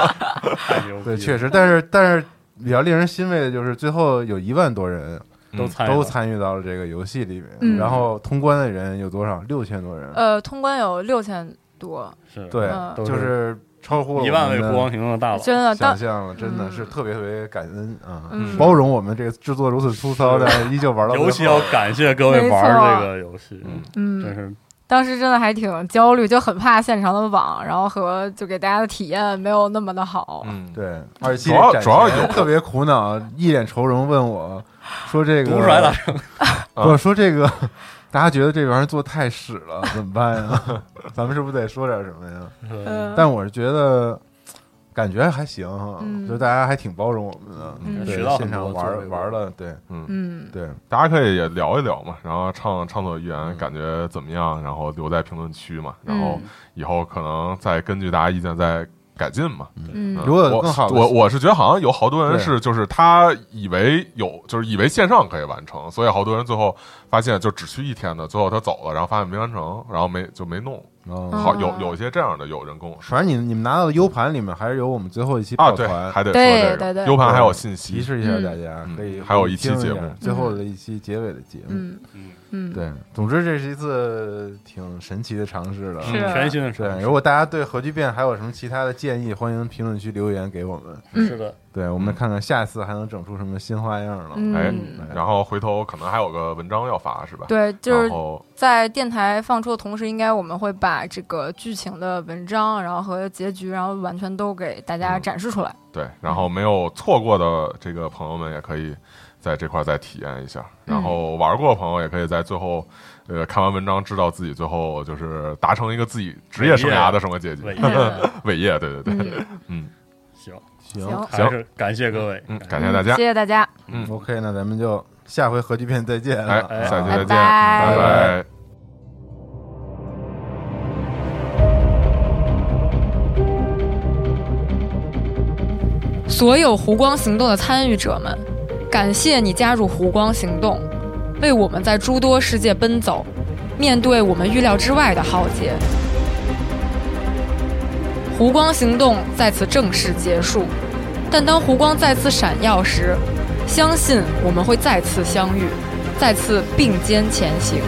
S3: 了！
S2: 对，确实，但是但是比较令人欣慰的就是，最后有一万多人
S5: 嗯
S3: 都参与
S2: 都
S3: 了
S2: 参与到了这个游戏里面，
S4: 嗯
S2: 然后通关的人有多少？六千多人，
S4: 呃，通关有六千多，
S3: 是
S2: 对
S4: 嗯，
S3: 都
S2: 就是超乎了
S3: 一万
S2: 我
S3: 位
S2: 们的
S3: 国光行动的大佬，
S4: 真的
S2: 想
S4: 当
S2: 象了，真的
S4: 嗯
S2: 是特别特别感恩啊，
S4: 嗯
S2: 包容我们这个制作如此粗糙的，依旧玩到最后
S3: 尤其要感谢各位
S4: 没
S3: 玩儿
S4: 错
S3: 这个游戏，
S2: 嗯
S3: 真
S4: 嗯，
S3: 是
S4: 当时真的还挺焦虑，就很怕现场的网，然后和就给大家的体验没有那么的好。
S5: 嗯，
S2: 对，而且
S5: 主要主要有
S2: 特别苦恼，一脸愁容问我说这个
S3: 读出来了，
S5: 啊
S2: 我说这个，大家觉得这玩意儿做太屎了，怎么办呀？ 咱们是不是得说点什么呀？
S4: 嗯，
S2: 但我是觉得，感觉还行哈，
S4: 嗯
S2: 就大家还挺包容我们的，
S4: 嗯
S2: 对
S3: 学到很
S2: 现场
S3: 多
S2: 玩
S3: 做
S2: 儿
S3: 这个
S2: 玩儿了，对
S4: 嗯，
S2: 对，
S5: 大家可以也聊一聊嘛，然后畅畅所欲言，
S2: 嗯
S5: 感觉怎么样，然后留在评论区
S4: 嗯
S5: 嘛，然后以后可能再根据大家意见再改进嘛。
S4: 嗯，
S5: 嗯
S4: 嗯
S2: 如果有
S5: 我
S2: 更好的
S5: 我我是觉得好像有好多人
S2: 对
S5: 是，就是他以为有，就是以为线上可以完成，所以好多人最后发现就只去一天的，最后他走了，然后发现没完成，然后没就没弄。
S2: 嗯，
S5: 好，有
S4: 哦
S5: 有一些这样的，有人跟我说
S2: 反正你你们拿到的 U 盘里面还是有我们最后一期
S5: 啊，
S2: 抱
S5: 对，
S2: 团，
S5: 还得说
S4: 对
S5: 这
S4: 对
S5: 个
S4: 对
S5: U 盘还有信
S2: 提
S5: 息，
S2: 示一下
S4: 嗯
S2: 大家，
S5: 嗯
S2: 可以
S5: 还有一期
S2: 听
S5: 节
S2: 下
S5: 目
S2: 最后的一期结尾的节目，
S4: 嗯
S3: 嗯
S4: 嗯，
S2: 对，总之这是一次挺神奇的尝试了，
S4: 是啊
S3: 全新的事
S2: 对，如果大家对核聚变还有什么其他的建议，欢迎评论区留言给我们。
S3: 是的，
S4: 嗯
S2: 对，
S5: 嗯
S2: 我们看看下次还能整出什么新花样了。
S5: 哎
S4: 嗯，
S5: 然后回头可能还有个文章要发是吧？，
S4: 对，就是
S5: 然后
S4: 在电台放出的同时，应该我们会把这个剧情的文章，然后和结局，然后完全都给大
S5: 嗯
S4: 家展示出 来。
S5: 对，然后没有错过的这个朋友们也可以在这块儿再体验一下，
S4: 嗯
S5: 然后玩过的朋友也可以在最后，呃，看完文章知道自己最后就是达成一个自己职业生涯的什么结局，
S3: 伟
S4: 嗯
S3: 业
S5: 伟业，对对对，
S4: 嗯，
S3: 行，
S2: 行
S4: 行，
S3: 还是感谢各位，
S5: 嗯，感谢大家
S4: 谢，谢大家，
S5: 嗯
S2: ，OK，那咱们就下回核聚变再见了。
S5: 哎，
S3: 哎
S5: 下期再见，
S4: 拜
S2: 拜
S5: 拜拜
S4: 所有湖光行动的参与者们，感谢你加入湖光行动，为我们在诸多世界奔走，面对我们预料之外的浩劫。湖光行动在此正式结束，但当湖光再次闪耀时，相信我们会再次相遇，再次并肩前行。